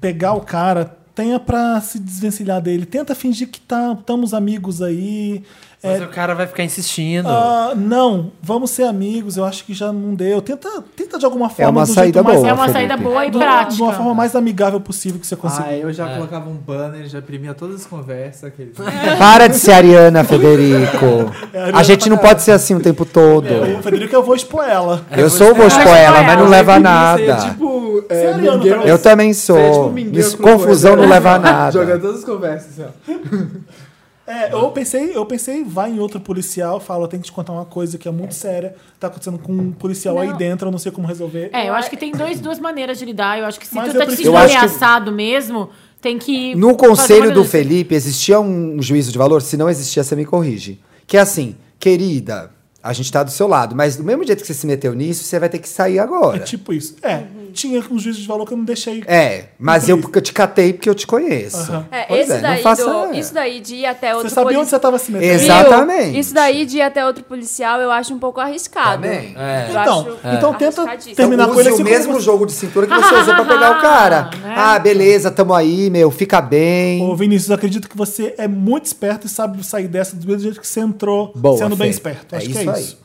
pegar o cara, tenha pra se desvencilhar dele. Tenta fingir que tá, estamos amigos aí. Mas É, o cara vai ficar insistindo. ah, não, vamos ser amigos, eu acho que já não deu. Tenta, tenta de alguma forma. uma do saída jeito mais- boa, É uma Felipe. saída boa e Do- De prática. uma forma mais amigável possível que você consiga. Ah, eu já É. colocava um banner, já imprimia todas as conversas. Aqueles... Para de ser Ariana, Federico. É, Ariana A gente não pra pode ser assim o tempo todo. É, o Federico, eu vou expor ela. Eu sou o vou expor ela, mas não leva a nada. Tipo, Você é é, ariano Mean Girls. também? Eu também sou. Você é tipo Mean Isso, Girls com confusão coisa. não leva a nada. Joga todas as conversas, assim, ó. É, eu pensei, eu pensei, vai em outro policial, fala, eu tenho que te contar uma coisa que é muito séria, tá acontecendo com um policial aí Não. dentro, eu não sei como resolver. É, eu acho que tem dois, duas maneiras de lidar. Eu acho que se Mas tu eu tá te prefiro- sentindo Eu acho que- ameaçado mesmo, tem que. No fazer uma conselho do denúncia. Felipe existia um juízo de valor? Se não existia, você me corrige. Que é assim, querida, a gente tá do seu lado, mas do mesmo jeito que você se meteu nisso, você vai ter que sair agora. É tipo isso. É, tinha um juízo de valor que eu não deixei. É, mas eu, porque eu te catei porque eu te conheço. Aham. É, Pois esse é, daí não faça do- isso daí de ir até outro sabia polici- onde você tava se metendo. Viu? Exatamente. Isso daí de ir até outro policial eu acho um pouco arriscado. Também. É. Eu Então, acho então tenta arriscadíssimo. terminar com assim ele o mesmo jogo de cintura que você usou pra pegar o cara. Né? Ah, beleza, tamo aí, meu, fica bem. Ô, Vinícius, eu acredito que você é muito esperto e sabe sair dessa do mesmo jeito que você entrou, Boa, sendo bem Fê. esperto. É Acho que isso é aí. isso.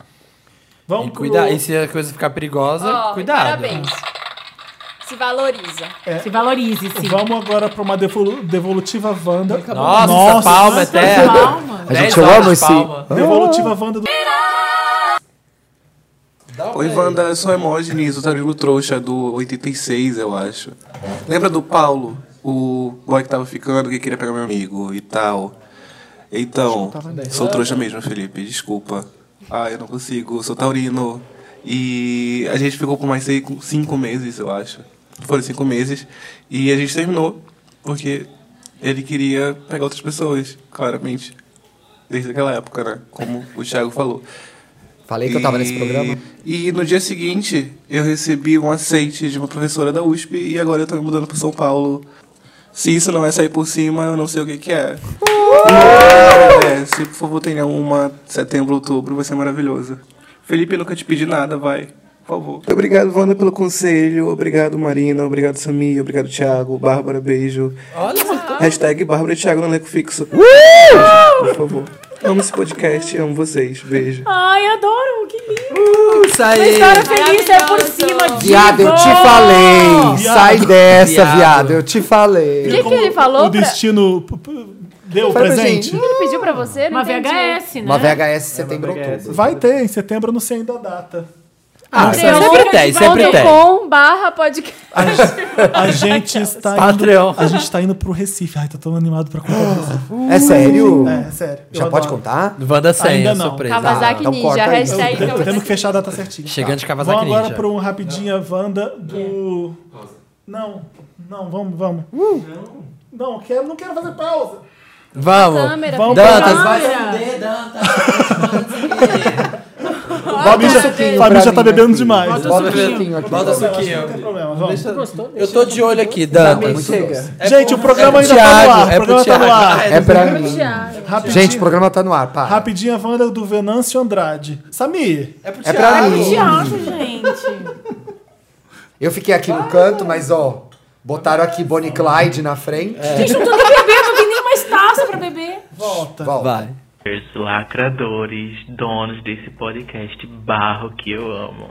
Vamos e, cuidar, pro- e se a coisa ficar perigosa, Ó, cuidado. Parabéns. Se valoriza. É. Se valorize, sim. Vamos agora pra uma devolu- devolutiva Wanda. Nossa, é palma eterna. Palma. A gente ama esse. Ah. Devolutiva Wanda do. Oi, Wanda, eu sou Hermógenes, o teu amigo trouxa do 86, eu acho. Lembra do Paulo, o boy que tava ficando, que queria pegar meu amigo e tal? Então, sou trouxa mesmo, Felipe, desculpa. Ah, eu não consigo, sou taurino. E a gente ficou por mais cinco, cinco meses, eu acho. Foram cinco meses. E a gente terminou, porque ele queria pegar outras pessoas, claramente. Desde aquela época, né? Como o Thiago falou. Falei que eu tava nesse programa? E no dia seguinte, eu recebi um aceite de uma professora da USP e agora eu tô me mudando para São Paulo. Se isso não é sair por cima, eu não sei o que que é. É, se por favor tenha uma setembro, outubro, vai ser maravilhoso. Felipe, eu nunca te pedi nada, vai. Por favor. Obrigado, Wanda, pelo conselho. Obrigado, Marina. Obrigado, Samir. Obrigado, Thiago. Bárbara, beijo. Hashtag Bárbara e Thiago no elenco fixo. Por favor. Amo esse podcast. Amo vocês. Beijo. Ai, adoro, que lindo. Uh, isso Uma história feliz, é por cima disso. Viado, eu te falei! Viado. Sai dessa, Viado. viado. eu te falei. O que, que ele falou? O pra- destino p- p- deu o Foi pra presente. O que ele pediu pra você? Não Uma entendi. VHS, né? Uma VHS setembro outubro. Vai ter, em setembro, eu não sei ainda a data. Ah, Não sei. sempre Leonardo Com barra podcast. A gente está Patreon. Indo, a gente está indo pro Recife. Ai, tô tão animado pra contar o Recife. É sério? É, é sério. Já Eu pode adoro. contar? Wanda sem, Ainda é não. surpresa. Kawasaki então Ninja, corta aí. hashtag Eu- Kawasaki Temos que fechar a data certinha. Chegando de Kawasaki Vamos agora Ninja. para um rapidinha Wanda do... Não, não, vamos, vamos. Uh! Não, quero, não quero fazer pausa. Vamos. Câmera, Vamos, filho. Dantas, vai Câmera. fuder, Dantas. tá, Fabi já, Fabi né, já tá bebendo demais. né? Bota um suquinho aqui. Bota suquinho. Não tem problema, vamos. Eu tô de olho aqui, Dantas. É Gente, o programa ainda tá Thiago, no ar. é o pro programa tá no Thiago. ar. É pra mim. Gente, o programa tá no ar, pá. Rapidinha, Wanda do Venâncio Andrade. Samir. É pro É pra Thiago. mim. Teatro, gente. Eu fiquei aqui no canto, mas ó, botaram aqui Bonnie e Clyde na frente. É. Gente, eu tô nem bebendo, não tem nem mais taça pra beber. Volta. Vai. Os lacradores, donos desse podcast barro que eu amo.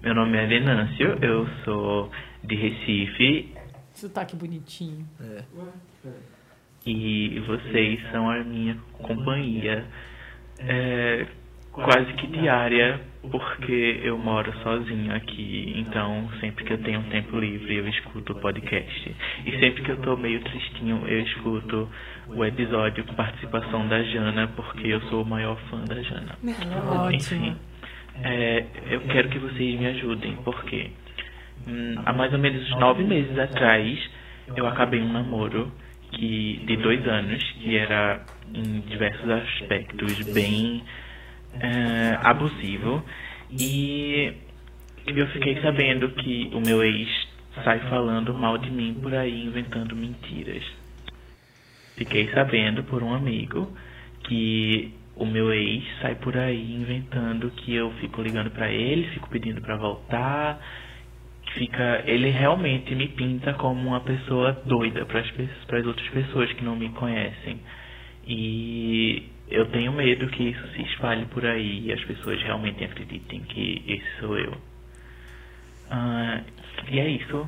Meu nome é Venâncio, eu sou de Recife Sotaque bonitinho. É. e vocês são a minha companhia é, quase que diária, porque eu moro sozinho aqui, então sempre que eu tenho um tempo livre eu escuto o podcast. E sempre que eu tô meio tristinho eu escuto o episódio com participação da Jana, porque eu sou o maior fã da Jana. Ótimo. Enfim, é, eu quero que vocês me ajudem, porque hum, há mais ou menos uns nove meses atrás eu acabei um namoro que de dois anos, que era em diversos aspectos bem é, abusivo. E Eu fiquei sabendo que o meu ex sai falando mal de mim por aí, inventando mentiras. Fiquei sabendo por um amigo que o meu ex sai por aí inventando que eu fico ligando pra ele, fico pedindo pra voltar, fica, ele realmente me pinta como uma pessoa doida para as outras pessoas que não me conhecem. E eu tenho medo que isso se espalhe por aí e as pessoas realmente acreditem que esse sou eu. Ah, e é isso.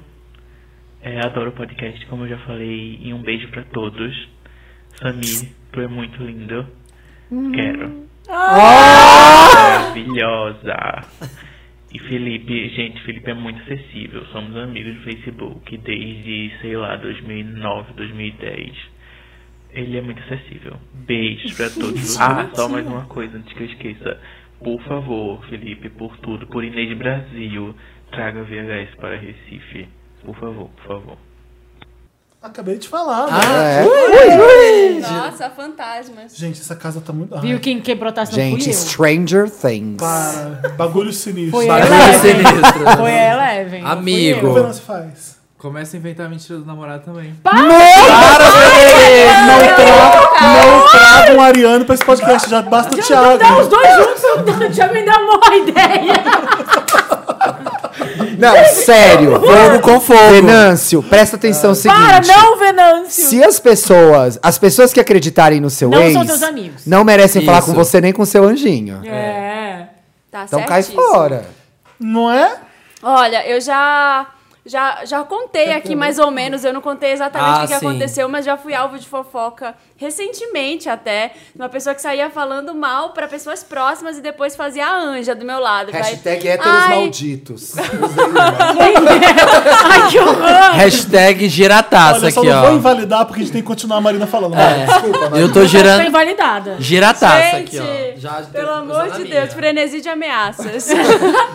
É, adoro o podcast, como eu já falei, e um beijo pra todos. Samir, tu é muito lindo. Quero. Maravilhosa. E Felipe, gente, Felipe é muito acessível. Somos amigos no Facebook desde, sei lá, 2009, 2010. Ele é muito acessível. Beijo pra todos. Ah, só mais uma coisa antes que eu esqueça. Por favor, Felipe, por tudo, por Inês Brasil, traga VHS para Recife. Por favor, por favor. Acabei de falar. Ah, né? é? Ui, ui. Nossa, fantasmas. Gente, essa casa tá muito. Viu quem quebrou a taça não Gente, fui eu. Stranger Things. Para. Bagulho sinistro. Foi Bagulho ela, Evan. né? sinistro. Foi ela, Evan. Não Como Amigo. que não se faz? Começa a inventar a mentira do namorado também. Para, Fê! Não, tra não traga um Ariano pra esse podcast, já basta o Dá Thiago. Tá os dois juntos, o Thiago ainda morre ideia. Não, sério. Fogo com fogo. Venâncio, presta atenção no seguinte. Para, não, Venâncio. Se as pessoas, as pessoas que acreditarem no seu Não ex, são seus amigos. não merecem falar Isso. com você nem com seu anjinho. É. Tá Então cai certíssimo. fora. Não é? Olha, eu já. Já, já contei aqui mais ou menos, eu não contei exatamente Ah, o que sim. aconteceu, mas já fui alvo de fofoca recentemente até, de uma pessoa que saía falando mal pra pessoas próximas e depois fazia a anja do meu lado. Vai- Hashtag héteros Ai, malditos. Ai, que horror! Hashtag girataça Olha, só aqui, não vou ó. invalidar porque a gente tem que continuar a Marina falando. É. Mas, desculpa, Marina. Eu tô girando- Tá invalidada. Girataça Gente, aqui, ó. pelo amor de Deus, frenesi de ameaças.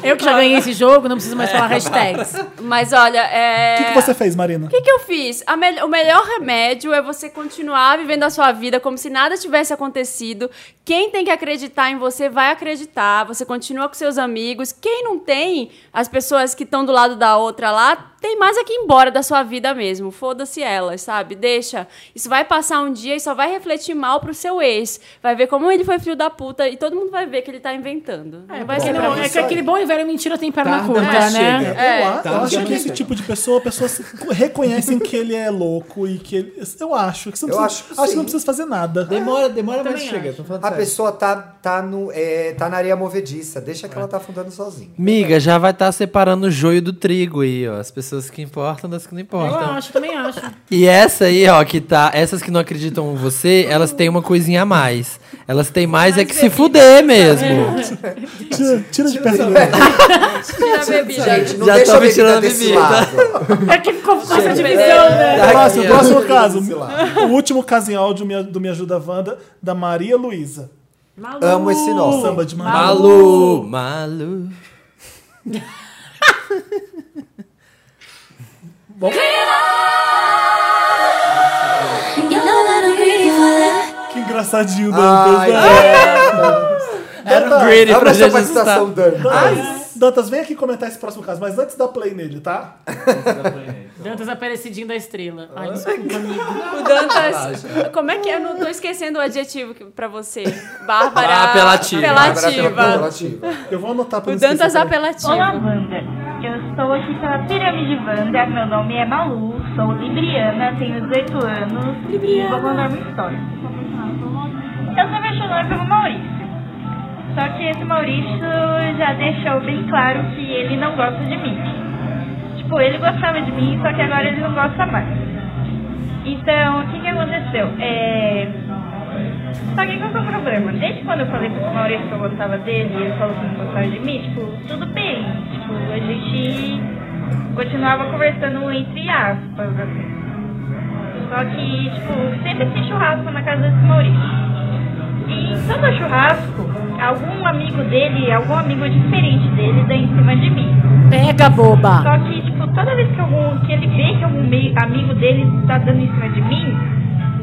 Eu que já ganhei esse jogo, não preciso mais falar hashtags. Mas olha, é... O que, que você fez, Marina? O que, que eu fiz? A mel- o melhor remédio é você continuar vivendo a sua vida como se nada tivesse acontecido. Quem tem que acreditar em você vai acreditar. Você continua com seus amigos. Quem não tem, as pessoas que estão do lado da outra lá, tem mais aqui embora da sua vida mesmo. Foda-se elas, sabe? Deixa. Isso vai passar um dia e só vai refletir mal pro seu ex. Vai ver como ele foi filho da puta e todo mundo vai ver que ele tá inventando. Não vai ser aquele, pra bom, é você. que aquele bom e velho mentira tem perna Tarda, curta, mas Tá né? chega. É, eu acho, tá, eu acho já que esse chega. tipo de pessoa, pessoas reconhecem que ele é louco e que ele. Eu acho que você não Eu precisa, acho que acho que sim. não precisa fazer nada. Demora, demora, mas Também chega, acho. tô falando A sério. pessoa tá, tá, no, é, tá na areia movediça. Deixa que ela É. tá afundando sozinha. Miga, já vai estar separando o joio do trigo aí, ó. As pessoas que importam das que não Eu importam. acho, também acho. E essa aí, ó, que tá. Essas que não acreditam em você, elas têm uma coisinha a mais. Elas têm mais é que se fuder mesmo. Tira, tira de perto. Tira a bebida. Gente, não Já deixa tô a bebida tirando a desse bebida. lado. É que ficou fácil a Gente, divisão, né? Próximo, Tá aqui, ó. próximo caso. Sei lá. O último caso em áudio minha- do Me Ajuda Wanda, da Maria Luísa. Malu. Amo esse nome. Samba de Malu, Malu. Bom. Que engraçadinho Ai, Dantas. né? Era um Dantas, greedy pra abre sua gente participação, estar. Dantas. Dantas, vem aqui comentar esse próximo caso, mas antes dá play nele, tá? Dantas Aparecidinho da Estrela. Ai, desculpa, Ah, amigo. O Dantas. Ah, Como é que é? Eu não tô esquecendo o adjetivo que- pra você. Bárbara. Ah, apelativa. Apelativa. Eu vou anotar pra O não esquecer Dantas também. apelativo. Olá, Wanda. Eu estou aqui pela Pirâmide Wanda. Meu nome é Malu, sou libriana, tenho 18 anos e vou contar uma história. Eu sou apaixonada pelo Maurício. Só que esse Maurício já deixou bem claro que ele não gosta de mim. Tipo, ele gostava de mim, só que agora ele não gosta mais. Então, o que que aconteceu? É... Só que qual que é o problema? Desde quando eu falei pro Maurício que eu gostava dele e ele falou que não gostava de mim, tipo, tudo bem. Tipo, a gente continuava conversando entre aspas, assim. Só que, tipo, sempre tinha churrasco na casa desse Maurício. E em todo churrasco, algum amigo dele, algum amigo diferente dele dá em cima de mim. Pega, boba. Só que, tipo, toda vez que, algum, que ele vê que algum mei- amigo dele tá dando em cima de mim,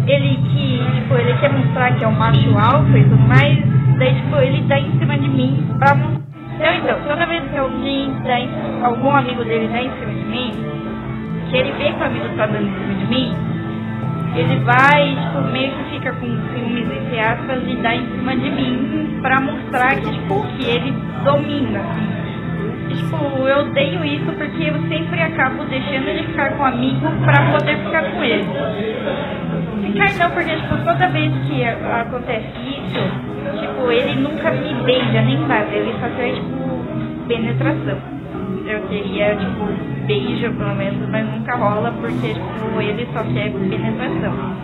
ele que, tipo, ele quer mostrar que é um macho alfa e tudo mais, daí, tipo, ele dá em cima de mim pra mostrar Eu, então, toda vez que alguém dá em- algum amigo dele dá em cima de mim, que ele vê que o amigo tá dando em cima de mim, ele vai, tipo, meio que fica com ciúmes, entre aspas, e dá em cima de mim pra mostrar que, tipo, que ele domina. assim. E, tipo, eu odeio isso porque eu sempre acabo deixando ele ficar com o amigo pra poder ficar com ele. Ficar não, porque, tipo, toda vez que a- acontece isso, tipo, ele nunca me beija nem nada, ele só traz, tipo, penetração. Eu queria, tipo, beijo pelo menos, mas nunca rola porque, tipo, ele só quer penetração.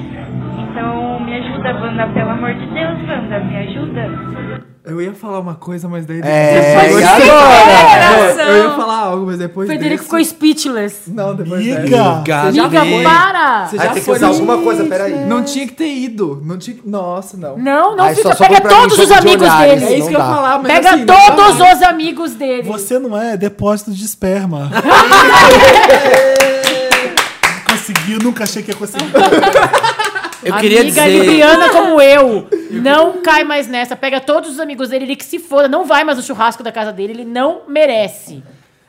Então, me ajuda, Wanda, pelo amor de Deus, Wanda, me ajuda. Eu ia falar uma coisa, mas daí... É, depois e agora? Não, Eu ia falar algo, mas depois Frederico desse- ficou speechless. Não, depois Miga. Você já Miga, foi. para! Você Ai, já tem que foi. usar alguma coisa, peraí. Não tinha que ter ido. Não tinha que- Nossa, não. Não, não fica. Pega todos os amigos dele. É isso que eu ia falar, mas Pega assim, não dá todos mais. os amigos dele. Você não é depósito de esperma. Conseguiu, nunca achei que ia conseguir. Eu queria Amiga dizer- libriana como eu. Não cai mais nessa. Pega todos os amigos dele, ele que se foda. Não vai mais no churrasco da casa dele, ele não merece.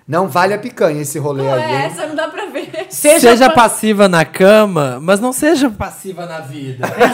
Não vale a picanha esse rolê É, é, aí. hein? essa não dá pra ver. Seja, passiva na cama, mas não seja passiva na vida. Entendeu?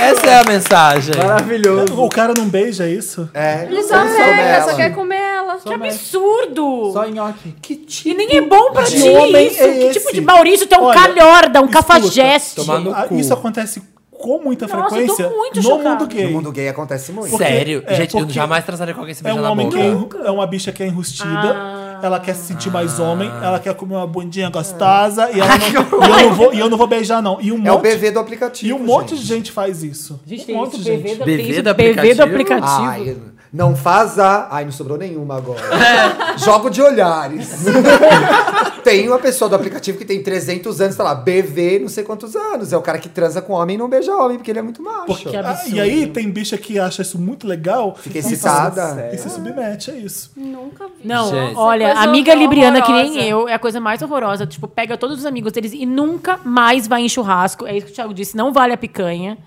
Essa é a mensagem. Maravilhoso. O cara não beija é isso? É. Ele só pega, só quer comer ela. que absurdo! Só nhoque. Que tipo e nem é bom pra de ti homem isso. é que esse? tipo de Maurício tem um Olha, calhorda, um escuta, cafajeste. Ah, Isso acontece com muita Nossa, eu tô frequência muito no chocada. mundo gay. No mundo gay acontece muito. Porque- Sério? é, Gente, eu porque jamais transaria com alguém se É beijar um na homem boca. que é, é uma bicha que é enrustida, Ah. ela quer se sentir Ah. mais homem, ela quer comer uma bundinha gostosa e, ela não- e eu não vou, e eu não vou beijar, não. E um É o monte- BV do aplicativo. E um monte de gente faz isso. Gente, um tem monte isso, de BV gente. da- BV tem isso, do BV do aplicativo? Ai, não faz a. Ai, não sobrou nenhuma agora. Jogo de olhares. tem uma pessoa do aplicativo que tem 300 anos, tá lá, BV, não sei quantos anos. É o cara que transa com homem e não beija homem, porque ele é muito macho. Porque- ah, e aí tem bicha que acha isso muito legal. Fica e excitada. se- E se submete, é isso. Nunca vi. Não, Gente. olha, Coisa amiga libriana que nem horrorosa. eu é a coisa mais horrorosa. Tipo, pega todos os amigos deles e nunca mais vai em churrasco. É isso que o Thiago disse, não vale a picanha.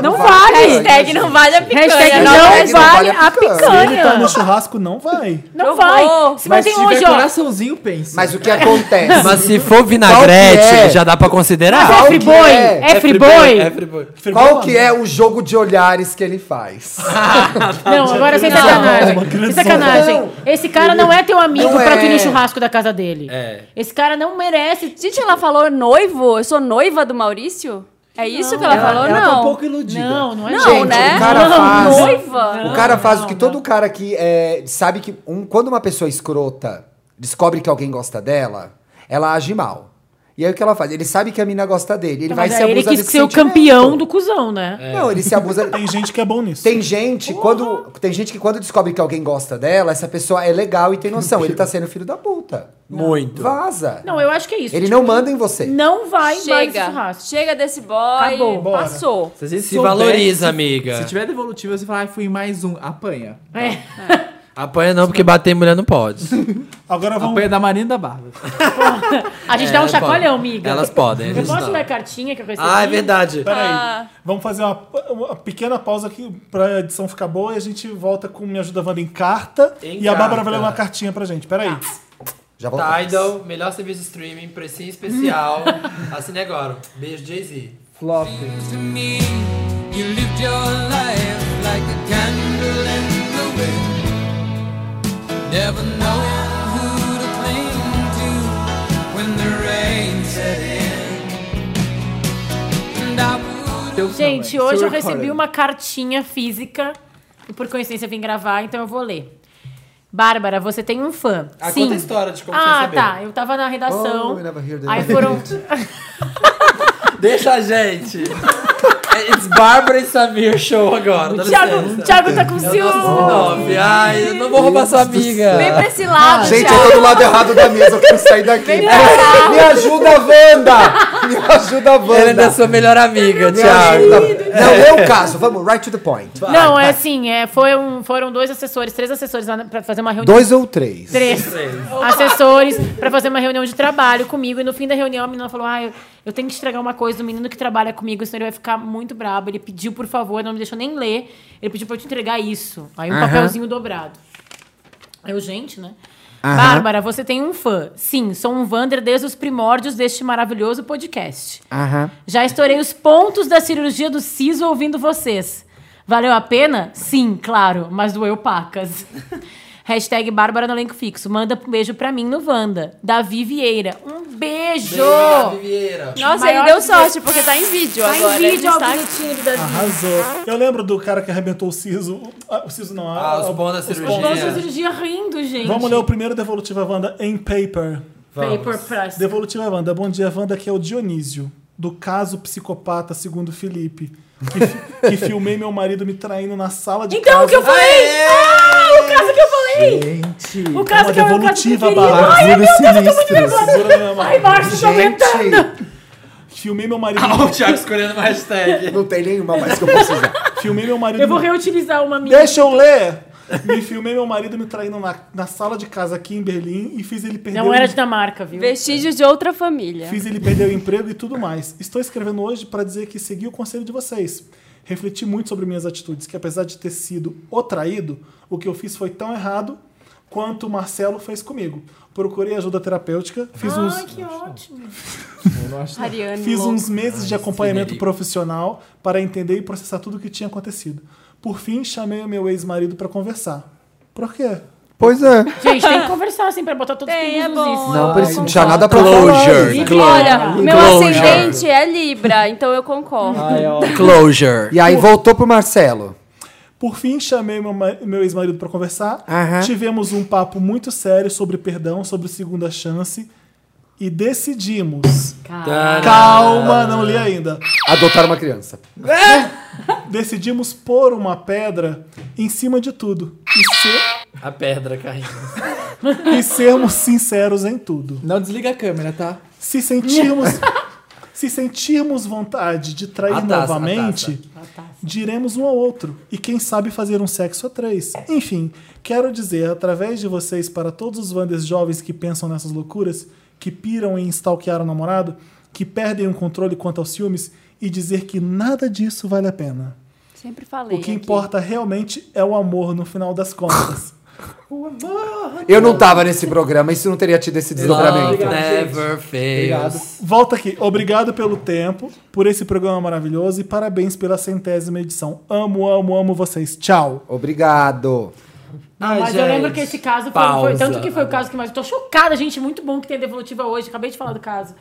Não vale! Hashtag não vale a picanha. Hashtag não, Hashtag não vale vale a a picanha. Se ele tá no churrasco, não vai. Não vai. Se Mas mantém se tiver hoje, ó. coraçãozinho, pensa. Mas o que acontece? Mas se for vinagrete, Qual que é? já dá pra considerar. Qual que é? É Friboi. Qual que é o jogo de olhares que ele faz? Ah, tá Não, agora sem Ah, tá Não, é sacanagem. uma Sem criança. sacanagem. Não. Esse cara não é teu amigo Não pra tu ir é. no churrasco da casa dele. É. Esse cara não merece. Gente, ela falou noivo? Eu sou noiva do Maurício? É isso que ela, falou? ela tá não. um pouco iludida. Não, não é Não, Gente, né? o cara Não, faz. noiva. o cara faz o que todo cara que é, sabe que um, quando uma pessoa escrota descobre que alguém gosta dela, ela age mal. E aí o que ela faz? Ele sabe que a mina gosta dele. Ele Então, vai mas se aí ele abusar quis desse ser o sentimento. campeão do cuzão, né? É. Não, ele se abusa. tem gente que é bom nisso. Tem gente, quando, tem gente que quando descobre que alguém gosta dela, essa pessoa é legal e tem noção. Ele tá sendo filho da puta. Muito. Vaza. Não, eu acho que é isso. Ele Tipo, não manda em você. Não vai mais no Chega. churrasco. Chega desse boy. Acabou. Bora. Passou. a gente Se valoriza, amiga. Se tiver devolutivo, você fala, ai, fui em mais um. Apanha. É. Tá. Apanha não, porque bater em mulher não pode. Agora vamos... Apanha da Marina e da Bárbara. A gente É, dá um pode. chacoalhão, amiga. Elas podem, a Eu gente posso dá. ler a cartinha que eu recebi? Ah, é verdade. Peraí. Ah. Vamos fazer uma, uma pequena pausa aqui pra edição ficar boa e a gente volta com Me Ajuda Wanda em carta. Em e a Bárbara carta. vai ler uma cartinha pra gente. Peraí. Tá. Tá Já então. Tidal, melhor serviço de streaming, precinho especial. Assine agora. Beijo, Jay-Z. Flop. to me. You lived your life like a candle in the wind. Never knowing who to cling to when the rain set in. And I Ah, Gente, hoje eu recebi uma cartinha física e por coincidência vim gravar, então eu vou ler. Bárbara, você tem um fã. Ah, Sim. conta a história de como você Ah, recebeu. tá. Eu tava na redação. Oh, we never hear that. aí foram. Deixa a gente. É, It's Bárbara e Samir Show agora. dá Thiago, licença. Thiago tá com Eu tô ciúme. 19. Ai, eu não vou roubar sua amiga. Vem pra esse lado, Gente, Thiago. eu tô do lado errado da mesa, eu quero sair pra daqui. cá. Me ajuda, É, Wanda! Me ajuda a Wanda. Ela ainda é sua melhor amiga, Me Thiago. ajuda. Não é o caso. Vamos, right to the point. Não, é assim, é, foi um- foram dois assessores, três assessores lá na- pra fazer uma reunião. Dois ou três? Três. assessores pra fazer uma reunião de trabalho comigo. E no fim da reunião a menina falou: Ah, eu, eu tenho que entregar uma coisa do menino que trabalha comigo, senão ele vai ficar muito brabo. Ele pediu, por favor, não me deixou nem ler. Ele pediu pra eu te entregar isso. Aí um Aham. papelzinho dobrado. Eu, gente, né? Aham. Bárbara, você tem um fã. Sim, sou um Wander desde os primórdios deste maravilhoso podcast. Aham. Já estourei os pontos da cirurgia do siso ouvindo vocês. Valeu a pena? Sim, claro, mas doeu pacas. Hashtag Bárbara no elenco fixo. Manda um beijo pra mim no Wanda. Davi Vieira. Um beijo! Beijo, Vieira. é Nossa, ele deu sorte, porque tá em vídeo tá agora, Tá em ele vídeo, ó, o está- bonitinho do Davi. Arrasou. Eu lembro do cara que arrebentou o siso. ah, O siso não. Ah, os pons da cirurgia. Vamos fazer cirurgia rindo, gente. Vamos ler o primeiro Devolutiva Wanda em paper. Vamos. Paper press. Devolutiva Wanda. Bom dia, Wanda, que é o Dionísio, do caso psicopata segundo Felipe. Que, fi- que filmei meu marido me traindo na sala de Então, casa. o que eu falei? Ah, o caso que eu falei! Gente, O caso É uma que eu- o caso devolutiva, que eu queria. Bárbara. Ai, meu Deus, eu tô muito Segura nervosa. na minha mão. Ai, Márcio, tá Gente, aumentando. Filmei meu marido. Ah, o Thiago escolhendo uma hashtag. Não tem nenhuma mais que eu possa usar. Filmei meu marido. Eu vou reutilizar uma minha. Deixa eu ler! Me filmei meu marido me traindo na, na sala de casa aqui em Berlim e fiz ele perder. um Não o- era Dinamarca, viu? Vestígios de outra família. Fiz ele perder o emprego e tudo mais. Estou escrevendo hoje para dizer que segui o conselho de vocês. Refleti muito sobre minhas atitudes, que apesar de ter sido o traído, o que eu fiz foi tão errado quanto o Marcelo fez comigo. Procurei ajuda terapêutica, fiz uns Ai, que ótimo. Ariane. Fiz louco. uns meses de acompanhamento profissional para entender e processar tudo o que tinha acontecido. Por fim, chamei o meu ex-marido para conversar. Por quê? Pois é. Gente, tem que conversar assim pra botar todos os é pingos nos is. Não, por isso não tinha concordo. nada pra Closure, falar. closure. Olha, meu Closure. ascendente é Libra, então eu concordo. Closure. E aí voltou pro Marcelo. Por fim, chamei meu, ma- meu ex-marido para conversar. Aham. Tivemos um papo muito sério sobre perdão, sobre segunda chance. E decidimos. Calma, não li ainda. Adotar uma criança. Decidimos pôr uma pedra em cima de tudo. E, ser- A pedra caindo. e sermos sinceros em tudo. Não desliga a câmera, tá? Se sentirmos, se sentirmos vontade de trair A taça, a novamente, diremos um ao outro. E quem sabe fazer um sexo a três. Enfim, quero dizer, através de vocês, para todos os Wanders jovens que pensam nessas loucuras, que piram em stalkear o namorado, que perdem o controle quanto aos ciúmes, e dizer que nada disso vale a pena. Sempre falei. O que aqui. importa realmente é o amor no final das contas. Eu não tava nesse programa, isso não teria tido esse desdobramento. Never fails. Volta aqui. Obrigado pelo tempo, por esse programa maravilhoso e parabéns pela centésima edição. Amo, amo, amo vocês. Tchau. Obrigado. Ai, Mas eu gente. lembro que esse caso foi, foi- Pausa. tanto que foi o caso que mais. Tô chocada, gente. Muito bom que tem devolutiva hoje. Acabei de falar do caso.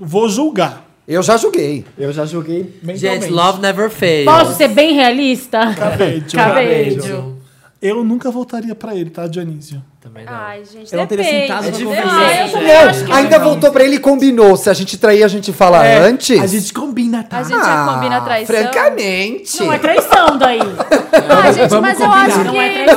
Vou julgar. Eu já julguei. Eu já julguei Gente, mentalmente. love never fails. Posso ser bem realista? Cabedio. Cabedio. Eu nunca voltaria pra ele, tá, Dionísio? Ai, gente, Eu não teria depende. sentado É pra difícil. conversar. né? Ah, eu também acho que Não, ainda ainda voltou pra ele e combinou. Se a gente trair, a gente fala É, antes. A gente combina, tá? A gente já combina a traição. francamente. Não é traição daí. Ah, gente, Vamos mas eu combinar. acho que. Não é Eu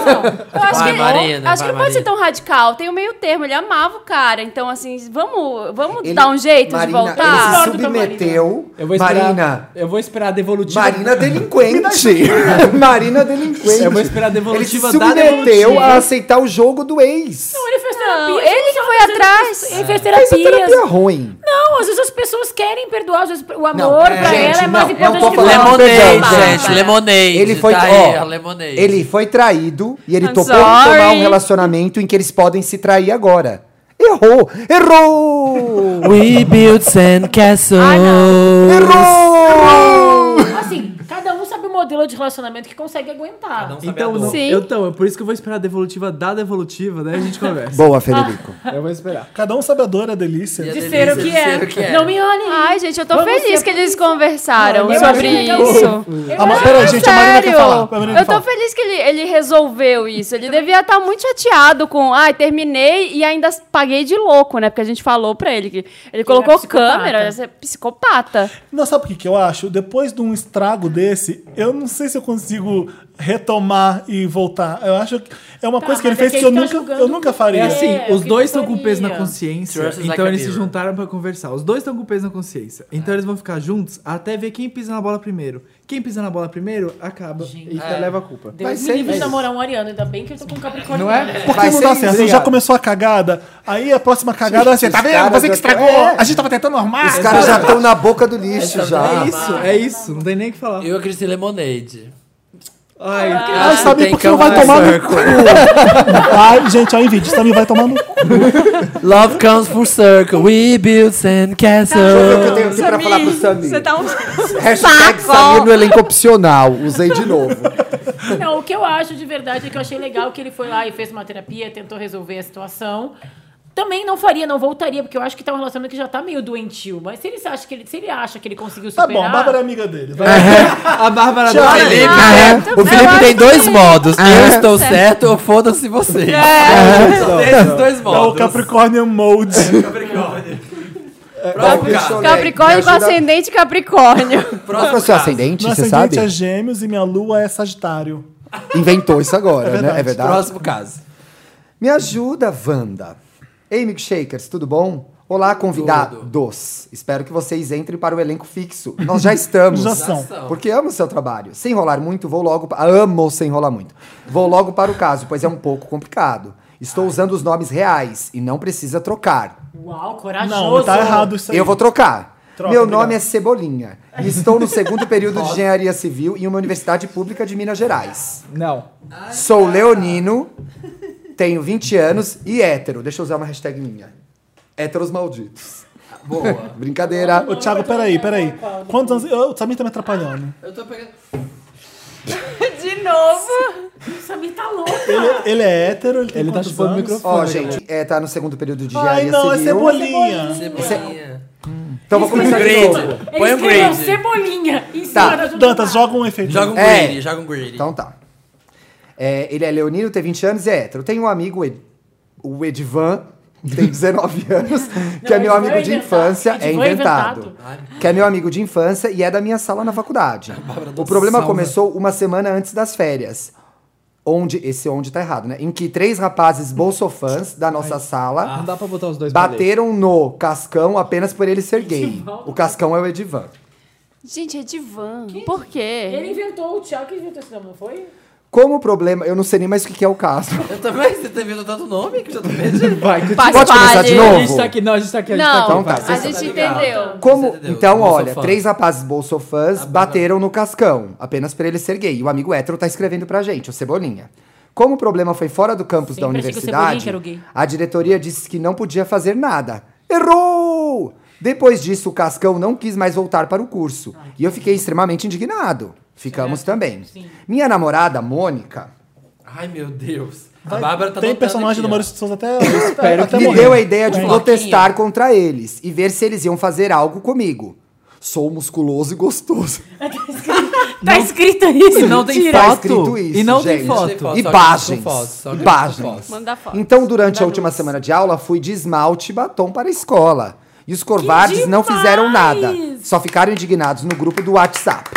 acho Vai, que, Marina, acho que vai, não pode ser Marina. tão radical. Tem o meio termo. Ele amava o cara. Então, assim, vamos, vamos dar um jeito Marina, de voltar. Ele se submeteu. Eu vou esperar, Marina. Eu vou esperar a devolutiva. Marina delinquente. Marina delinquente. Eu vou esperar a Ele se é devolutiva da submeteu devolutiva. a aceitar o jogo do ex. Não, ele fez terapia. Não, as ele que pessoas- foi atrás. Ele fez Mas é terapia terapia. ruim. Não, às vezes as pessoas querem perdoar. Às vezes o amor Não, pra gente, ela é mais não, importante não tô que falando o amor. Lemonade, perdão. gente, lemonade. Ele foi, Tá aí, ó, a lemonade. ele foi traído e ele I'm topou sorry. tomar um relacionamento em que eles podem se trair agora. Errou! Errou! We build sandcastles. Errou! Assim, cada um sabe o modelo de relacionamento que consegue aguentar. um Então, não, Sim. eu- então, é por isso que eu vou esperar a devolutiva da devolutiva, daí a gente conversa. Boa, Frederico. Eu vou esperar. Cada um sabe a dor, a delícia. De ser o que é. Não me olhem. Ai, gente, eu tô Vamos feliz ser que eles Então, conversaram Não, eu sobre acho legal isso. isso. Ah, mas peraí, gente, a Marina quer falar. A Marina eu tô feliz que ele, ele resolveu isso. Ele devia estar muito chateado com. Ai, terminei e ainda paguei de louco, né? Porque a gente falou pra ele que ele colocou psicopata. câmera, você é psicopata. Não, sabe o que, que eu acho? Depois de um estrago desse, eu não sei se eu consigo retomar e voltar. Eu acho que é uma Tá, coisa que ele né? mas é fez que que eu ele tá nunca, jogando eu nunca faria. É assim, os dois estão com peso na consciência, Dress is like então a eles se mirror. juntaram pra conversar. Os dois estão com peso na consciência, então É. eles vão ficar juntos até ver quem pisa na bola primeiro. Quem pisa na bola primeiro acaba e É. leva a culpa. É Deus me livre de namorar um ariano, ainda bem que eu tô com um capricórnio. Não é? Por que Vai não ser dá certo? isso, Você já obrigado. começou a cagada, aí a próxima cagada é assim, tá Os vendo? caras Você que já tão- estragou! É. A gente tava tentando armar! Os caras já estão na boca do lixo já. É isso, é isso. Não tem nem o que falar. Eu acredito em lemonade. Ai, Ah, sabe por que não vai tomar no cu? Ai, gente, aí, vídeo, também vai tomar no cu. Love comes full circle. We build Tá é sandcastle. Deixa eu ver o que eu tenho aqui pra falar pro Samir. Você tá um Hashtag Tá Samir saco. no elenco opcional. Usei de novo. Não, o que eu acho de verdade é que eu achei legal que ele foi lá e fez uma terapia, tentou resolver a situação. Também não faria, não voltaria, porque eu acho que tá um relacionamento que já tá meio doentio. Mas se ele acha que ele, se ele, acha que ele conseguiu Tá superar... bom, a Bárbara é amiga dele. vai. A Bárbara Tchau. do Felipe. Ah, é? O Felipe tem dois modos. Eu Ah. estou Certo. certo ou foda-se vocês. Não. Esses dois É o modos. Capricórnio Mode. É, Capricórnio com ascendente Capricórnio. Qual foi o seu ascendente, Meu você ascendente sabe? é Gêmeos e minha lua é Sagitário. Inventou isso agora, É né? verdade. É verdade. Próximo caso. Me ajuda, Wanda. Ei, milkshakers, tudo bom? Olá, convidados. Espero que vocês entrem para o elenco fixo. Nós já estamos. Já são. Porque amo o seu trabalho. Sem enrolar muito, vou logo. pa- Amo sem enrolar muito. Vou logo para o caso, pois é um pouco complicado. Estou usando os nomes reais e não precisa trocar. Uau, corajoso. Não, tá errado isso aí. Eu vou trocar. Troca, Meu obrigado. nome é Cebolinha e estou no segundo período de engenharia civil em uma universidade pública de Minas Gerais. Não. Sou leonino, tenho 20 anos e hétero. Deixa eu usar uma hashtag minha. Héteros malditos. Boa. Brincadeira. Ô, Thiago, peraí, peraí. Quantos anos. Eu, o Samir tá me atrapalhando. Eu tô pegando. De novo. Samir tá louco. Ele, ele é hétero, ele tem ele quantos anos? Ó, gente, é, tá no segundo período de Ai, engenharia não, é civil. cebolinha. Então vou começar de novo. Ele escreveu cebolinha em Tá. cima da- Tá. Dantas, joga um efeito. Joga um É. greedy, joga um greedy. Então tá. É, ele é leonino, tem 20 anos e é hétero. Tem um amigo, o Ed- o Edvan, que tem 19 anos, que é meu Edvan amigo é de inventado. infância. Edvan É é inventado. inventado. Que é meu amigo de infância e é da minha sala na faculdade. do O problema Salva. começou uma semana antes das férias. Onde, esse onde tá errado, né? Em que três rapazes bolsofãs da nossa sala Não dá pra botar os Ah, dois pra ler. bateram no Cascão apenas por ele ser gay. O Cascão é o Edivan. Gente, é divã. Por quê? Ele inventou o Thiago que inventou esse nome, não foi? Como o problema, eu não sei nem mais o que que é o caso. Eu também, você tá vendo tanto nome que eu já tô perdido. Vai, que Pode começar de novo? A gente tá aqui, não, a gente tá aqui, a gente Não, tá aqui. a gente entendeu. Como? Então, olha, bolsofã. três rapazes bolsofãs bateram no cascão, apenas por ele ser gay. E o amigo hétero tá escrevendo pra gente, o Cebolinha. Como o problema foi fora do campus da Sempre achei que o Cebolinha que universidade, era o gay. a diretoria disse que não podia fazer nada. Errou! Depois disso, o Cascão não quis mais voltar para o curso. E eu fiquei extremamente indignado. Ficamos É, também. Minha namorada, Mônica, Ai, meu Deus. Vai- a Bárbara tá Tem anotando personagem aqui, do ó. Maurício de Souza até. tá Espero que até me morrer. deu a ideia de Um protestar contra eles e ver se eles iam fazer algo comigo. Sou musculoso e gostoso. Tá escrito isso. E não tem mentira. foto. Tá escrito isso, E não tem gente. foto. E Só que com Imagens. foto, só que com Imagens. foto. Manda foto. Então, durante a última semana de aula, fui de esmalte e batom para a escola. E os corvardes não fizeram nada. Só ficaram indignados no grupo do WhatsApp.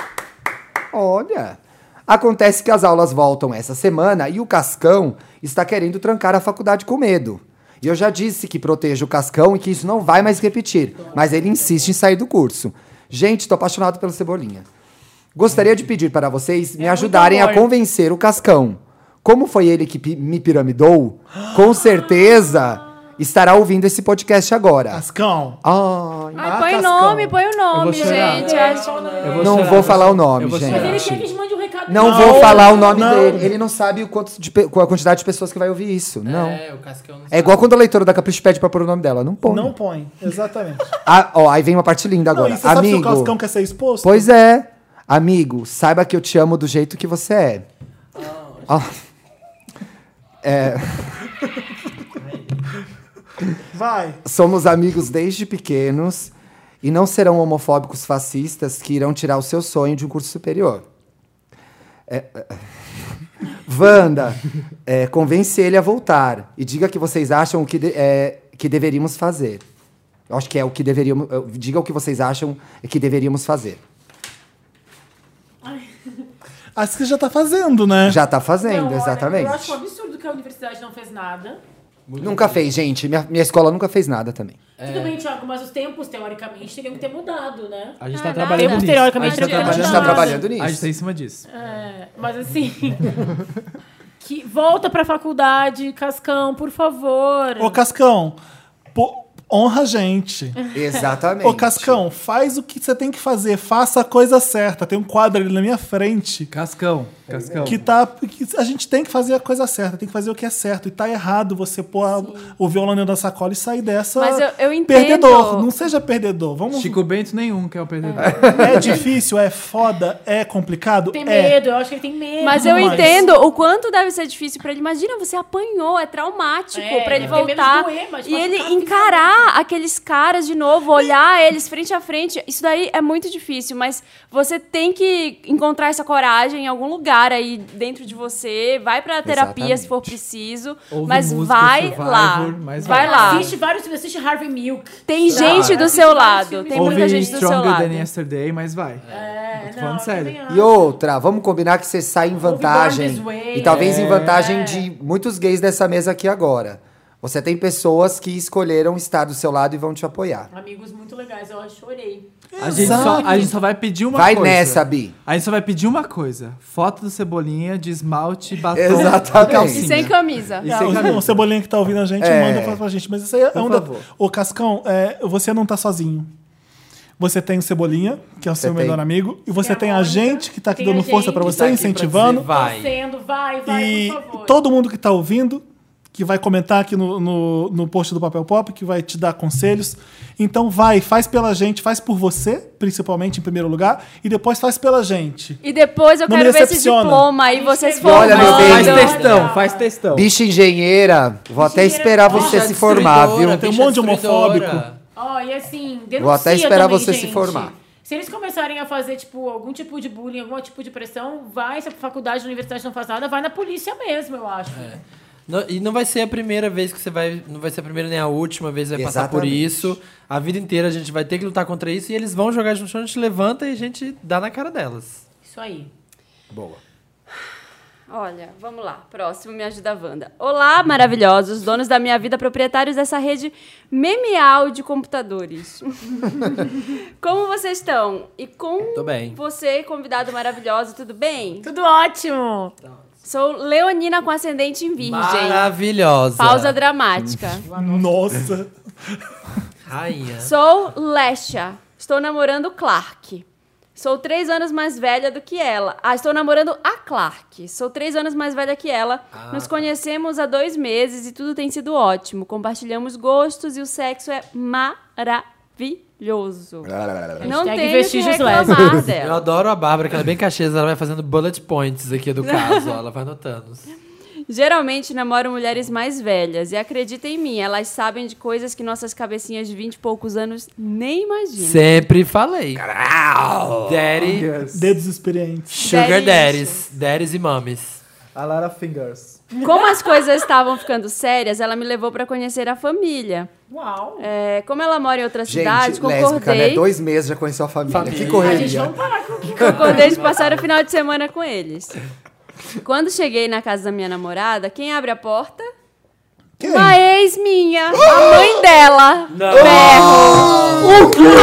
Olha. Acontece que as aulas voltam essa semana e o Cascão está querendo trancar a faculdade com medo. E eu já disse que protejo o Cascão e que isso não vai mais repetir, mas ele insiste em sair do curso. Gente, tô apaixonado pelo Cebolinha. Gostaria de pedir para vocês me ajudarem a amor. convencer o Cascão. Como foi ele que pi- me piramidou, com certeza estará ouvindo esse podcast agora. Ah, Cascão! Ai, Ai, põe o nome, põe o nome, Eu vou chorar. gente. Acho... não chorar, vou eu vou falar o chorar. nome, Eu vou gente. chorar. Ele quer que a gente mande um recado. Não, vou falar o nome dele. Ele não sabe o quanto de, pe- qual a quantidade de pessoas que vai ouvir isso. Não. É, É, o Cascão não igual quando a leitora da Capricho pede pra pôr o nome dela. Não põe. Não põe, exatamente. Ah, ó, aí vem uma parte linda Não, agora. e você sabe se Amigo. o Cascão quer ser exposto? Pois é. Amigo, saiba que eu te amo do jeito que você é. Ó. É, Vai. somos amigos desde pequenos e não serão homofóbicos fascistas que irão tirar o seu sonho de um curso superior. É, é, Wanda, é, convence ele a voltar e diga que vocês acham que, de- é, que deveríamos fazer. Eu acho que é o que deveríamos. eu- Diga o que vocês acham que deveríamos fazer. Acho que já tá fazendo, né? Já tá fazendo, Não, olha, exatamente. Eu acho um absurdo que a universidade não fez nada. Nunca fez, gente. Minha, minha escola nunca fez nada também. Tudo bem, Thiago, mas os tempos, teoricamente, teriam que ter mudado, né? A gente tá É, trabalhando Tempos, nisso. teoricamente, A gente tá teriam que ter mudado. trabalhando- A gente tá trabalhando nisso. A gente tá em cima disso. É, mas assim... que volta pra faculdade, Cascão, por favor. Ô, Cascão, pô, honra a gente. Exatamente. Ô, Cascão, faz o que você tem que fazer, faça a coisa certa. Tem um quadro ali na minha frente. Cascão, Cascão. Que tá. que a gente tem que fazer a coisa certa, tem que fazer o que é certo. E tá errado você pôr a- o violão dentro da sacola e sair dessa. Mas eu- eu entendo. Perdedor, não seja perdedor. Vamos. Chico Bento nenhum que é o perdedor. É difícil, é foda, é complicado. Tem é. medo, eu acho que ele tem medo. Mas eu Mas- entendo o quanto deve ser difícil pra ele. Imagina, você apanhou, é traumático É, pra ele ele tem medo de voltar. doer, mas e ele machucar encarar aqueles caras de novo, olhar eles frente a frente. Isso daí é muito difícil, mas você tem que encontrar essa coragem em algum lugar aí dentro de você. Vai pra terapia se for preciso, Ouve mas música, vai Survivor, lá. mas vai lá. Assiste vários filmes, assiste Harvey Milk. Tem gente do seu lado, tem Ouve muita gente do seu Stronger lado. Than Yesterday, mas vai. É, Tô falando sério. E outra, vamos combinar que você sai em vantagem. This Way. E talvez em É. vantagem de muitos gays dessa mesa aqui agora. Você tem pessoas que escolheram estar do seu lado e vão te apoiar. Amigos muito legais, eu chorei. A gente, só, a gente só vai pedir uma Vai coisa. nessa, Bi. A gente só vai pedir uma coisa. Foto do Cebolinha de esmalte, batom Exatamente. e calcinha. E sem camisa. Ah, o- o Cebolinha que tá ouvindo a gente É. manda pra, pra gente. Mas isso aí é Por um da... favor. Ô, Cascão, é, você não tá sozinho. Você tem o Cebolinha, que é o seu tem. melhor amigo, e você tem a gente que tá aqui tem a dando força gente pra que você, tá aqui pra incentivando. Sendo, vai, vai, E por favor. todo mundo que tá ouvindo, que vai comentar aqui no, no, no post do Papel Pop, que vai te dar conselhos. Então vai, faz pela gente, faz por você, principalmente em primeiro lugar, e depois faz pela gente. E depois eu Não quero me ver esse decepciona. diploma aí, vocês Olha, meu formando. bem. Faz textão, faz textão. Bicha engenheira, vou até esperar você se formar, viu? Tem um monte de homofóbico. Ó, e assim, denuncia Vou até esperar também, você se gente. formar. Se eles começarem a fazer, tipo, algum tipo de bullying, algum tipo de pressão, vai, se a faculdade, a universidade não faz nada, vai na polícia mesmo, eu acho. É. Não- e não vai ser a primeira vez que você vai. Não vai ser a primeira nem a última vez que vai passar por Exatamente. isso. A vida inteira a gente vai ter que lutar contra isso e eles vão jogar no chão, a gente levanta e a gente dá na cara delas. Isso aí. Boa. Olha, vamos lá. Próximo, me ajuda a Wanda. Olá, maravilhosos, donos da minha vida, proprietários dessa rede memeal de computadores. Como vocês estão? E com Tô bem. você, convidado maravilhoso, tudo bem? Tudo ótimo. Sou Leonina com ascendente em virgem. Maravilhosa. Pausa dramática. Nossa. Rainha. Sou Lesha. Estou namorando Clark. Sou três anos mais velha do que ela. Ah, estou namorando a Clark. Sou três anos mais velha que ela. Ah. Nos conhecemos há dois meses e tudo tem sido ótimo. Compartilhamos gostos e o sexo é maravilhoso. Não Hashtag tenho que vestígios reclamar leves. dela. Eu adoro a Bárbara, que ela é bem cachês, ela vai fazendo bullet points aqui do caso, ó, ela vai anotando. Geralmente namoro mulheres mais velhas. E acreditem em mim, elas sabem de coisas que nossas cabecinhas de vinte e poucos anos nem imaginam. Sempre falei. Daddy. Dedos experientes. Sugar Daddies. daddies. Daddies e mames. A lot of fingers. Como as coisas estavam ficando sérias, ela me levou pra conhecer a família. É, Uau! como ela mora em outra cidade, Gente, lésbica, né? concordei. Dois meses já conheceu a família. Que correria. Concordei de passar o final de semana com eles. Quando cheguei na casa da minha namorada, quem abre a porta? Uma ex minha, a mãe dela. Não. Oh! Berro. Uh! O quê?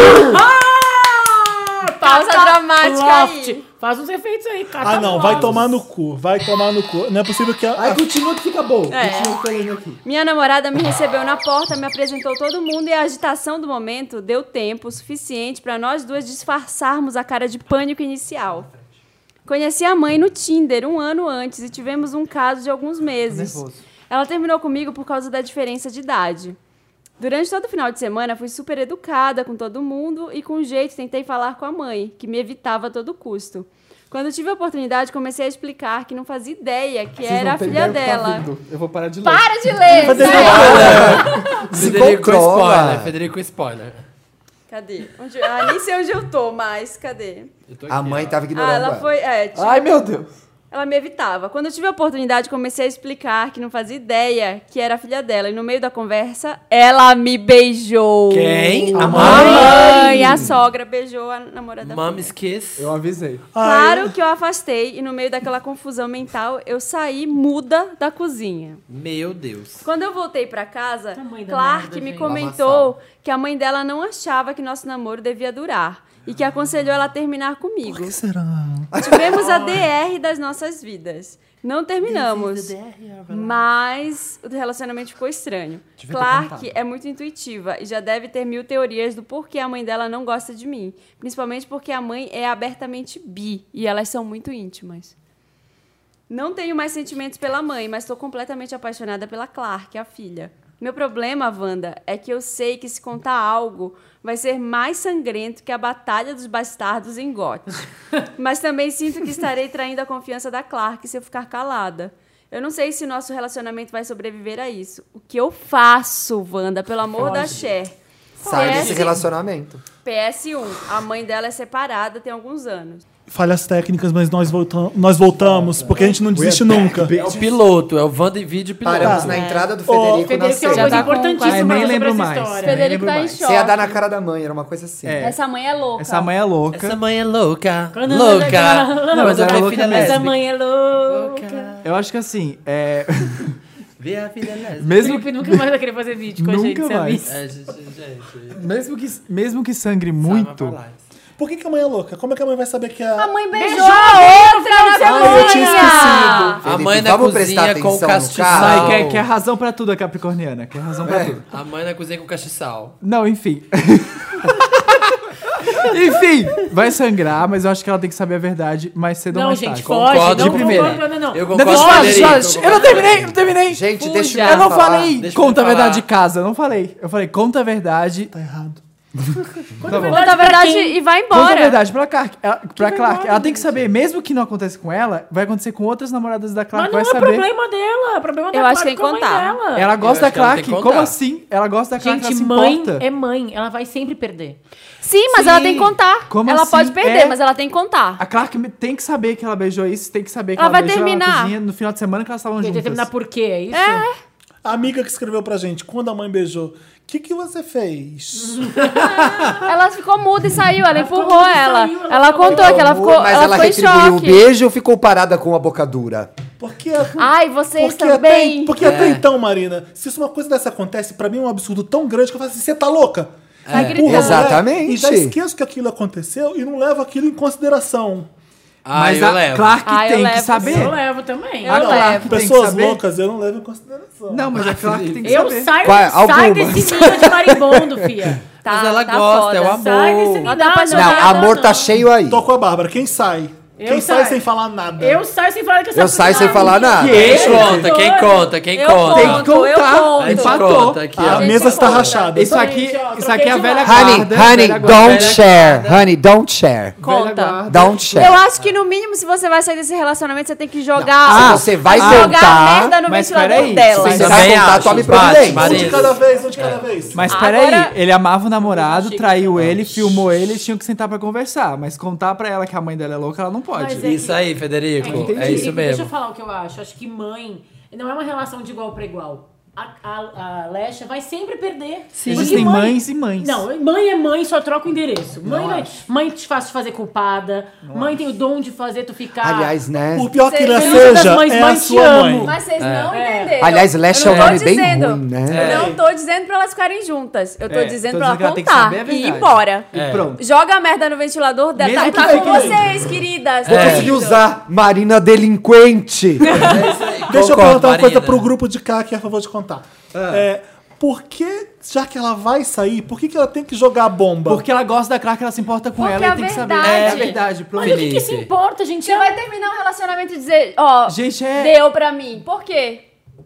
Pausa dramática Loft. aí. Faz uns efeitos aí, cara. Ah, não, vai tomar no cu, vai tomar no cu. Não é possível que. Aí continua que fica bom. É. Continua que tá lendo aqui. Minha namorada me recebeu na porta, me apresentou todo mundo e a agitação do momento deu tempo suficiente para nós duas disfarçarmos a cara de pânico inicial. Conheci a mãe no Tinder um ano antes e tivemos um caso de alguns meses. Ela terminou comigo por causa da diferença de idade. Durante todo o final de semana, fui super educada com todo mundo e, com jeito, tentei falar com a mãe, que me evitava a todo custo. Quando tive a oportunidade, comecei a explicar que não fazia ideia que Vocês era não a têm filha ideia do que tá dela. vindo. Eu vou parar de ler. Para de ler! Spoiler! Se Federico controla. spoiler, Federico é spoiler. Cadê? Onde... Ah, nem sei onde eu tô mais. Cadê? A mãe tava Ah, ignorando ela ela. foi. É, tipo- Ai, meu Deus. ela me evitava. Quando eu tive a oportunidade, comecei a explicar que não fazia ideia que era a filha dela. E no meio da conversa, ela me beijou. Quem? A A mãe? mãe? A sogra beijou a namorada Mames kiss. Eu avisei. Tá Claro que eu afastei e no meio daquela confusão mental, eu saí muda da cozinha. Meu Deus. Quando eu voltei pra casa, da Clark merda, me gente. comentou que a mãe dela não achava que nosso namoro devia durar e que aconselhou ela a terminar comigo. Por que será? Tivemos a DR das nossas vidas. Não terminamos. Mas o relacionamento ficou estranho. Devia ter Clark contado. é muito intuitiva e já deve ter mil teorias do porquê a mãe dela não gosta de mim. Principalmente porque a mãe é abertamente bi e elas são muito íntimas. Não tenho mais sentimentos pela mãe, mas estou completamente apaixonada pela Clark, a filha. Meu problema, Wanda, é que eu sei que se contar algo vai ser mais sangrento que a Batalha dos Bastardos em Gote. mas também sinto que estarei traindo a confiança da Clark se eu ficar calada. Eu não sei se nosso relacionamento vai sobreviver a isso. O que eu faço, Wanda, pelo amor da Foge. Cher? Sai desse PS1. relacionamento. PS1. A mãe dela é separada tem alguns anos. Falhas técnicas, mas nós, voltam, nós voltamos, porque a gente não desiste nunca. É o piloto, é o Wanda e vídeo piloto. Paramos É. na entrada do Federico, na é Federico tem uma cena. tá coisa importantíssima Eu nem sobre lembro essa mais. história. Federico lembro tá em mais. Você ia dar na choque. cara da mãe, era uma coisa assim. Essa mãe é louca. Essa mãe é louca. Essa mãe é louca. Não, mas ela é louca Essa lésbica. mãe é louca. Eu acho que assim, é. Vê a filha lésbica. Mesmo- Felipe nunca mais vai querer fazer vídeo com a gente, Nunca sabe? mais. É, gente, gente. mesmo, que, mesmo que sangre muito. Por que, que a mãe é louca? Como é que a mãe vai saber que a. A mãe beijou a outra na É Ah, eu tinha cegonha! esquecido. A mãe na vamos prestar cozinha com atenção no castiçal. Ai, quer, quer razão pra tudo a Capricorniana. Quer razão pra tudo. A mãe na cozinha com castiçal. Não, enfim. enfim, vai sangrar, mas eu acho que ela tem que saber a verdade mais cedo ou Não, mais gente, tarde. foge. não, de primeira. Não, não, não. Eu Não, fala, Jorge, eu não terminei, eu não terminei. Gente, deixa eu eu não falar. falei Deixa conta a eu falar. verdade de casa, eu não falei. Eu falei conta a verdade. Tá errado. Tá bom. Conta a verdade e vai embora. Conta a é verdade pra Clark. Ela, pra vai Clark. embora, ela tem que saber, mesmo que não aconteça com ela, vai acontecer com outras namoradas da Mas Clark. não é vai saber. problema dela. O problema da Eu acho que tem Clara que com a mãe contar. dela. Ela gosta da que ela Clark. tem que contar. Como assim? Ela gosta da Clark. Gente, ela se mãe importa. é mãe. Ela vai sempre perder. Sim, mas ela tem que contar. Como ela assim? pode perder, É. mas ela tem que contar. A Clark tem que saber que ela beijou isso, tem que saber que Ela ela, vai beijou ela na terminar. cozinha no final de semana que elas estavam Tem que juntas. determinar por quê, é isso? A amiga que escreveu pra gente, quando a mãe beijou, o que, que você fez? Ela ficou muda e saiu, ela ficou empurrou muda e ela. saiu, ela Ela falou, contou que ela Amor, ficou, Mas ela ela ficou em retribuiu o choque. beijo ou ficou parada com a boca dura? Porque, Ai, vocês porque, também. até, porque até então, Marina, se isso- uma coisa dessa acontece, pra mim é um absurdo tão grande que eu falo assim: você tá louca? É. Vai gritar. Empurra, né? Exatamente. E já esqueço que aquilo aconteceu e não levo aquilo em consideração. Ah, Mas eu a levo. Clark Ah, eu tem que levo, saber. Eu levo também. A Eu Clark levo. tem que Pessoas saber. loucas, eu não levo em consideração. Não, mas a Clark tem que Eu saber. saio, Qual é? sai Algumas. desse nível de marimbondo, fia. Tá, Mas ela tá gosta, é o foda. amor. Sai desse nível. Ela tá apaixonada. Não, amor tá cheio aí. Tô com a Bárbara, quem sai? Eu quem sai saio. sem falar nada? Eu saio sem falar que Eu saio sem falar nada. Quem conta, quem conta, quem Eu conta? Tem que Eu conto. contar. A gente Empatou. conta aqui, a ó. mesa está rachada. Isso aqui, Gente, ó, isso aqui é a troquei velha de guarda. Honey, honey, velha guarda. don't share. Honey, don't share. Conta. Don't share. Eu acho que no mínimo, se você vai sair desse relacionamento, você tem que jogar. Ah, você vai jogar contar, merda no mas ventilador peraí, dela. Se você Também vai contar, acho, tome bate, providência. bate. Um de cada vez, um de cada vez. É. Mas Ah, Agora- peraí, ele amava o namorado, traiu ele, filmou ele, eles tinham que sentar pra conversar. Mas contar pra ela que a mãe dela é louca, ela não pode. Mas é- Isso aí, Federico. É Felipe, isso Deixa eu mesmo. falar o que eu acho. Acho que mãe não é uma relação de igual para igual. A, a, a Lesha vai sempre perder. Sim. Existem mães e mães. Não, mãe é mãe, só troca o endereço. Mãe, vai- mãe te faz te fazer culpada. mãe tem o dom de fazer tu ficar. Aliás, né? Por pior que Sei, ela sei. seja, Mães, é a mãe, te sua mãe. amo. Mas vocês não É. entenderam. Aliás, Lash Eu é um não tô nome bem dizendo. ruim, né? Eu não tô dizendo pra elas ficarem juntas. Eu tô É, dizendo tô pra dizendo que ela ela tem que contar saber a e ir verdade. embora. E pronto. Joga a merda no ventilador dela. Mesmo Tá, que tá vai com que- vocês, queridas. Vou conseguir usar Marina Delinquente. Deixa eu Concordo, perguntar uma coisa Marina. pro grupo de cá que é a favor de contar. É, por que, já que ela vai sair, por que, que ela tem que jogar a bomba? Porque ela gosta da Clark, ela se importa com Porque ela é e tem que saber. verdade. É a verdade, pronto. Mas o que, que se importa, gente? Você vai terminar um relacionamento e dizer, ó, Gente, é- deu pra mim. Por quê?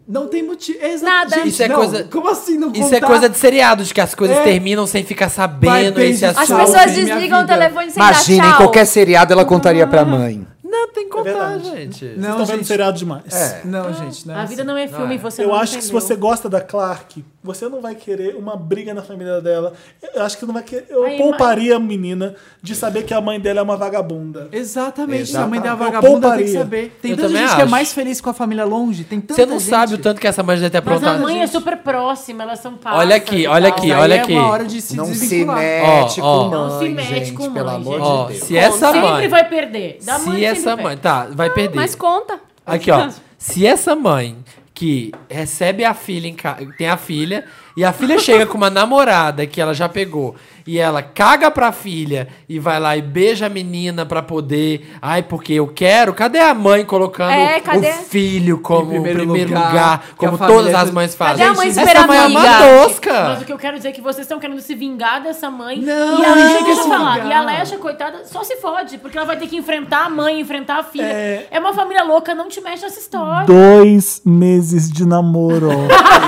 Não tem motivo. é exa- Nada. Gente, Isso é não. coisa- Como assim não Isso é contar? coisa de seriado, de que as coisas É. terminam sem ficar Vai, sabendo beijo, esse tchau. As assunto. pessoas minha desligam o vida. telefone sem dar Imagina, tchau. em qualquer seriado ela contaria pra mãe. Não, tem que contar, verdade. gente. Vocês estão vendo seriado demais. Não, gente, não é A vida não é filme, e você assim. Eu não acho que se entendeu. você gosta da Clark, você não vai querer uma briga na família dela. Eu acho que não vai querer. Eu Aí, pouparia a menina de saber que a mãe dela é uma vagabunda. Exatamente, a a mãe da vagabunda tem que saber. Tem Eu tanta também gente que é acho. mais feliz com a família longe, tem tanta Você não gente. sabe o tanto que essa mãe deve ter Mas aprontado. a mãe é super próxima, elas são pássaros. Olha aqui, e olha tal. aqui, é olha aqui. Não se Ó, mete ó. com mãe, Não se mete gente, com mãe, pelo amor gente. Ó, de Deus. se essa sempre mãe. vai perder. Da se mãe sempre essa perde. mãe. Tá, vai perder. Mas conta. Aqui, ó. Se essa mãe que recebe a filha em casa, tem a filha, e a filha chega com uma namorada que ela já pegou, e ela caga pra filha e vai lá e beija a menina pra poder, ai, porque eu quero. Cadê a mãe colocando É, cadê? o filho como Em primeiro primeiro, lugar, lugar, que a como família todas é as do- mães fazem? Cadê a mãe Essa super mãe é amiga? uma tosca. Mas o que eu quero dizer é que vocês estão querendo se vingar dessa mãe. Não, e a ninguém Lecha, quer deixa eu se falar, vingar. e a Lecha, coitada, só se fode, porque ela vai ter que enfrentar a mãe, enfrentar a filha. É. É, uma família louca, não te mexe nessa história. Dois meses de namoro.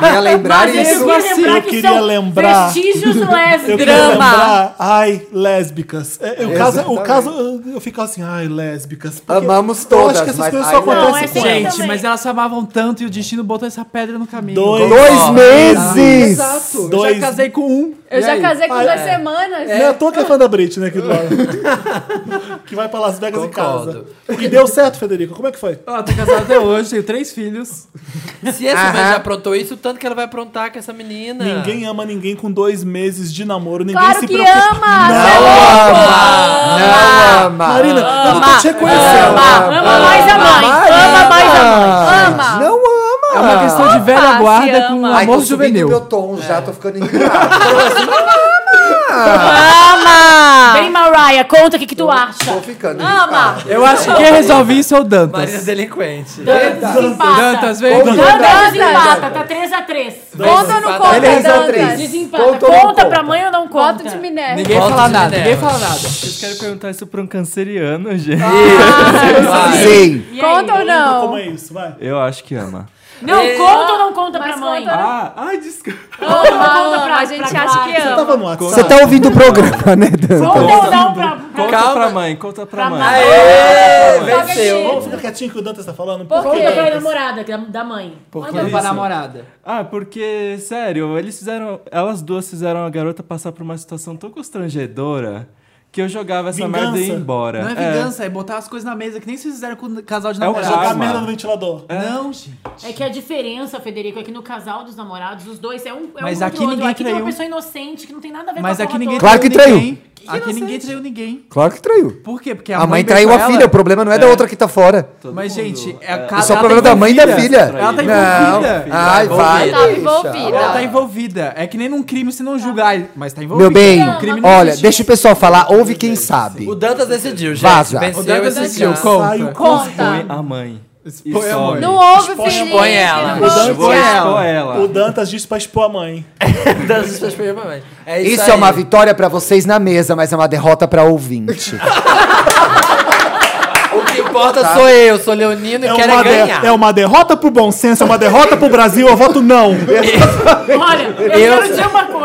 Queria lembrar Mas eu isso. queria lembrar eu que queria são lembrar. Vestígios lésbicos. Eu queria lembrar. Ai, lésbicas. É, o, caso, o Exatamente. caso, eu- eu ficava assim, ai, lésbicas. porque Amamos eu todas, acho que essas mas coisas ai, só não, acontecem essa com aí é elas. Gente, mas elas se amavam tanto e o destino botou essa pedra no caminho. Dois Dois meses! Exato. Eu Dois- já casei com um. Eu E já aí? casei com Ah, duas é. semanas. Não é à toa que é fã da Brit, né? Que, do lado. que vai pra Las Vegas em casa. O que deu certo, Federico? Como é que foi? Ah, tô casado até hoje, tenho três filhos. Se essa mãe Aham. já aprontou isso, o tanto que ela vai aprontar com essa menina. Ninguém ama ninguém com dois meses de namoro. Ninguém Claro se que preocupa. ama, Não cê é louco! ama! Não ama! Marina, eu não tô te reconhecendo. Ama, ama mais a mãe. é Ama mais a mãe. Ama. Não ama. É uma questão de velha Ama, guarda se com ama. Ai, amor tô subindo juvenil. É. meu tom já, tô ficando Ama! Vem, Mariah, conta o que, que tu acha. Tô ficando. Ama! Eu acho que quem resolve isso é o Dantas. Marina delinquente. Dantas empata. Dantas, vem. Dantas empata, tá 3x3. Conta ou não conta, Ele resolve Dantas? três. Desempata. Conta Conta, ou não conta? pra mãe ou não conta? Voto de Minerva. Ninguém Voto fala de nada, Minerva. ninguém fala nada. Vocês querem perguntar isso pra um canceriano, gente? Ah, Sim. Conta ou não? Como é isso? Vai. Eu acho que ama. Não, Ei. conta ou não conta pra mãe? Ah, ai, desculpa. Conta ou não conta Ama, pra a gente pra acha Clara? que ama. Você tava no WhatsApp? Você tá ouvindo o é programa, né, Danta? Conta ou não pra... Conta Calma. pra mãe, conta pra, Pra mãe. mãe. Conta pra mãe. Joga venceu. Vamos ficar quietinho que o Dantas tá falando. Por Por quê? Conta pra namorada que- é da mãe. Conta pra isso? é namorada. Ah, porque, sério, eles fizeram. Elas duas fizeram a garota passar por uma situação tão constrangedora que eu jogava essa merda e ia embora. Não é vingança, é. botar as coisas na mesa, que nem vocês fizeram com o casal de É o namorado. jogar merda no ventilador. Não, gente. É que a diferença, Federico, é que no casal dos namorados, os dois é um. É Mas um aqui contra o outro. ninguém aqui tem traiu. uma pessoa inocente que não tem nada a ver Mas com a aqui porra ninguém toda. Claro que traiu. ninguém. Aqui ninguém traiu ninguém. Claro que traiu. Por quê? Porque a, A mãe, beijou traiu a filha, ela. o problema não é, da outra que tá fora. Mas, gente, é a Isso ela é o problema tá da mãe e da filha. Ela tá Não. envolvida. Ai, vai, Ela tá deixa. envolvida. Ela tá envolvida. É que nem num crime se não julgar, mas tá envolvida. Meu bem, O crime não olha, existe. é deixa o pessoal falar, ouve quem sabe. O Dantas decidiu, gente. Vaza. Venceu O Dantas esse decidiu, caso. conta. Saiu Conta. Expõe a mãe. Expõe E a some. mãe. Não ouve, Felipe. Expõe ela. não O Dantas, ouve. Vou expor ela. o Dantas disse pra expor a mãe. Dantas fez pra mãe. É isso, Isso aí. é uma vitória pra vocês na mesa, mas é uma derrota pra ouvinte. O que importa Tá. sou eu, sou Leonino e É quero é uma, de- ganhar. é uma derrota pro bom senso, é uma derrota pro Brasil, eu voto não. Olha, eu, Eu- quero dizer uma coisa.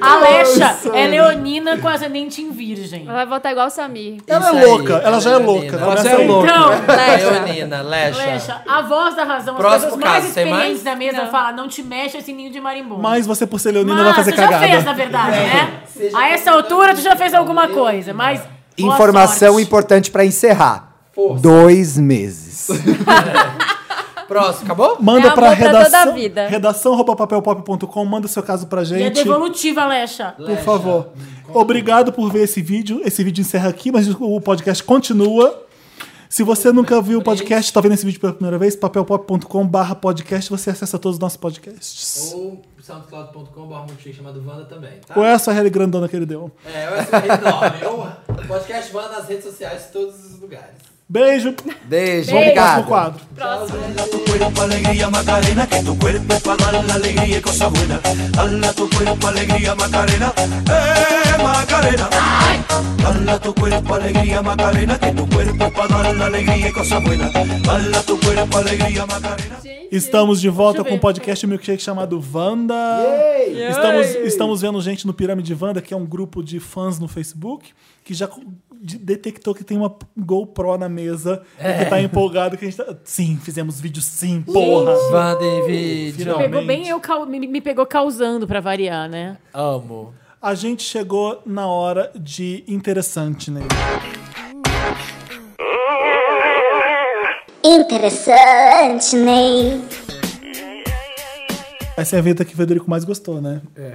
A Alexa é leonina com ascendente em virgem. Ela vai votar igual o Samir. Ela é louca, ela já é louca. Ela já começa é aí. louca. Então, Leonina, é Lecha. Alexa, a voz da razão, as Próximo pessoas mais caso, tem mais? experientes da mesa fala: não te mexe esse ninho de marimbondo. Mas você, por ser leonina, Mas vai fazer tu cagada. já fez, na verdade, né? É. A essa altura, tu já fez alguma coisa, mas. boa Informação sorte. importante pra encerrar. Dois meses. Próximo, acabou? Manda É pra amor pra toda redação. a vida. Redação arroba papelpop.com, manda seu caso pra E é gente. devolutiva, Alexa. Por favor. Obrigado por ver esse vídeo. Esse vídeo encerra aqui, mas o podcast continua. Se você nunca viu o podcast, está vendo esse vídeo pela primeira vez, papelpop.com/barra podcast, você acessa todos os nossos podcasts. Ou soundcloud.com.br um chique chamado Wanda também, tá? Qual é a sua regra grandona que ele deu? É, eu sou enorme. Eu- Podcast Wanda nas redes sociais, todos os lugares. Beijo. Vamos Beijo. pro Obrigado. próximo quadro. cuerpo alegría Macarena, que tu cuerpo para dar la alegría y cosas buenas. Dala tu cuerpo alegría Macarena, eh Macarena. Dala tu cuerpo alegría Macarena, que tu cuerpo para dar la alegría y cosas buenas. Dala tu cuerpo alegría Macarena. Estamos de volta com um podcast milkshake chamado Wanda. Yay! Estamos, Yay! estamos vendo gente no Pirâmide Wanda, que é um grupo de fãs no Facebook, que já co- de- detectou que tem uma GoPro na mesa É. e que tá empolgado que a gente tá. Sim, fizemos vídeo sim, porra! Gente. Mandem vídeo. Finalmente. Pegou bem eu, cau- me, me pegou causando pra variar, né? Amo. A gente chegou na hora de interessante né? nele. é. Interessante, Ney. Essa é a vinheta que o Federico mais gostou, né? É.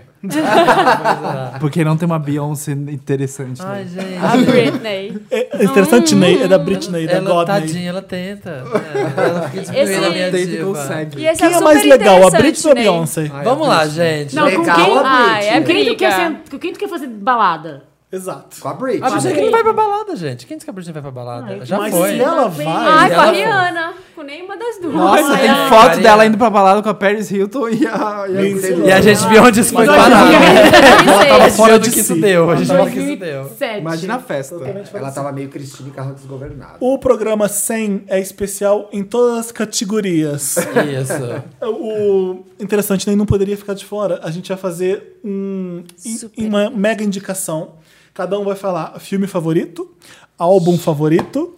Porque não tem uma Beyoncé interessante. Ai, né? gente. A Britney. É interessante, Hum. Ney, é da Britney, da tá ela, Godney. Tadinha, ela tenta. né? Ela fica de Esse- primeira na minha Tenta e diva. consegue. E esse é Quem é super mais legal, a interessante, Britney ou a Ney. Beyoncé? Ai, Vamos a lá, Britney. gente. Não, Legal, com quem? a Ah, é Britney. com quem tu briga. quer ser- com quem tu quer fazer balada? Exato. Com a Britney. A Britney Ah, que não vai pra balada, gente. Quem disse que a Britney vai pra balada? Ai, Já mas foi. se ela vai- Ai, com Ela a foi. Rihanna. Com nenhuma das duas. Nossa, tem Ai, foto Maria. dela indo pra balada com a Paris Hilton e a. E a, Isso. E a gente viu onde isso foi Mas parar, olha, né? Ela tava Ela fora é fora de de que si. isso deu. A gente Ela viu tava que isso fora de deu. si. Sete. Imagina a festa. Ela tava meio Cristina Carro desgovernada. O programa 100 é especial em todas as categorias. É, Isso. O interessante nem não poderia ficar de fora. A gente vai fazer um, in- uma mega indicação. Cada um vai falar filme favorito, álbum favorito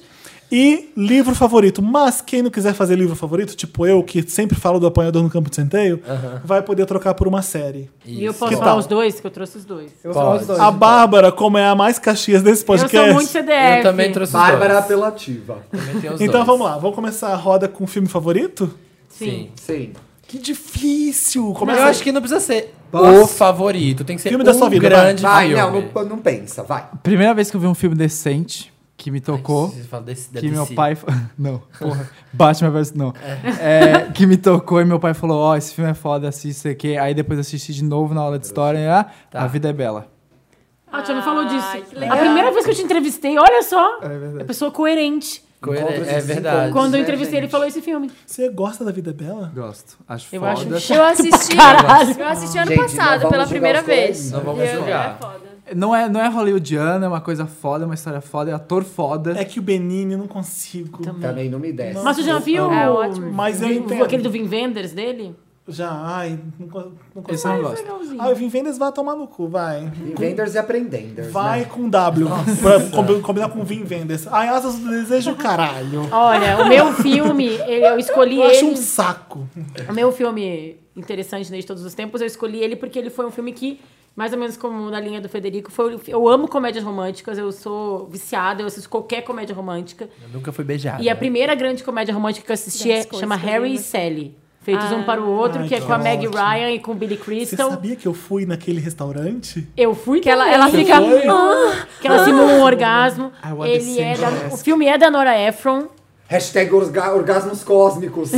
e livro favorito. Mas quem não quiser fazer livro favorito, tipo eu, que sempre falo do Apanhador no Campo de Centeio, Aham. vai poder trocar por uma série. E eu posso Que falar tal? os dois, que eu trouxe os dois. Eu vou falar os dois, A Bárbara, como é a mais caxias desse podcast. Eu sou muito CDF. Eu também trouxe os Bárbara dois. apelativa. Então vamos lá, vamos começar a roda com o filme favorito? Sim. Sim. Que difícil! é Mas Começa Eu acho que não precisa ser Posso? o favorito. Tem que ser Filme um da sua vida, vai. grande Vai, filme. não, não- Não pensa, vai. Primeira vez que eu vi um filme decente que me tocou. você fala desse- da que meu DC. pai. fa- Não, porra. Batman vs. Não. É, que me tocou e meu pai falou: Ó, esse filme é foda, assista aqui. Aí depois eu assisti de novo na aula de história. E, ah, Tá. A vida é bela. Ah, tu não falou disso. legal. A primeira vez que eu te entrevistei, olha só. É verdade. a pessoa coerente. Coerente, Encontros é e verdade. desencontros. Quando eu Né, entrevistei, ele gente? falou esse filme. Você gosta da vida bela? Gosto. Ah, Acho Eu foda. acho chato Eu assisti, pra caralho. eu assisti ano Gente, não passado, vamos pela julgar primeira os coreanos, vez. não vamos E eu- julgar. é foda. Não é, não é hollywoodiano, é uma coisa foda, é uma história foda, é ator foda. É que o Benini eu não consigo. Também. Tá não me desce. Mas tu já viu É Mas eu vi- entendo. aquele do Vin Vendors dele? Já, ai, não, co- não Esse é eu não gosto. Ah, o Vin Vendors vai tomar no cu, vai. Vin Vendors e Aprendenders. Vai né? com W, pra combi- combinar com Vin Vendors. Ai, asas do desejo, caralho. Olha, o meu filme, ele- eu escolhi Eu acho ele- um saco. O meu filme interessante desde todos os tempos, eu escolhi ele porque ele foi um filme que, mais ou menos como na linha do Federico, foi, eu amo comédias românticas, eu sou viciada, eu assisto qualquer comédia romântica. Eu nunca fui beijada. E a primeira grande comédia romântica que eu assisti é, Dez coisas chama que eu Harry e lembro. Sally. Feitos Ah. um para o outro, Ai, que é que com a Meg ótimo. Ryan e com o Billy Você Crystal. sabia que eu fui naquele restaurante? Eu fui Que ela- também. ela fica, Você foi? "Ah, que ela ah". simula um orgasmo. I want Ele the é same da- o dress. filme é da Nora Ephron. Hashtag orga- orgasmos cósmicos.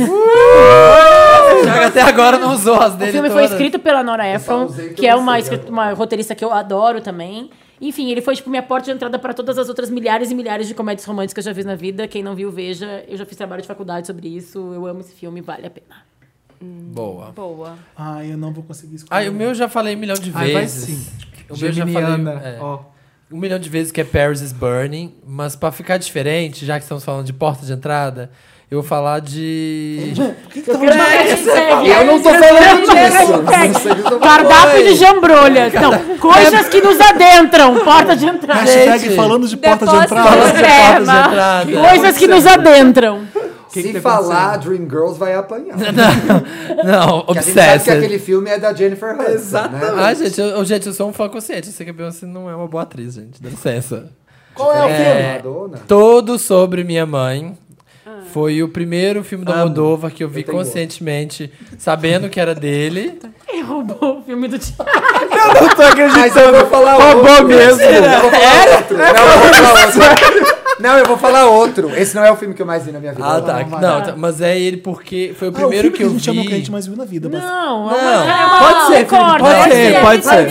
Joga até agora não usou as dele O filme foi todas. escrito pela Nora Ephron, que é uma, escrit- uma roteirista que eu adoro também. Enfim, ele foi tipo minha porta de entrada para todas as outras milhares e milhares de comédias românticas que eu já fiz na vida. Quem não viu, veja. Eu já fiz trabalho de faculdade sobre isso. Eu amo esse filme, vale a pena. Boa. Boa. Ai, Ah, eu não vou conseguir escolher. Ai, o meu eu já falei um milhão Ah, de Ai, vezes. vai sim. O meu eu já falei. Geminiana, É, ó. Um milhão de vezes que é Paris is Burning. Mas pra ficar diferente, já que estamos falando de porta de entrada, eu vou falar de. Eu quero uma É, que serve. eu não tô Eu falando quero uma disso. hashtag. Não sei o que eu tô Cardápio falando. de jambrolhas. Não, coisas que nos adentram. Porta de entrada. Hashtag falando de porta de entrada. Falando de porta de entrada. Coisas que nos adentram. Se falar, Dream Girls vai apanhar. Não, Que a gente sabe que Obsessed. aquele filme é da Jennifer Hudson. Exatamente. Ah, gente, eu, eu- gente, eu sou um fã consciente. Eu sei que a Beyoncé não é uma boa atriz, gente. Dá licença. Qual é o filme? Madonna? Todo sobre minha mãe. Foi o primeiro filme da Amo. Moldova que eu vi Eu tenho conscientemente, sabendo que era dele. Ele roubou o filme do Thiago. Eu não tô acreditando. Mas eu vou falar Tá Roubou outro. mesmo. Eu vou falar Era? outro. Não, eu vou falar outro. Não, eu vou falar outro. Esse não é o filme que eu mais vi na minha vida. Ah, tá. Não, tá, mas é ele porque foi Ah, o o primeiro filme que eu a gente ama é o que a vi. gente mais viu na vida. basicamente. Não, é pode ser, Felipe, pode ser, pode ser. É,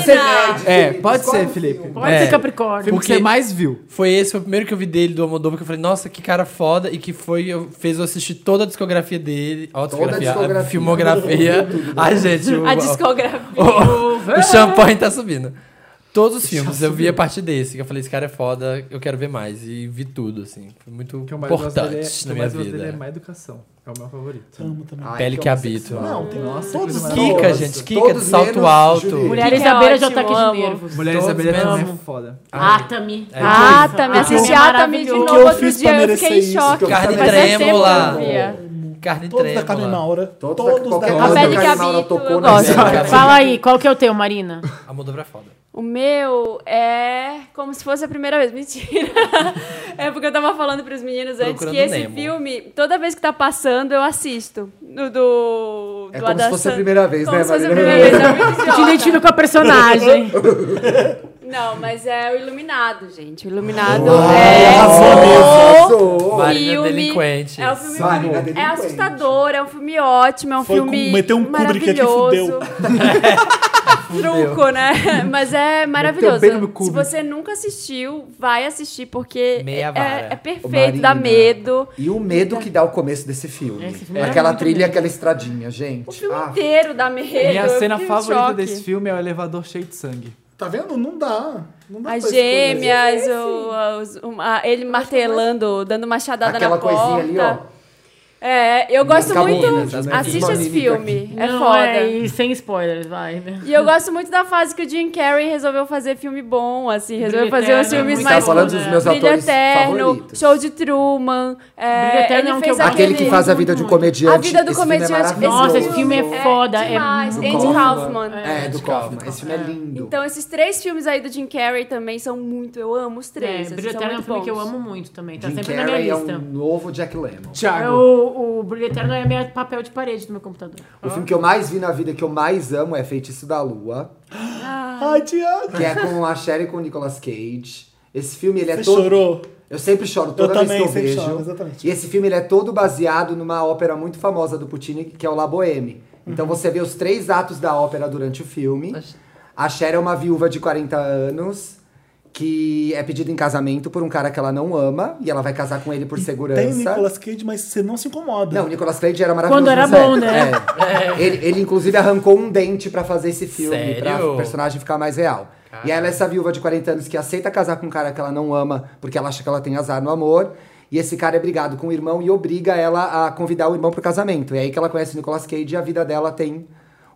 Felipe, pode ser, escolhe Felipe. Pode ser Capricórnio. Filme que você mais viu. Foi esse, foi o primeiro que eu vi dele, do Almodóvar, que eu falei, nossa, que cara foda, e que foi, eu- fez eu assistir toda a discografia dele, ó, Toda a discografia, a discografia. filmografia. Ai, gente, o, A discografia. o, o champanhe tá subindo. Tá Todos os filmes eu vi a partir desse, que eu falei, esse cara é foda, eu quero ver mais, e vi tudo, assim, foi muito O que eu mais gosto dele é- o importante que na eu minha mais gosto dele é vida. má educação. É o meu favorito. Amo também. Ai, Pele que, que habita. Não, tem Nossa, todos coisa Kika, maravilhosa. gente. Kika de salto alto. Mulheres é à beira de ataque de nervos. Mulheres à beira de Todos ataque mesmo. é foda. Ah, Atami. É. Atami, Ah, tá, assisti Atami de maravilhoso. novo O que eu outro fiz dia. pra Eu fiquei em merecer isso? choque. é O que eu Fazia fiz tempo pra que eu não trêmula. via. Carne Todos da Carmen Maura. Todos da qualquer Carmen coisa A pele que Maura habita, tocou eu na gosto. pele. Fala aí, qual que é o teu, Marina? A Moldova é foda. O meu é como se fosse a primeira vez. Mentira. é porque eu tava falando pros meninos antes Procurando que esse Nemo. filme, toda vez que tá passando, eu assisto. No, do. É do como Adam se fosse a Sand- primeira vez, como né, se fosse a Marina? primeira vez. é muito Te idiota. identifico com a personagem. Não, mas é o Iluminado, gente. O Iluminado Uau, é. arrasou mesmo, arrasou. filme- Marina Delinquente. É um filme Marina muito- É Delinquente. assustador, é um filme ótimo, é um Foi com- filme. meteu um Kubrick aqui, maravilhoso. Truco, né? Mas é maravilhoso. bem no meu Se Kubrick. você nunca assistiu, vai assistir, porque Meia vara. é, é Ô, perfeito, dá Marina, medo. E o medo que dá o começo desse filme. Esse filme é aquela muito trilha e medo. aquela estradinha, gente. O inteiro dá medo. Minha eu cena fiquei em favorita choque. desse filme é o elevador cheio de sangue. Tá vendo? Não dá. Não dá As pra escolher. gêmeas, o- os- um- a- ele martelando, dando machadada Aquela na porta. coisinha ali, ó. É, eu gosto muito. Meninas, né? né? as Assiste meninas. esse filme. É Não, foda. é, e sem spoilers, vai. né? E eu gosto muito da fase que o Jim Carrey resolveu fazer filme bom, assim, resolveu Brilho fazer Eterno os é filmes muito mais. bom, Tá falando dos né? meus Brilho atores Eterno, favoritos. Show de Truman. é, Brilho Eterno ele é um que fez Uhum. eu gosto Aquele que faz a vida de um comediante. A vida do Esse filme é comediante. Nossa, esse maravilhoso. filme é foda. É Tipo, demais. Do Andy Kaufman. É, do Kaufman. Esse filme é lindo. Então, esses três filmes aí do Jim Carrey também são muito. Eu amo os É, três. assim, Brilho são Eterno é um muito filme que eu bons. amo muito também. Tá Jim sempre na Carrey minha é lista. um novo Jack Lemmon. É o, o Brilho Eterno é meu papel de parede do meu computador. O filme que eu mais vi na vida, que eu mais amo, é Feitiço da Lua. Ah, Ah. Ai, Tiago. que é com a Sherry e com o Nicolas Cage. Esse filme, ele é Você todo... chorou? Eu sempre choro, toda Eu vez também que eu sempre vejo. choro, exatamente. E esse filme, ele é todo baseado numa ópera muito famosa do Puccini, que é o La Boheme. Então Uhum. você vê os três atos da ópera durante o filme. A Cher é uma viúva de 40 anos que é pedida em casamento por um cara que ela não ama e ela vai casar com ele por segurança. Tem Nicolas Cage, mas você não se incomoda. Não, o Nicolas Cage era maravilhoso. Quando era nessa bom, época. né? É. Ele, ele, inclusive, arrancou um dente pra fazer esse filme, pra Sério? o personagem ficar mais real. E ela é essa viúva de 40 anos que aceita casar com um cara que ela não ama, porque ela acha que ela tem azar no amor. E esse cara é brigado com o irmão e obriga ela a convidar o irmão pro casamento. E é aí que ela conhece o Nicolas Cage e a vida dela tem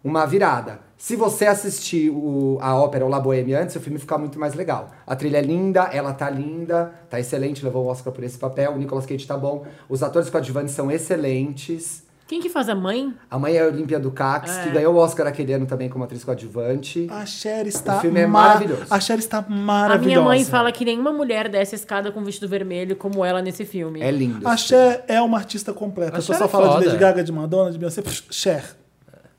uma virada. Se você assistir o- a ópera O La Boheme antes, o filme fica muito mais legal. A trilha é linda, ela tá linda, tá excelente, levou o Oscar por esse papel, o Nicolas Cage tá bom, os atores coadjuvantes são excelentes. Quem que faz a mãe? A mãe é a Olímpia Dukakis, É. que ganhou o Oscar aquele ano também como atriz coadjuvante. A Cher está O filme é ma- maravilhoso. A Cher está A maravilhosa. minha mãe fala que nenhuma mulher desce a escada com um vestido vermelho como ela nesse filme. É lindo. A Cher é uma artista A completa. A Cher pessoa é fala de foda. Lady Gaga, de Madonna, de Beyoncé. Psh, Cher.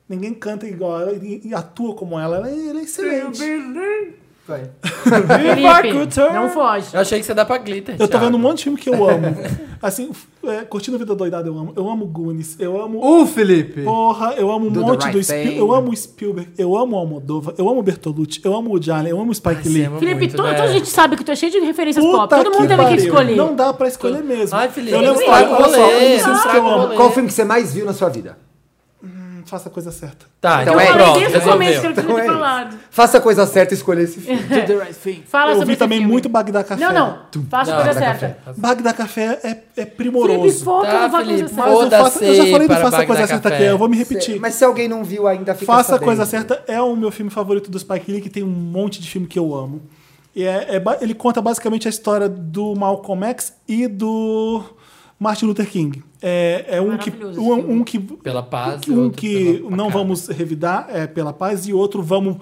Ninguém canta igual ela e, e atua como ela. Ela é, ela é excelente. Vai. Felipe, não foge. Eu achei que você dá pra glitter. É Eu tô Thiago. vendo um monte de filme que eu amo. Assim, f- é, Curtindo a Vida Doidada eu amo. Eu amo Goonies, eu amo... Uh, Felipe! Porra, eu amo um Do the monte do right Spielberg. thing. Eu amo o Spielberg, eu amo o Almodóvar, eu amo o Bertolucci, eu amo o Jalen, eu amo o Spike Lee. Felipe, toda né? a gente sabe que tu é cheio de referências Puta pop. Todo mundo que teve que pariu. escolher. Não dá pra escolher mesmo. Ai, Felipe, eu lembro não olha traga só, rolê, olha só, não filmes é que traga eu amo. rolê. Qual o filme que você mais viu na sua vida? Hum, Faça a coisa certa. Tá, então eu é falei isso. desde o Resolveu. começo que eu devia ter Então é falado. isso. Faça a coisa certa e escolha esse filme. Do the right thing. Fala eu sobre vi esse também filme. muito Bagdá Café. Não, não. Faça a coisa Bagdá certa. Café. Bagdá Café é, é primoroso. Felipe, foca Tá, no Bagdá Felipe, Café. Mas eu, faço, eu já foda-se falei do para Faça a Coisa Bagdá Certa Café. aqui, eu vou me repetir. Mas se alguém não viu ainda, fica Faça a sabendo. Coisa Certa é o meu filme favorito do Spike Lee, que tem um monte de filme que eu amo. E é- é ba- ele conta basicamente a história do Malcolm X e do Martin Luther King. É, é um, que, Maravilhoso um, um que. Pela paz e Um outro que não vamos revidar é, pela paz e outro vamos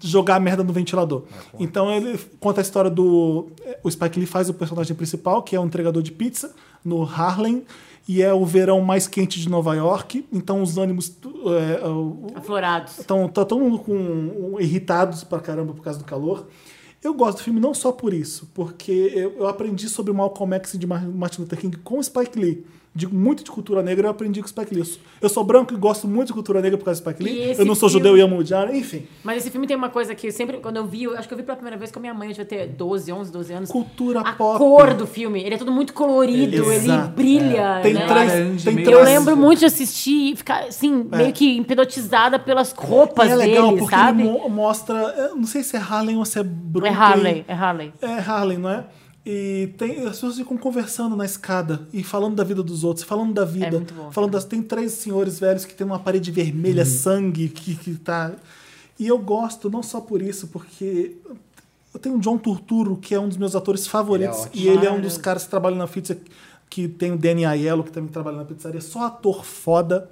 jogar a merda no ventilador. Então ele conta a história do. eh, O Spike Lee faz o personagem principal, que é um entregador de pizza no Harlem. E é o verão mais quente de Nova York, então os ânimos é, o- Aflorados. Então, tá todo mundo com, um, irritados pra caramba por causa do calor. Eu gosto do filme não só por isso, porque eu, eu aprendi sobre o Malcolm X e de Mar- Martin Luther King com o Spike Lee. De, muito de cultura negra eu aprendi com o Spike Lee. Eu sou, eu sou branco e gosto muito de cultura negra por causa do Spike E Lee. esse Eu não sou filme- judeu e amo o Diário, enfim. Mas esse filme tem uma coisa que eu sempre, quando eu vi, eu acho que eu vi pela primeira vez com a minha mãe, eu devia ter 12, 11, 12 anos. Cultura a pop. É, cor do filme, ele é todo muito colorido, ele Exato. brilha. Tem né? trans- Laranja, tem meio Eu trans- lembro muito de assistir e ficar, assim, É. meio que hipnotizada pelas roupas E é legal dele, porque sabe? ele mo- mostra. eu Não sei se é Harlem ou se é Brooklyn. É Harley, é Harley. É Harlem, não é? E tem, as pessoas ficam conversando na escada e falando da vida dos outros, falando da vida. É muito bom. falando das, tem três senhores velhos que tem uma parede vermelha, sangue, que, que tá. E eu gosto não só por isso, porque eu tenho o John Turturro, que é um dos meus atores favoritos, ótimo. e ele é um dos Maravilhoso. caras que trabalha na pizza, que tem o Danny Aiello, que também trabalha na pizzaria, só ator foda.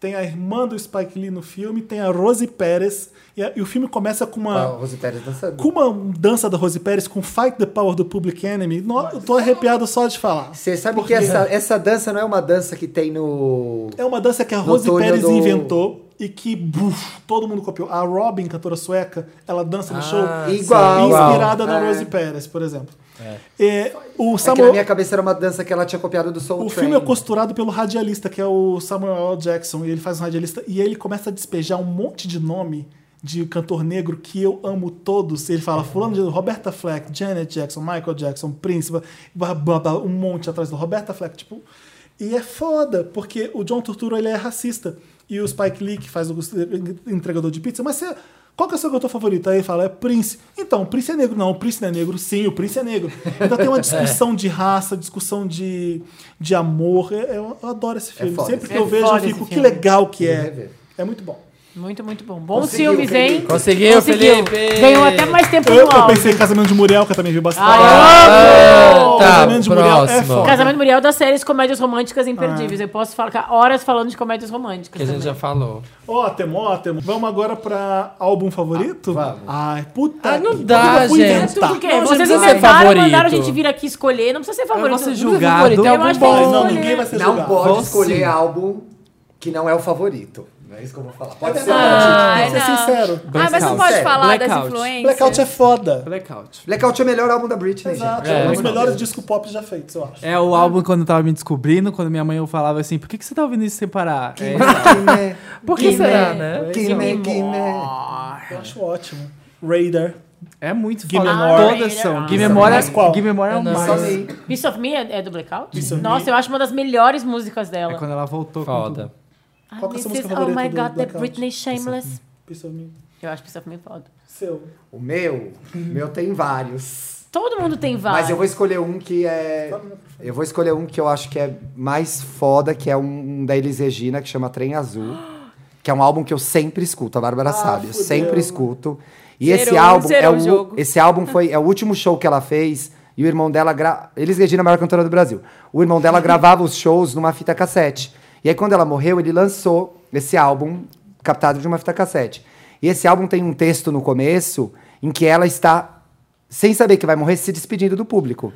Tem a irmã do Spike Lee no filme, tem a Rose Pérez, e, a- e o filme começa com uma. Ah, o Rose Pérez dançando. Com uma dança da Rose Pérez, com Fight the Power do Public Enemy, no- eu é tô arrepiado só de falar. Você sabe que essa, essa dança não é uma dança que tem no. É uma dança que a No Rose túnel Pérez do- inventou e que buf, todo mundo copiou. A Robin, cantora sueca, ela dança no Ah, show igual. inspirada na É. Rose Pérez, por exemplo. É, o É que na Samuel, minha cabeça era uma dança que ela tinha copiado do Soul o Train. filme é costurado pelo radialista, que é o Samuel L. Jackson, e ele faz um radialista e ele começa a despejar um monte de nome de cantor negro que eu amo todos. Ele fala fulano de Roberta Fleck, Janet Jackson, Michael Jackson, Prince, blá, blá, blá, um monte atrás do Roberta Fleck, tipo, e é foda, porque o John Turturro ele é racista. E o Spike Lee, que faz o entregador de pizza, mas você, qual que é o seu cantor favorito? Aí ele fala, é Prince. Então, o Prince é negro. Não, o Prince não é negro. Sim, o Prince é negro. Então tem uma discussão de raça, discussão de, de amor. Eu, eu adoro esse filme. É foda Sempre esse que eu filme. vejo, eu Foda esse fico, que filme. legal que Queria é. rever. É muito bom. Muito, muito bom. Bons Conseguiu, filmes, hein? Felipe. Conseguiu, Felipe. Ganhou até mais tempo Eu, no eu áudio. Ah, pensei em Casamento de Muriel, que eu também vi bastante. Ah, tá, Casamento de Muriel é próximo. foda. Ah. Casamento Muriel das séries Comédias Românticas Imperdíveis. Eu posso ficar horas falando de comédias românticas. Que a gente já falou. Ótimo, ótimo. Vamos agora pra álbum favorito? Ah, vamos. Ai, puta. Ah, não dá, gente. Tudo que Não, Vocês gente, não é inventaram, favorito. mandaram a gente vir aqui escolher. Não precisa ser favorito. vou ser Não precisa julgado. favorito, Eu Tem acho que tem que algum bom. é escolher. Não, ninguém vai ser Não julgado. pode Vou escolher sim. álbum que não é o favorito. É isso que eu vou falar. Pode ser Ai, ótimo. não. Ah, mas não pode falar das influências. Blackout é foda. Blackout. Blackout é o melhor álbum da Britney, Exato. gente. É, um dos Blackout. melhores discos pop já feitos, eu acho. É o álbum quando eu tava me descobrindo, quando minha mãe falava assim, por que, que você tá ouvindo isso sem parar? É, Por que é? será, né? Kimé, Eu acho ótimo. Raider. É muito Gimme foda. More. Todas Ah, são. Gimme More é- Mas qual? Gimme More é Eu um não mais. sei. Piece of Me é é do Blackout? Nossa, eu acho uma das melhores músicas É dela. Quando ela voltou Foda. Ah, É Qual que é this a sua música is- favorita Oh my do God, that Blackout? Britney Shameless. Piece of Me. Eu acho Piece of Me foda. Seu. O meu? O meu tem vários. Todo mundo tem vários. Mas eu vou escolher um que é. Eu vou escolher um que eu acho que é mais foda, que é um, um da Elis Regina, que chama Trem Azul. Que é um álbum que eu sempre escuto, a Bárbara sabe. Eu Ah, fudeu. sempre escuto. E Zerou, esse álbum é zerou o o, jogo. esse álbum foi é o último show que ela fez e o irmão dela gra... Elis Regina é a maior cantora do Brasil. O irmão dela gravava os shows numa fita cassete. E aí quando ela morreu, ele lançou esse álbum captado de uma fita cassete. E esse álbum tem um texto no começo em que ela está sem saber que vai morrer se despedindo do público.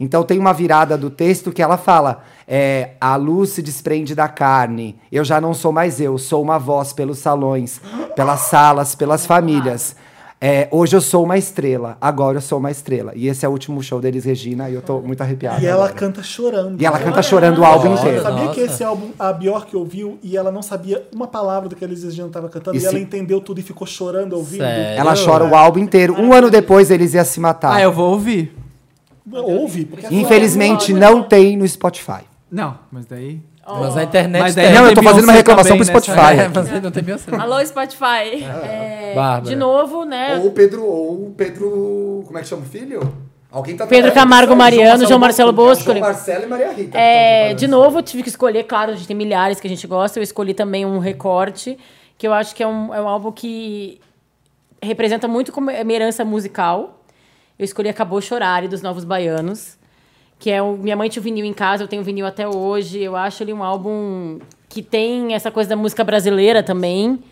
Então tem uma virada do texto que ela fala: é, a luz se desprende da carne. Eu já não sou mais eu, sou uma voz pelos salões, pelas salas, pelas famílias. É, hoje eu sou uma estrela, agora eu sou uma estrela. E esse é o último show deles, Regina, e eu tô muito arrepiada. E ela agora. canta chorando. é E ela canta chorando o álbum inteiro. Sabia Nossa. que esse álbum a Bjork ouviu e ela não sabia uma palavra do que a Elis Regina estava cantando E e se- ela entendeu tudo e ficou chorando ouvindo. Ela chora o álbum inteiro. Um ano depois eles iam se matar. Ah, eu vou ouvir. Ouve, porque Infelizmente não tem no Spotify. Não, mas daí. Mas a internet Mas tem. daí Não, eu tô tem fazendo uma Beyoncé reclamação também, pro né? Spotify. É, mas aí não tem Beyoncé. Alô, Spotify. É, Bárbara. de novo, né? Ou o Pedro, ou o Pedro. Como é que chama o filho? Alguém tá Pedro Camargo Mariano, João Marcelo Bosco. João Marcelo e Maria Rita. É, de novo, eu tive que escolher, claro, a gente tem milhares que a gente gosta. Eu escolhi também um recorte, que eu acho que é um, é um álbum que representa muito como é minha herança musical. Eu escolhi Acabou Chorare, dos Novos Baianos, que é o, minha mãe tinha o vinil em casa, eu tenho o vinil até hoje. Eu acho ele um álbum que tem essa coisa da música brasileira também.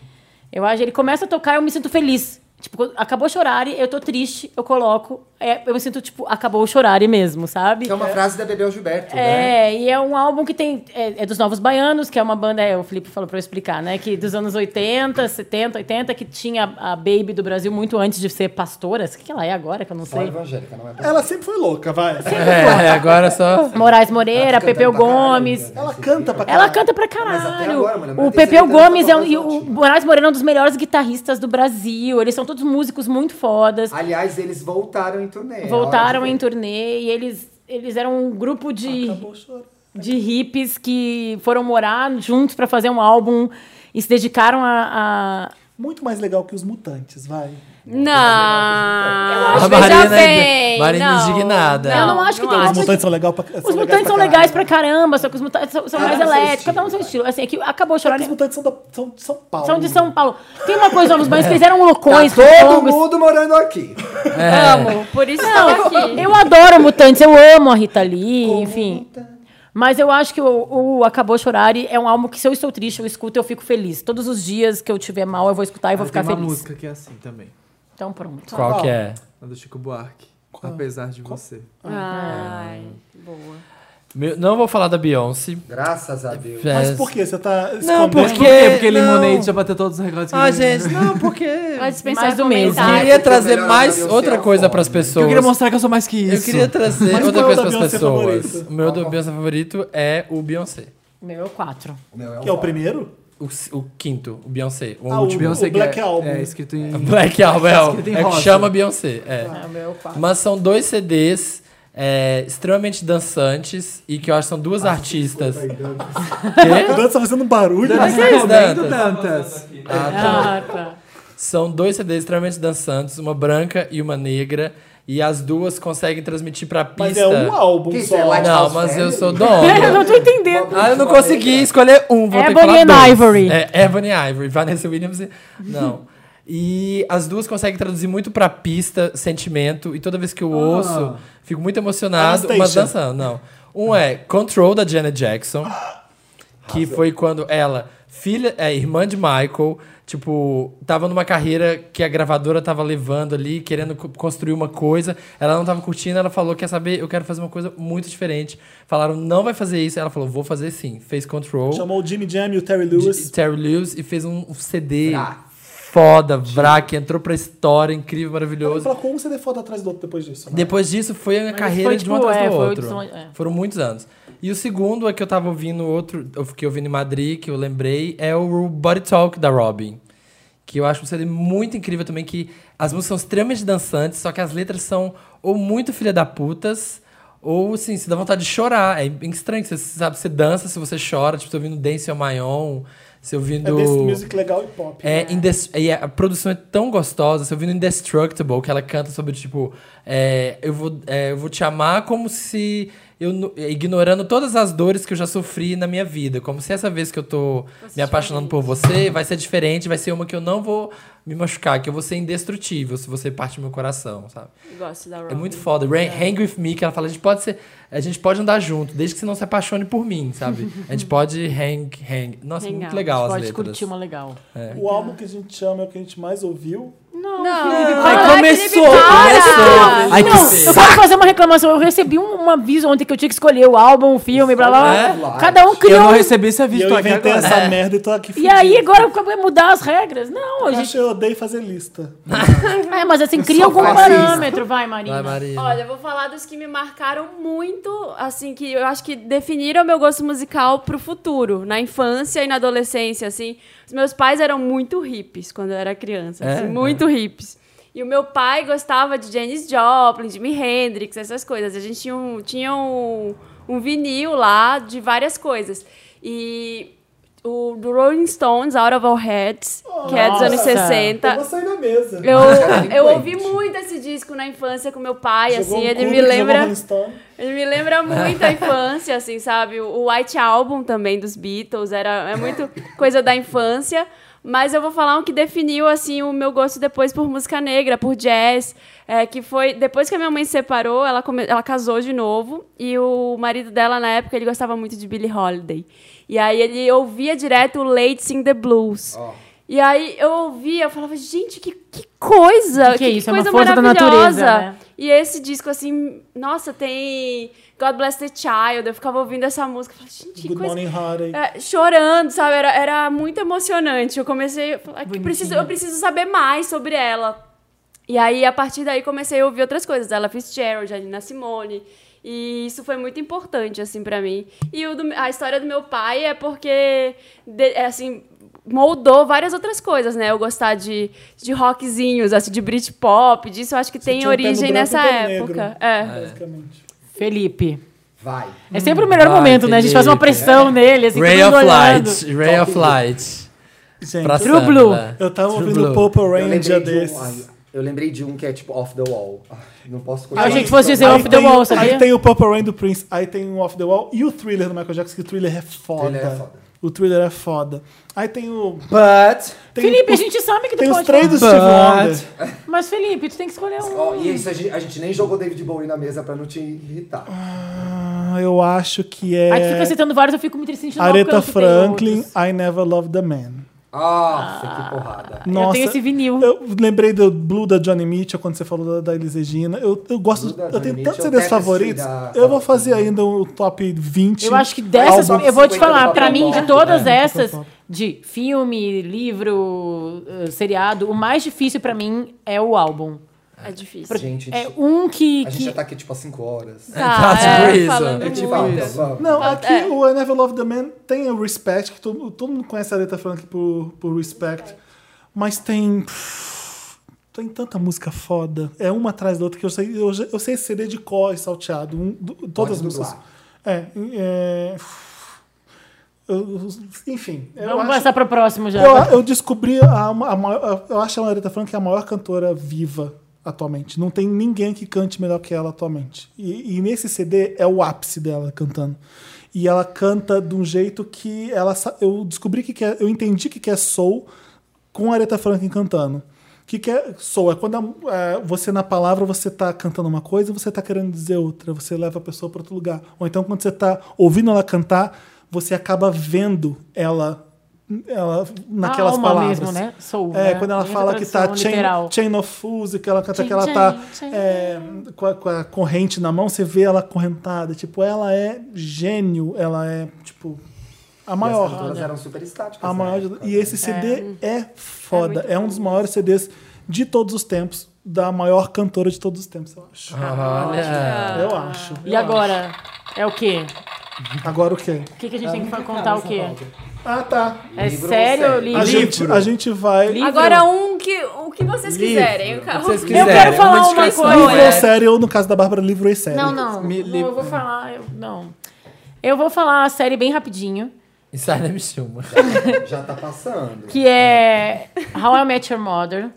Eu acho, ele começa a tocar, eu me sinto feliz. Tipo, quando acabou chorar, eu tô triste, eu coloco. é, eu me sinto, tipo, acabou chorar mesmo, sabe? É uma frase da Bebel Gilberto, né? É, e é um álbum que tem. É, é dos Novos Baianos, que é uma banda, é, o Felipe falou pra eu explicar, né? Que dos anos 80, 70, 80, que tinha a Baby do Brasil muito antes de ser pastora. O que ela é agora, que eu não Só sei. evangélica, não é pra- Ela sempre foi louca, vai. É, agora só. Moraes Moreira, Pepeu Gomes. Ela canta pra Ela canta pra caralho. o Pepeu Gomes é um, e o Moraes Moreira é um dos melhores guitarristas do Brasil. Eles são todos músicos muito fodas. Aliás, eles voltaram em turnê. é Voltaram Olha, em turnê e eles, eles eram um grupo de, de hippies que foram morar juntos pra fazer um álbum e se dedicaram a. a muito mais legal que os mutantes, vai. Não. Eu acho, A veja é Marina bem. ainda- Marina não. indignada. eu não acho que tem Os mutantes são legal pra né? Os mutantes são legais pra caramba, só que os mutantes são, são Cada mais um seu elétricos, cada um seu estilo. Assim, aqui acabou de chorar. Os mutantes são, de São Paulo. né? É. São de São Paulo. Tem uma coisa, os banhos que eles eram loucões, Tá todo longos. mundo morando aqui. Amo, por isso Não, estão aqui. Eu adoro mutantes, eu amo a Rita Lee, enfim. Mas eu acho que o, o Acabou Chorar é um álbum que, se eu estou triste, eu escuto e eu fico feliz. Todos os dias que eu tiver mal, eu vou escutar e vou Ah, ficar tem uma feliz. música que é assim também. Então pronto. Qual que é? A do Chico Buarque. Apesar de você. Ai, boa. Meu- Não vou falar da Beyoncé. Graças a Deus. Mas por que você tá Não, escondendo? É, porque... Porque não. Lemonade já bateu todos os recordes. que Ah, ele- gente, não, porque... Vai dispensar mais do mesmo. comentários. Eu queria trazer mais outra coisa pras pessoas. Eu queria mostrar que eu sou mais que isso. Eu queria trazer Mas outra qual é o da coisa pras Beyoncé pessoas. favorito? O meu do Beyoncé favorito é o Beyoncé. Meu é o 4. Que é o primeiro? O, s- o quinto, o Beyoncé. O Ah, o- último. Beyoncé o que Black é- Album. é escrito em- Black Album, é, Tá o- escrito em é o que rosa. chama Beyoncé. É. Ah, meu pai. Mas são dois CDs é, extremamente dançantes e que eu acho que são duas Ah, artistas. O Dantas tá fazendo um barulho. Dantas, Vocês, Dantas. Dantas. Ah, tá. São dois CDs extremamente dançantes, uma branca e uma negra. E as duas conseguem transmitir pra pista. Mas é um álbum Que isso, só. é Lighthouse Não, mas eu Family? sou dono. Eu não tô entendendo. Ah, eu não consegui escolher um. Vou ter que Ebony falar and dois. Ivory. É, Ebony and Ivory. Vanessa Williams. e- Não. E as duas conseguem traduzir muito pra pista sentimento. E toda vez Ah. que eu ouço, fico muito emocionado. Mas Anastasia. dançando, não. Um é Control, da Janet Jackson. Que foi quando ela, filha, é, irmã de Michael, tipo, tava numa carreira que a gravadora tava levando ali, querendo co- construir uma coisa. Ela não tava curtindo, ela falou: quer saber? Eu quero fazer uma coisa muito diferente. Falaram, não vai fazer isso. Ela falou, vou fazer sim. Fez control. Chamou o Jimmy Jam e o Terry Lewis. Terry Lewis e fez um CD foda, Vrac, entrou pra história, incrível, maravilhoso. Placou um CD foto atrás do outro depois disso. né? Depois disso foi a Mas carreira foi, de tipo, um atrás é, do foi outro. de um- é. Foram muitos anos. E o segundo é que eu tava ouvindo outro, eu fiquei ouvindo em Madrid, que eu lembrei, é o Body Talk da Robin. Que eu acho um CD muito incrível também, que as músicas são extremamente dançantes, só que as letras são ou muito filha da putas, ou assim, se dá vontade de chorar. É bem estranho, que você sabe, você dança se você chora, tipo, tô ouvindo Dance on My Own, se ouvindo. É desse music legal e pop. É, né? indes- e a produção é tão gostosa. Você ouvindo Indestructible, que ela canta sobre, tipo, é, eu, vou, é, eu vou te amar como se. Eu, nu- é, ignorando todas as dores que eu já sofri na minha vida. Como se essa vez que eu tô me apaixonando por você vai ser diferente, vai ser uma que eu não vou me machucar, que eu vou ser indestrutível se você parte do meu coração, sabe? Eu gosto da Robin. É muito foda. Ran- Hang with me, que ela fala, a gente pode ser. A gente pode andar junto, desde que você não se apaixone por mim, sabe? A gente pode hang, hang. Nossa, Hang muito out. legal A as gente letras. pode curtir uma legal. É. O álbum que a gente ama é o que a gente mais ouviu. Não, Não. para, Ai, começou, Felipe, para! começou. Ai, que Ah, não, eu saco. quero fazer uma reclamação. Eu recebi um, um aviso ontem que eu tinha que escolher o álbum, o filme, blá blá blá. É? Cada um criou. Eu não um- recebi esse aviso, E tô eu aqui inventei agora. essa É. merda e tô aqui E aí, agora eu vou mudar as regras? Não, a Eu, gente. acho, eu odeio fazer lista. É, mas assim, Eu cria sou algum fascista. parâmetro, vai, Marina. Olha, eu vou falar dos que me marcaram muito, assim, que eu acho que definiram meu gosto musical pro futuro, na infância e na adolescência, assim. Os meus pais eram muito hippies quando eu era criança, É? assim, muito hippies. E o meu pai gostava de Janis Joplin, Jimi Hendrix, essas coisas. A gente tinha um, tinha um, um vinil lá de várias coisas. E o do Rolling Stones, Out of Our Heads, que é dos Nossa. anos 60. Eu vou sair da mesa. Eu, eu ouvi muito esse disco na infância com meu pai, Jogou assim, um ele me Kubrick, jogou lembra. Rolling Stone. Ele me lembra muito a infância, assim, sabe? O White Album também dos Beatles, era é muito coisa da infância. Mas eu vou falar um que definiu, assim, o meu gosto depois por música negra, por jazz, é, que foi... Depois que a minha mãe se separou, ela, come- ela casou de novo, e o marido dela, na época, ele gostava muito de Billie Holiday. E aí ele ouvia direto o Late Sing the Blues. E aí eu ouvia, eu falava, gente, que, que coisa! Que que é isso? É uma coisa força da maravilhosa! natureza, né? E esse disco, assim, nossa, tem God Bless the Child. Eu ficava ouvindo essa música. eu Falava, gente, que Good coisa. Morning, Harry. É, chorando, sabe? Era, era muito emocionante. Eu comecei a falar que preciso, eu preciso saber mais sobre ela. E aí, a partir daí, comecei a ouvir outras coisas. Ela Fitzgerald, a Nina Simone. E isso foi muito importante, assim, para mim. E o do- a história do meu pai é porque, de- é, assim, moldou várias outras coisas, né? Eu gostar de, de rockzinhos, assim, de Britpop, disso eu acho que tem tinha um terno branco e origem um nessa terno época. negro, É. Felipe. Vai. É sempre o melhor Vai, momento, né? A gente faz uma Felipe. É. pressão nele, assim, Ray todo of mundo olhando. Light. Ray of Light. Gente, Pra True Blue. samba. Eu tava True ouvindo Blue. Purple Eu Rain um lembrei dia de um- desses. ai, eu lembrei de um que é tipo Off the Wall. Ai, não posso Aí- Ah, continuar. um- aí tem o- Aí tem o Purple Rain do Prince, aí tem o Off the Wall e o Thriller do Michael Jackson, que o Thriller é foda. Thriller é foda. O Thriller é foda. Aí tem o... But... Felipe, a gente sabe que tu Tem os pode três do falar. Steve Wonder. Mas, Felipe, tu tem que escolher um. Ó, e isso, a gente, a gente nem jogou David Bowie na mesa pra não te irritar. Ah, eu acho que é... Aí tu fica citando vários, eu fico me triste mal, porque eu Aretha não citei Franklin, outros. I Never Loved a Man. Nossa, que porrada. Nossa, tenho esse vinil. Eu lembrei do Blue da Johnny Mitchell quando você falou da, da Elis Regina. Eu, eu gosto. da Eu tenho Johnny tantos Mitchell, CDs Tapestry favoritos. da- Eu vou fazer ainda o top 20. Eu acho que dessas, álbuns. eu vou te falar, pra mim, de todas É, essas, top. de filme, livro, eh, seriado, o mais difícil pra mim é o álbum. É difícil. Porque Gente, é um que. A gente já tá aqui tipo há 5 horas. Tá, é, é, falando É tipo, ah, muito. vamos. Não, aqui o I Never Loved a Man tem o Respect, que todo, todo mundo conhece a Aretha Franklin por, por Respect. Mas tem. Tem tanta música foda. É uma atrás da outra que eu sei. Eu, já- eu sei esse CD de cor e salteado. um- do- todas as Pode músicas. dublar. É. é eu- eu- enfim. eu Vamos acho- passar pro próximo já. Eu, eu descobri a, a maior- Eu acho a Aretha Franklin é a maior cantora viva atualmente. Não tem ninguém que cante melhor que ela atualmente. E, e nesse CD é o ápice dela cantando. E ela canta de um jeito que ela. sa- Eu descobri que, que é, eu entendi que, que é soul com a Aretha Franklin cantando. O que, que é soul? É quando a- é, você, na palavra, você tá cantando uma coisa você tá querendo dizer outra. Você leva a pessoa para outro lugar. Ou então, quando você tá ouvindo ela cantar, você acaba vendo ela, ela naquelas alma palavras. mesmo, né? Soul, é, né? quando ela Tem essa fala que tá tradução chain, literal. chain of Fools, e que ela canta Chain, que ela chain, tá chain. é, com, a, com a corrente na mão, você vê ela acorrentada. Tipo, ela é gênio, ela é, tipo, a maior. as cantoras eram super estáticas, A né? maior de- E esse CD é, foda. É, um dos maiores CDs de todos os tempos, da maior cantora de todos os tempos, eu acho. Ah, Olha. Eu acho. é. E eu agora? É o quê? acho. Agora o quê? O que, que a gente tem que fa- contar o quê? Ah, tá. É sério, livro? A gente, a gente vai. Agora um que, o que vocês Livro. quiserem. O O que vocês É Eu quero falar uma, Livro coisa. é série, ou no caso da Bárbara, livro é série. Não, não. não, eu vou falar. eu- não. Eu vou falar a série bem rapidinho, Isso aí me chama. Já tá passando. que é How I Met Your Mother,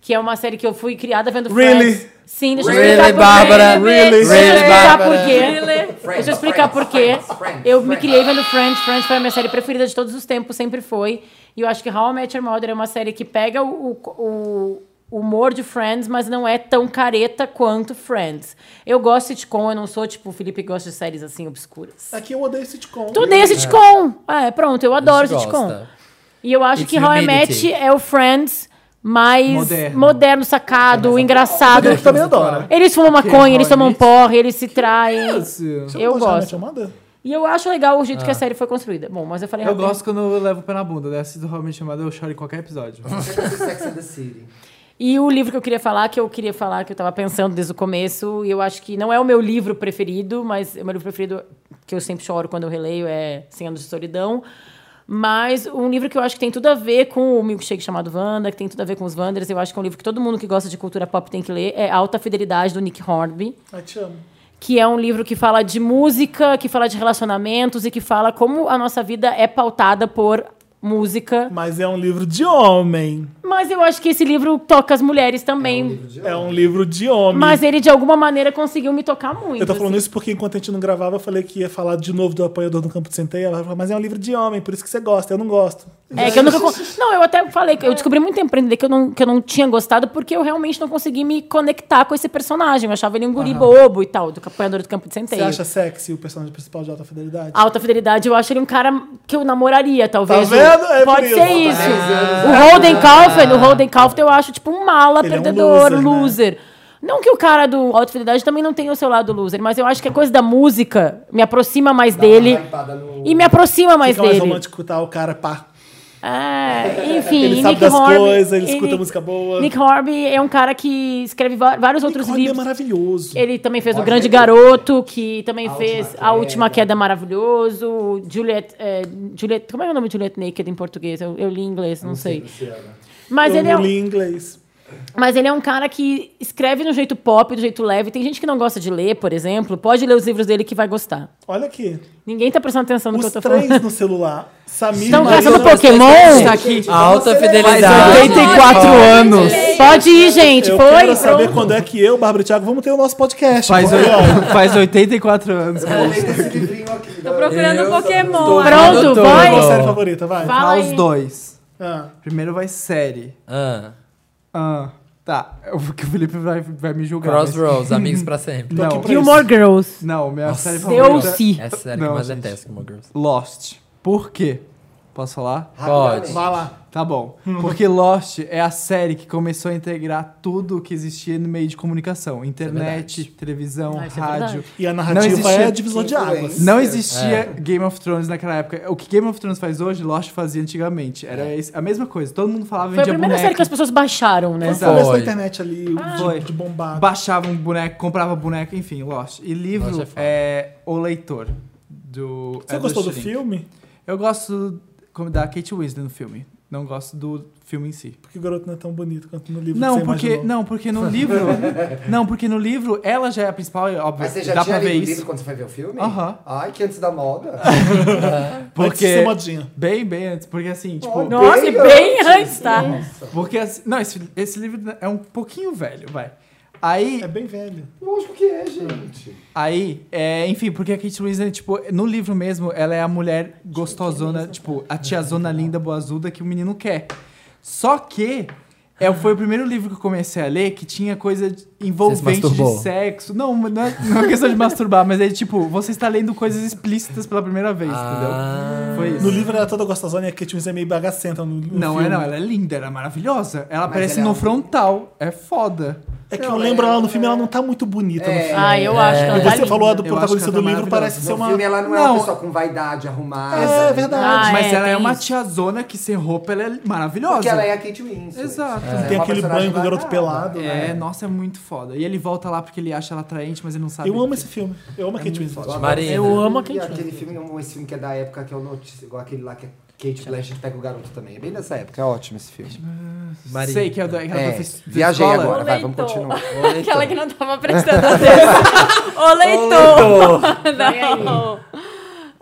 que é uma série que eu fui criada vendo Really? Friends. Sim, deixa eu Really, explicar por quê. Bárbara? Really? Deixa eu Really, explicar Bárbara? por quê. Really? Deixa eu explicar por quê. Eu me criei vendo Friends. Friends foi a minha série preferida de todos os tempos, sempre foi. E eu acho que How I Met Your Mother é uma série que pega o, o- o humor de Friends, mas não é tão careta quanto Friends. Eu gosto de sitcom, eu não sou tipo o Felipe que gosta de séries assim obscuras. Aqui eu odeio sitcom. Tu odeia sitcom! É, pronto, eu adoro sitcom. E eu acho It's que How I humidity. Met é o Friends mais Moderno. moderno, sacado, engraçado. Felipe também adora. Eles fumam Ok, maconha, eles How I tomam Met. porre, eles se traem. Você não Eu gosta de gosto. chamada? E eu acho legal o jeito que a Ah. série foi construída. Bom, mas eu falei Eu rapidinho. gosto quando eu levo o pé na bunda, né? Assisto realmente chamada, eu choro em qualquer episódio. Sex and the City. E o livro que eu queria falar, que eu queria falar, que eu tava pensando desde o começo, e eu acho que não é o meu livro preferido, mas o meu livro preferido que eu sempre choro quando eu releio é Cem Anos de Solidão. Mas um livro que eu acho que tem tudo a ver com o milkshake chamado Wanda, que tem tudo a ver com os Wanders, eu acho que é um livro que todo mundo que gosta de cultura pop tem que ler, é Alta Fidelidade, do Nick Hornby Eu te amo. que é um livro que fala de música, que fala de relacionamentos e que fala como a nossa vida é pautada por música. Mas é um livro de homem. Mas eu acho que esse livro toca as mulheres também. É um livro de homem. Mas ele, de alguma maneira, conseguiu me tocar muito. assim. Eu tô falando isso porque enquanto a gente não gravava, eu falei que ia falar de novo do apoiador do campo de centeia. Ela falou, mas é um livro de homem, por isso que você gosta, eu não gosto. É que eu nunca. con- Não, eu até falei, que eu descobri muito tempo pra entender que eu, não, que eu não tinha gostado, porque eu realmente não consegui me conectar com esse personagem. Eu achava ele um guri Aham. bobo e tal, do apanhador do campo de Você centeio. acha sexy o personagem principal de Alta Fidelidade? A Alta fidelidade, eu acho ele um cara que eu namoraria, Ah, talvez. Tá vendo? É por Pode isso. ser Tá isso. vendo? O Holden Kaufman, o Holden Kaufman eu acho tipo um mala, Ele é um perdedor, loser, né? loser. Não que o cara do Alta Fidelidade também não tenha o seu lado loser, mas eu acho que a coisa da música me aproxima mais Ah, tá dele. E me aproxima mais Fica mais dele. romântico, tá? O cara, pá. É, enfim, Ele e sabe Nick das Hornby, coisas, ele e escuta Nick- música boa. Nick Horby é um cara que escreve va- vários outros Hornby é livros. maravilhoso. Ele também fez O Pode Grande ver. Garoto, que também A fez Última A Última Queda. Queda é Maravilhoso, Juliet, é, Juliet... né? Como é o nome de Juliet Naked em português? Eu, eu li em inglês, não, sei. Mas eu ele é um- li em inglês. Mas ele é um cara que escreve de um jeito pop, de um jeito leve. Tem gente que não gosta de ler, por exemplo. Pode ler os livros dele que vai gostar. Olha aqui. Ninguém tá prestando atenção no que eu tô três falando. no celular. Samir Estão Maria- caçando Pokémon? Tá aqui. Alta Vamos acelerar. fidelidade. Mas 84 pode. anos. Pode ir, gente. Eu Foi, quero pronto. saber quando é que eu, Bárbara e Thiago, vamos ter o nosso podcast. Faz, Olha, olha. oi- faz 84 anos É, que eu Tô né? procurando um Pokémon. Tô ainda. vendo tudo. Qual série favorita, vai? Fala Falar aí. os dois. Ah. Primeiro vai série. Ah. Ah. Tá, o que o Felipe vai, vai me julgar. Crossroads, amigos pra sempre. Tô aqui Não, pra Gilmore isso. Girls. Não, minha Nossa. série favorita. D.O.C.. Essa série que eu mais gente. detesto, Gilmore Girls. Lost. Por quê? Posso falar? Pode. Vai lá. Hum. Tá bom. Porque Lost é a série que começou a integrar tudo o que existia no meio de comunicação: é internet, televisão, Ah, isso é rádio. verdade. E a narrativa é divisor de águas. Não existia É. Game of Thrones naquela época. O que Game of Thrones faz hoje, Lost fazia antigamente. Era É. esse- a mesma coisa. Todo mundo falava Foi a vendia primeira boneco. série que as pessoas baixaram, né? Ah, Quando começou a internet ali, o tipo Foi. de, de bombar. Baixava um boneco, comprava boneco, enfim, Lost. E livro Lost é é, foda. O Leitor. Do, Você é gostou do Shrink. filme? Eu gosto como da Kate Winslet no filme. Não gosto do filme em si. Porque o garoto não é tão bonito quanto no livro Não, que você porque, imaginou. não, porque no livro. não, porque no livro ela já é a principal, é óbvio. Mas você já dá tinha pra ver lido o isso. livro quando você foi ver o filme? Aham. Ai, que antes da moda. Porque. ser modinha. Bem, bem antes. Porque assim, tipo. Nossa, bem e bem antes. antes, tá? Nossa. Porque assim. Não, esse, esse livro é um pouquinho velho, vai. Aí. É bem velho. Lógico que é, gente. Aí, é, enfim, porque a Kate Winslet, tipo, no livro mesmo, ela é a mulher gostosona, tipo, a tiazona linda, boazuda que o menino quer. Só que é, foi o primeiro livro que eu comecei a ler que tinha coisa de- envolvente de masturbou? sexo. Não, não é, não é questão de masturbar, mas é tipo, você está lendo coisas Ah. explícitas pela primeira vez, entendeu? Foi isso. No livro ela é toda gostosona e a Kate Winslet é meio bagacenta no, no Não, filme. é não, ela é linda, ela é maravilhosa. Ela Mas aparece ela é no um- frontal, é foda. É que eu lembro ela no filme, ela não tá muito bonita no É. filme. Ah, eu acho que ela E tá Você linda. falou a do Eu protagonista acho que ela do tá livro, parece ser no uma... filme ela não, é uma Não. pessoa com vaidade arrumada. É verdade. Ah, Mas é, ela é tem uma tiazona que sem roupa ela é maravilhosa. Porque ela é a Kate Winslet. Exato. Ela é Tem uma aquele personagem banho com o garoto bacana. pelado, É, né? nossa, é muito foda. E ele volta lá porque ele acha ela atraente, mas ele não sabe. Eu amo que- esse filme. Eu amo a É Kate muito Winslet. foda. Eu amo aquele filme. Aquele filme, eu amo esse filme que é da época que é o Notícia, igual aquele lá que a Kate Blanchett pega o garoto também. É bem nessa época, é ótimo esse filme. Marina. Sei que é o da- que ela tá fes- Viajei escola. agora, vai, Leitor. vamos continuar. Aquela que não tava prestando atenção. Ô, Ô, leitor! leitor. Não.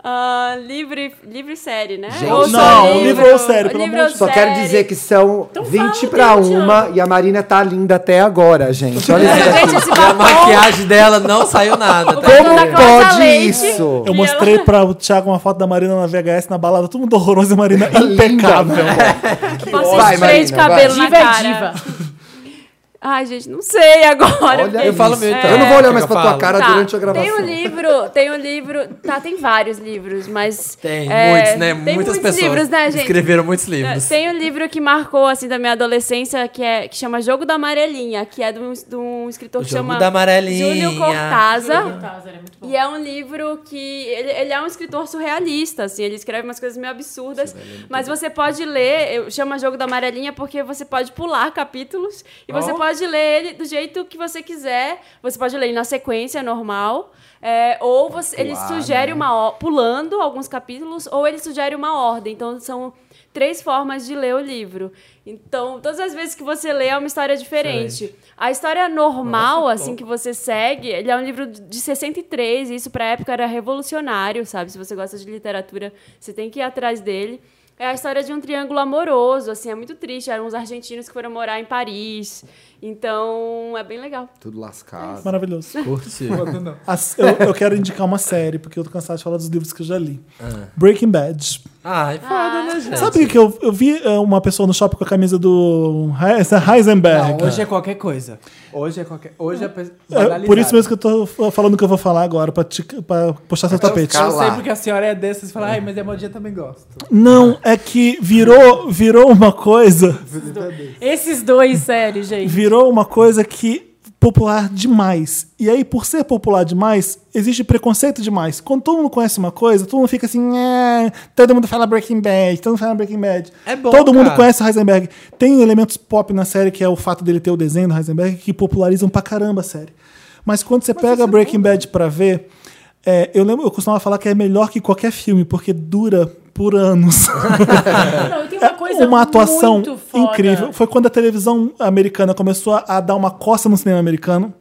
Ah, livro, e- livro e série, né? Gente, Ou só Livro é ou Só quero série. dizer que são Então 20 pra Deus, uma e a Marina tá linda até agora, gente. Olha isso daqui. E é a maquiagem dela não saiu nada. tá? Como Tá com pode essa lente. isso? Eu mostrei pra o Thiago uma foto da Marina na VHS na balada, todo mundo horroroso e a Marina impecável. Posso Vai, vai, spray de Marina, vai. cabelo Diva é na cara. Ai, gente, não sei agora. Olha porque- é Eu falo é. meu, então. Eu não vou olhar mais pra tua cara durante a gravação. Tem um livro, tem um livro, tá, tem vários livros, mas... Tem é, muitos, Tem né? Muitas muitos pessoas livros, né, gente? escreveram muitos livros. É, Tem um livro que marcou, assim, da minha adolescência, que, é, que chama Jogo da Amarelinha, que é de um, de um escritor que Jogo chama... da Amarelinha. Júlio Júlio Cortázar. Cortázar, E é um livro que. Ele, ele é um escritor surrealista, assim, ele escreve umas coisas meio absurdas. mas você pode ler, eu- chama Jogo da Amarelinha, porque você pode pular capítulos e você Ó. pode ler ele do jeito que você quiser. Você pode ler ele na sequência normal. é, ou você- ele Pular, sugere né? uma or- pulando alguns capítulos, ou ele sugere uma ordem. Então são três formas de ler o livro. Então, todas as vezes que você lê é uma história diferente. A história normal, Nossa, assim, louco. que você segue, ele é um livro de 63, e isso pra época era revolucionário, sabe? Se você gosta de literatura, você tem que ir atrás dele. É a história de um triângulo amoroso, assim, é muito triste. Eram uns argentinos que foram morar em Paris. Então, é bem legal. Tudo lascado. Maravilhoso. Curti. As- eu, eu quero indicar uma série, porque eu tô cansado de falar dos livros que eu já li. Ah. Breaking Bad. Ai, foda, né, gente? Ah, Sabe o que eu, eu vi é, uma pessoa no shopping com a camisa do Heisen- Heisenberg? Hoje é qualquer coisa. Hoje é qualquer. Hoje é. pe- É, por isso banalizado. mesmo que eu tô f- falando o que eu vou falar agora, pra, te, pra puxar seu tapete. Eu sei porque a senhora é dessas e fala, ai, mas a modinha também gosta. Não, é que virou, virou uma coisa. Esses dois, sério, gente. Virou uma coisa que popular demais. E aí, por ser popular demais, existe preconceito demais. Quando todo mundo conhece uma coisa, todo mundo fica assim, "É", todo mundo fala Breaking Bad, todo mundo fala Breaking Bad. É bom, todo mundo cara. conhece o Heisenberg. Tem elementos pop na série, que é o fato dele ter o desenho do Heisenberg, que popularizam pra caramba a série. Mas quando você pega né? é Breaking Bad pra ver, é, eu lembro, eu costumava falar que é melhor que qualquer filme, porque dura por anos. Não, e tem uma coisa É uma atuação muito foda. incrível. Foi quando a televisão americana começou a- a dar uma costa no cinema americano,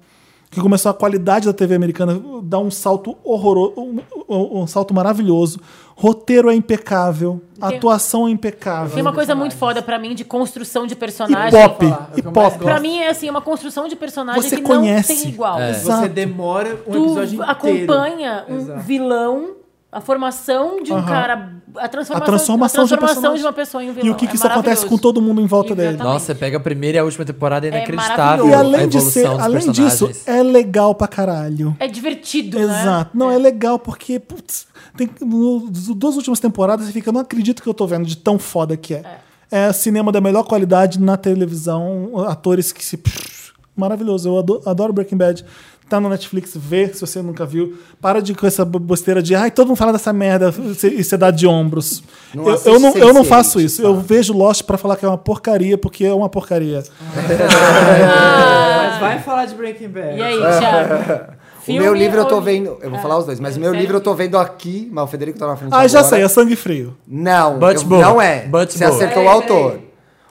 que começou a qualidade da TV americana dar um salto horroroso, um, um- um salto maravilhoso. Roteiro é impecável, Tem- atuação é impecável. Tem uma coisa muito foda pra mim de construção de personagem. E pop, Eu ia falar. e pop. Pra mim é assim, uma construção de personagem Você que conhece. não tem igual. É. Você Exato. demora um tu episódio inteiro. acompanha um Exato. vilão, a formação de um Aham. cara, a transformação, A transformação a de transformação de, um personagem. uma pessoa em um vilão. E o que, que É isso acontece maravilhoso. com todo mundo em volta dele. Nossa, você pega a primeira e a última temporada é inacreditável. E a além, de evolução ser, dos além disso, personagens. é legal pra caralho. É divertido, né? Exato. Não, é legal porque, putz, tem, no- nas duas últimas temporadas você fica, não acredito que eu tô vendo de tão foda que é. É, cinema da melhor qualidade na televisão, atores que se. pff, maravilhoso. Eu adoro, adoro Breaking Bad. Tá no Netflix, vê se você nunca viu. Para de com essa bo- bosteira de ai, todo mundo fala dessa merda você- e você dá de ombros. Não eu, assiste tá. eu não, eu não Sense8, faço isso. Eu vejo Lost pra falar que é uma porcaria, porque é uma porcaria. É. Ah. Mas vai falar de Breaking Bad. E aí, Thiago? O meu livro eu tô vendo. É. Eu vou falar os dois, É, mas o meu sério? livro eu tô vendo aqui, mas o Federico tá na frente. Ah, já agora. sei, é sangue frio. Não, But eu- Bull. não é. But Você Bull. acertou o Peraí, autor.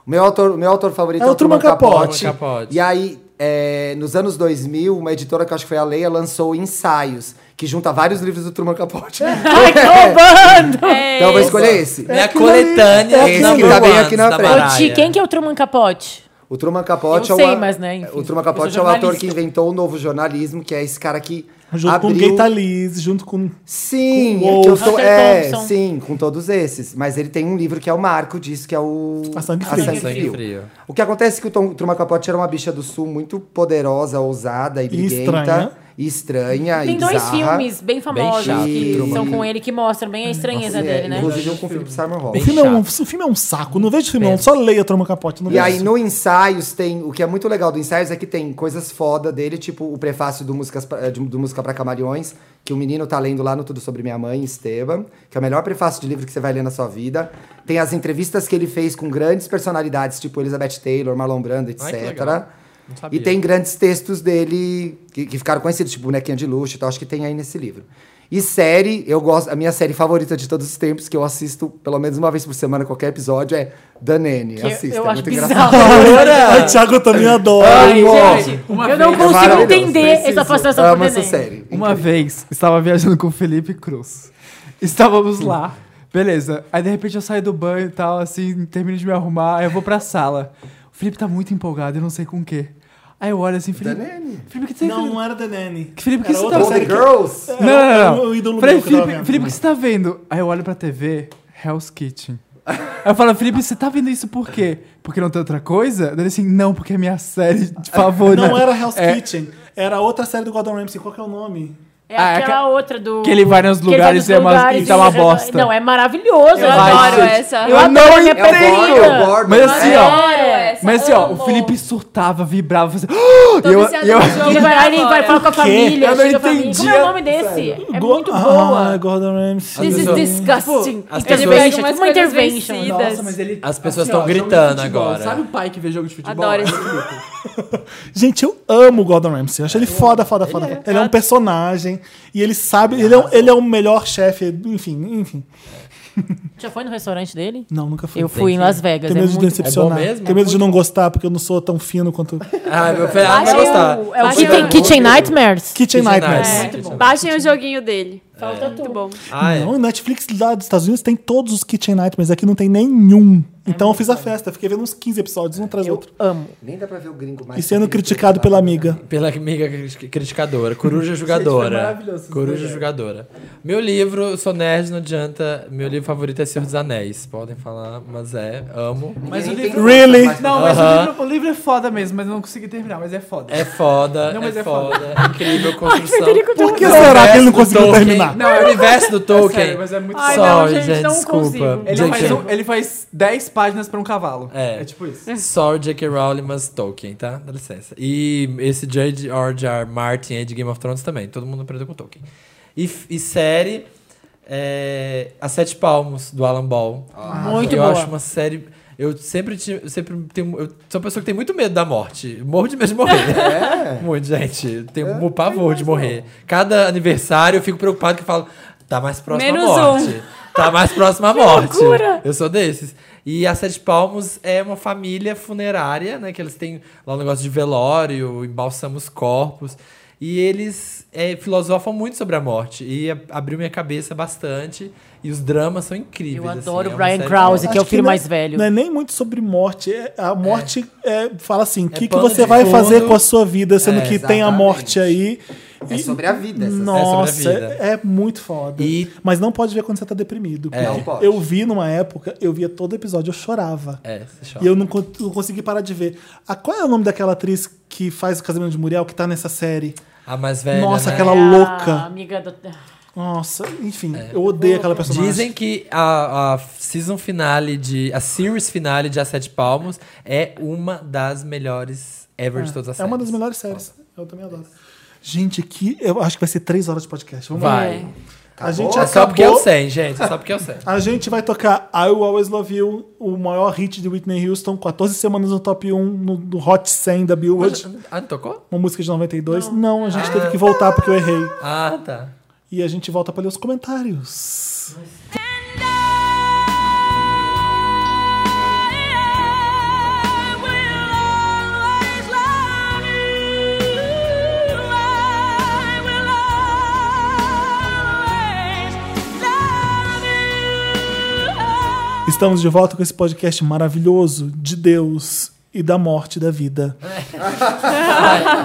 O meu autor, o meu autor favorito É é, o o Truman Truman Capote. Capote. Truman Capote. E aí, é, nos anos 2000, uma editora que eu acho que foi a Leia lançou Ensaios, que junta vários livros do Truman Capote. Ai, que roubando! Então eu vou escolher esse. É a coletânea É esse que number tá bem one aqui na da Ô, Ti, frente. quem que é o Truman Capote? O Truman Capote Eu é o sei, a- mas, né, enfim, o Truman eu Capote é sou o ator jornalista. que inventou o novo jornalismo, que é esse cara que Junto com abriu... com Gay Thalys, junto com. Sim, com é que eu Wolf. sou, é, sim, com todos esses. Mas ele tem um livro que é o marco disso, que é o... A Sangue A Frio. Sangue Sangue Frio. Frio. O que acontece é que o Tom, Truman Capote era uma bicha do sul muito poderosa, ousada e estranha. briguenta. E estranha, e Tem dois bizarra. filmes bem famosos chato, que Truman. são com ele que mostram bem a estranheza Sim, é, dele, né? Inclusive um com o Philip Simon O Hoffman. filme, é um, o filme é um saco. Não vejo filme, não. Só leia Truman Capote. Não E vejo aí, isso. no Ensaios, tem. O que é muito legal do Ensaios é que tem coisas foda dele, tipo o prefácio do, Músicas pra- de- do Música para Camarões, que o menino tá lendo lá no Tudo Sobre Minha Mãe, Esteban, que é o melhor prefácio de livro que você vai ler na sua vida. Tem as entrevistas que ele fez com grandes personalidades, tipo Elizabeth Taylor, Marlon Brando, etc. Ai, que legal. Não sabia. E tem grandes textos dele que, que ficaram conhecidos, tipo Bonequinha de Luxo e tal, acho que tem aí nesse livro. E série, eu gosto, a minha série favorita de todos os tempos, que eu assisto pelo menos uma vez por semana, qualquer episódio, é Danene. Que eu- Assista, eu é acho muito bizarro. engraçado. Adora! Ai, Thiago, eu também adoro. Ai, Ai, gente, uma eu não vez. consigo Maravilhoso. entender essa fascinação por Amo essa Enem. série. Uma vez, estava viajando com o Felipe Cruz. Estávamos lá. Beleza. Aí de repente eu saio do banho e tal, assim, termino de me arrumar, aí eu vou pra sala. O Felipe tá muito empolgado, eu não sei com o quê. Aí eu olho assim, Felipe. Felipe, que você Não, não era The Nanny. Felipe, o que Era você outra tá série que- Não, Era- era não, não. o ídolo Falei, meu que eu tava Felipe, vendo. Felipe, o que você tá vendo? Aí eu olho pra TV, Hell's Kitchen. Aí eu falo, Felipe, você tá vendo isso por quê? Porque não tem outra coisa? Daí Ele assim, não, porque é minha série de favorita. Não era Hell's É. Kitchen. Era outra série do Gordon Ramsay. Qual que é o nome? É Ah, é aquela que- outra do. que ele vai nos que ele lugares nos e é uma- lugares e tá uma ele resolve- bosta. Não, é maravilhoso. Eu Vai, adoro gente. essa. Eu adoro, não é minha entendo. preferida. Mas assim, Adoro ó. essa, Mas assim, ó, amo. o Felipe surtava, vibrava, fazia. "Ah!" E eu- e eu- Ele vai lá e ele vai falar com a Que? família. Eu não chega a família. entendi. Como é o nome desse? É muito boa. Ah, Gordon Ramsay. This is disgusting. as Intervention, pessoas- tipo umas uma coisas intervention. vencidas. Nossa, mas ele- As pessoas assim, estão ó, jogo de gritando futebol. agora. um Sabe o pai que vê jogo de futebol? Adoro É esse Felipe. Gente, eu amo o Gordon Ramsay. Eu acho ele foda, foda, foda. foda. Ele é um personagem. E ele sabe... Ele é, um- ele é o melhor chefe. Enfim, enfim. Já foi no restaurante dele? Não, nunca fui. Eu fui em Las Vegas. Tenho medo é de muito decepcionar. Tenho medo de não gostar, porque eu não sou tão fino quanto... Ah, meu filho, ela não vai Baixem gostar. o- É o Baixem Kitchen, o- Kitchen Nightmares? Kitchen Nightmares. É, Muito bom. Baixem o joguinho dele. É. Falta Muito bom. Não, o Netflix lá dos Estados Unidos tem todos os Kitchen Nightmares, aqui não tem nenhum. É Então eu fiz a festa, fiquei vendo uns 15 episódios, um atrás do outro. Amo. Nem dá pra ver o gringo E mais. sendo criticado pela amiga. Pela amiga cri- criticadora, coruja jogadora. foi maravilhoso esses coruja dois, é. jogadora. Meu livro, eu sou nerd, não adianta. Meu livro favorito é Senhor dos Anéis. Podem falar, mas é, amo. Mas o Ninguém livro. tem- Não, mas Aham. o, livro, o livro é foda mesmo, mas eu não consegui terminar, mas é foda. É foda, Não, mas é, é foda. foda. Incrível Ai, construção. Federico, Por que O será que ele universo não do conseguiu Tolkien- terminar? Não, é o universo do Tolkien. É sério, mas é muito Ai, foda. Sorry, gente, desculpa. Ele Gente, faz, um, ele faz 10 páginas pra um cavalo. É. É tipo isso. Sorry, J.K. Rowling, mas Tolkien, tá? Dá licença. E esse J.R.R. Martin aí de Game of Thrones também. Todo mundo aprendeu com Tolkien. E, f- e série... é, A Sete Palmos, do Alan Ball. Ah, Muito eu boa. acho uma série... Eu sempre, ti- eu sempre tenho... Eu sou uma pessoa que tem muito medo da morte. Morro de medo de morrer. É? Muito, gente. É, Tenho um pavor de morrer. Cada aniversário eu fico preocupado que eu falo... Tá mais próximo Menos à morte. um. Tá mais próximo à Que morte. loucura! Eu sou desses. E a Sete Palmos é uma família funerária, né? Que eles têm lá um negócio de velório, embalsama os corpos. E eles é, filosofam muito sobre a morte. E a- abriu minha cabeça bastante. E os dramas são incríveis. Eu assim, adoro é uma o Brian série Krause, que é o ótima. filho não mais velho. Não é nem muito sobre morte. é- a morte é, fala assim: o que, que pano você de vai fazer fundo. com a sua vida, sendo É, que tem a exatamente. morte aí. É sobre a vida, essa série. Nossa, É sobre a vida. é- é muito foda. Mas não pode ver quando você tá deprimido. É. porque Não pode. Eu vi numa época, eu via todo episódio, eu chorava. É, você chora. E eu não, con- não consegui parar de ver. Ah, qual é o nome daquela atriz que faz o casamento de Muriel, que tá nessa série? A mais velha. Nossa, né? aquela É A louca. amiga do... Nossa, enfim, eu odeio aquela personagem. Dizem que a, a season finale de. A series finale de A Sete Palmos é uma das melhores ever de todas as É uma séries. das melhores séries. Eu também adoro. Gente, aqui eu acho que vai ser três horas de podcast. Vamos Vai. lá. Acabou? É só porque eu sei, gente, é só porque eu sei. A gente vai tocar I Will Always Love You, o maior hit de Whitney Houston, 14 semanas no top 1, no, no Hot 100 da Billboard. Ah, não tocou? Uma música de 92. Não, a gente Ah. teve que voltar porque eu errei. Ah, tá. E a gente volta pra ler os comentários. Estamos de volta com esse podcast maravilhoso de Deus e da morte e da vida.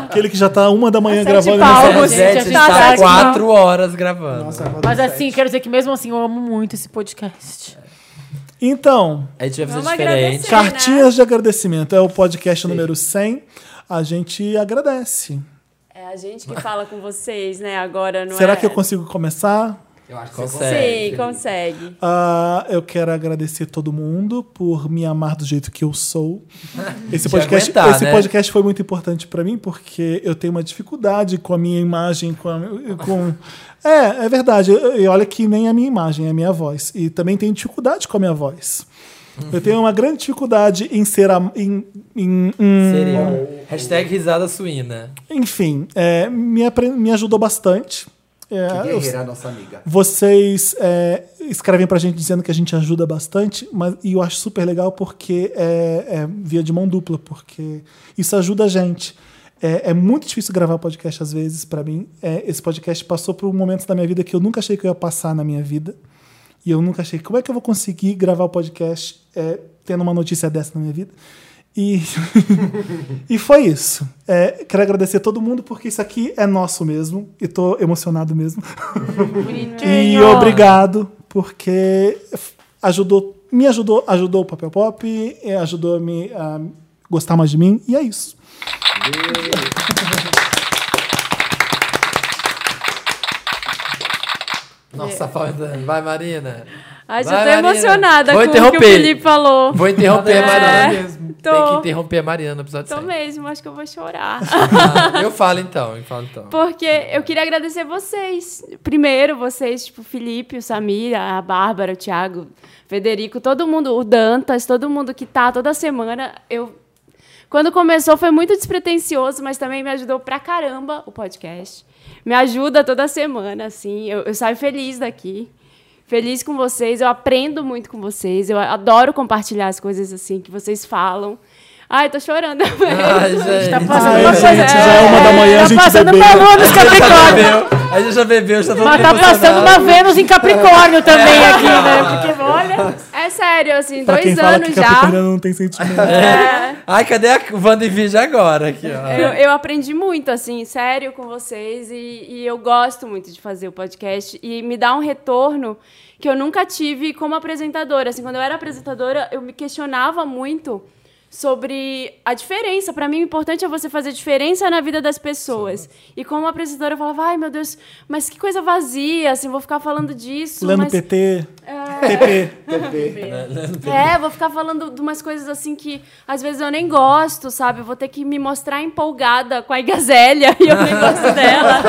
Aquele que já tá uma da manhã Sete gravando. palmos, nessa- gente, a gente tá Tá sete quatro palmos. horas gravando. Mas assim, quero dizer que mesmo assim, eu amo muito esse podcast. Então, A gente vai fazer Vamos diferente. agradecer, né? Cartinhas de agradecimento é o podcast número 100. A gente agradece. É a gente que fala com vocês, né? Agora não Será é- que eu consigo começar? Eu acho que Sim, consegue. Ah, eu quero agradecer todo mundo por me amar do jeito que eu sou. Esse De podcast, aguentar, esse né? podcast foi muito importante pra mim porque eu tenho uma dificuldade com a minha imagem, com, a- com- é, é verdade. E olha que nem a minha imagem, é a minha voz. E também tenho dificuldade com a minha voz. Eu tenho uma grande dificuldade em ser am- em, em- em- Hum. Seria. Hashtag risada suína. Enfim, é, me, apre- me ajudou bastante. É, Que eu- guerreira, nossa amiga. Vocês é, escrevem pra gente dizendo que a gente ajuda bastante, mas, e eu acho super legal porque é, é via de mão dupla, porque isso ajuda a gente. É, é muito difícil gravar podcast às vezes pra mim. É, esse podcast passou por momentos da minha vida que eu nunca achei que eu ia passar na minha vida. E eu nunca achei, como é que eu vou conseguir gravar o podcast é, tendo uma notícia dessa na minha vida? E, e foi isso. É, quero agradecer a todo mundo, porque isso aqui é nosso mesmo. E tô emocionado mesmo. e obrigado, porque ajudou, me ajudou, ajudou o Papel Pop, é, ajudou a me a gostar mais de mim. E é isso. Nossa, falta. Vai, Marina. Ai, já Vai, tô Marina. emocionada Vou com o que o interromper. Felipe falou. Vou interromper É, a Marina. tô. Tem que interromper a Marina no episódio Tô 100. mesmo, acho que eu vou chorar. Ah, eu falo então, eu falo então. Porque eu queria agradecer vocês. Primeiro, vocês, tipo, o Felipe, o Samir, a Bárbara, o Thiago, o Federico, todo mundo, o Dantas, todo mundo que tá toda semana. Eu. Quando começou foi muito despretensioso, mas também me ajudou pra caramba o podcast. Me ajuda toda semana, assim. Eu, eu saio feliz daqui. Feliz com vocês, eu aprendo muito com vocês. Eu adoro compartilhar as coisas assim que vocês falam. Ai, tô chorando. Ai, gente. Tá Ai, uma gente, coisa- já é uma da manhã, tá a gente passando bebeu. uma lua nos A gente já Capricórnio. bebeu, A gente já bebeu, já tô Mas todo tá passando emocionado. uma Vênus em Capricórnio também aqui, né? Porque, olha. É sério, assim, Pra quem dois fala que anos já. Capricorniano não tem sentimento. É. Ai, cadê a Wanda e Virgem agora? Aqui, ó. Eu, eu aprendi muito, assim, sério com vocês. E, e eu gosto muito de fazer o podcast. E me dá um retorno que eu nunca tive como apresentadora. Assim, quando eu era apresentadora, eu me questionava muito sobre a diferença. Para mim, o importante é você fazer diferença na vida das pessoas. E como apresentadora, eu falava, ai, meu Deus, mas que coisa vazia, assim, vou ficar falando disso. Lendo mas... PT. TP. É, vou ficar falando de umas coisas assim que às vezes eu nem gosto, sabe? Eu Vou ter que me mostrar empolgada com a Igazélia e eu nem gosto dela.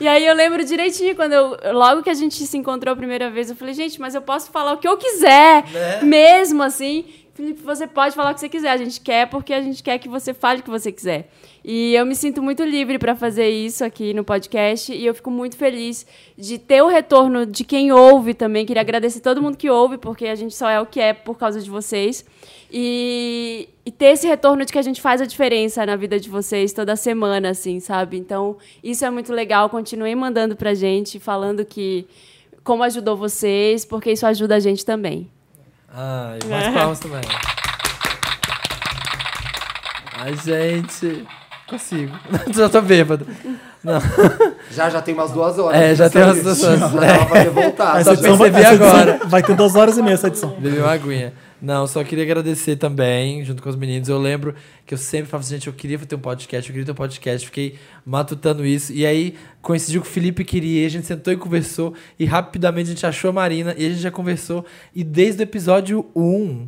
e aí eu lembro direitinho, quando eu, logo que a gente se encontrou a primeira vez, eu falei, gente, mas eu posso falar o que eu quiser, mesmo assim. Felipe, você pode falar o que você quiser. A gente quer porque a gente quer que você fale o que você quiser. E eu me sinto muito livre para fazer isso aqui no podcast. E eu fico muito feliz de ter o retorno de quem ouve também. Queria agradecer todo mundo que ouve, porque a gente só é o que é por causa de vocês. E, e ter esse retorno de que a gente faz a diferença na vida de vocês toda semana, assim, sabe? Então, isso é muito legal. Continuem mandando pra gente, falando que como ajudou vocês, porque isso ajuda a gente também. Ai, mais palmas também. Ai, gente. Consigo. já tô bêbado. Não. Já já tem umas duas horas. É, já tem umas duas horas. É. Ela vai voltar. Só Essa edição vai- percebi essa edição agora. Vai ter duas horas e meia essa edição. Bebeu uma aguinha. Não, só queria agradecer também, junto com os meninos. Eu lembro que eu sempre falava assim, gente, eu queria ter um podcast, eu queria ter um podcast. Fiquei matutando isso. E aí, coincidiu que o Felipe queria, e a gente sentou e conversou. E rapidamente a gente achou a Marina, e a gente já conversou. E desde o episódio 1,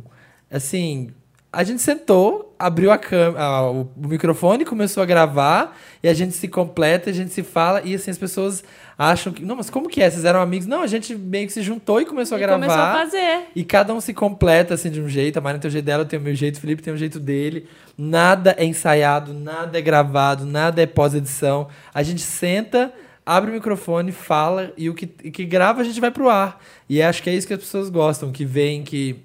assim, a gente sentou, abriu a câmera, o o microfone, começou a gravar, e a gente se completa, a gente se fala, e assim, as pessoas acham que. Não, mas como que é? Vocês eram amigos? Não, a gente meio que se juntou e começou a E gravar. começou a fazer. E cada um se completa, assim, de um jeito. A Marina tem o jeito dela, eu tenho o meu jeito, o Felipe tem o jeito dele. Nada é ensaiado, nada é gravado, nada é pós-edição. A gente senta, abre o microfone, fala, e o que, e que grava a gente vai pro ar. E acho que é isso que as pessoas gostam, que veem que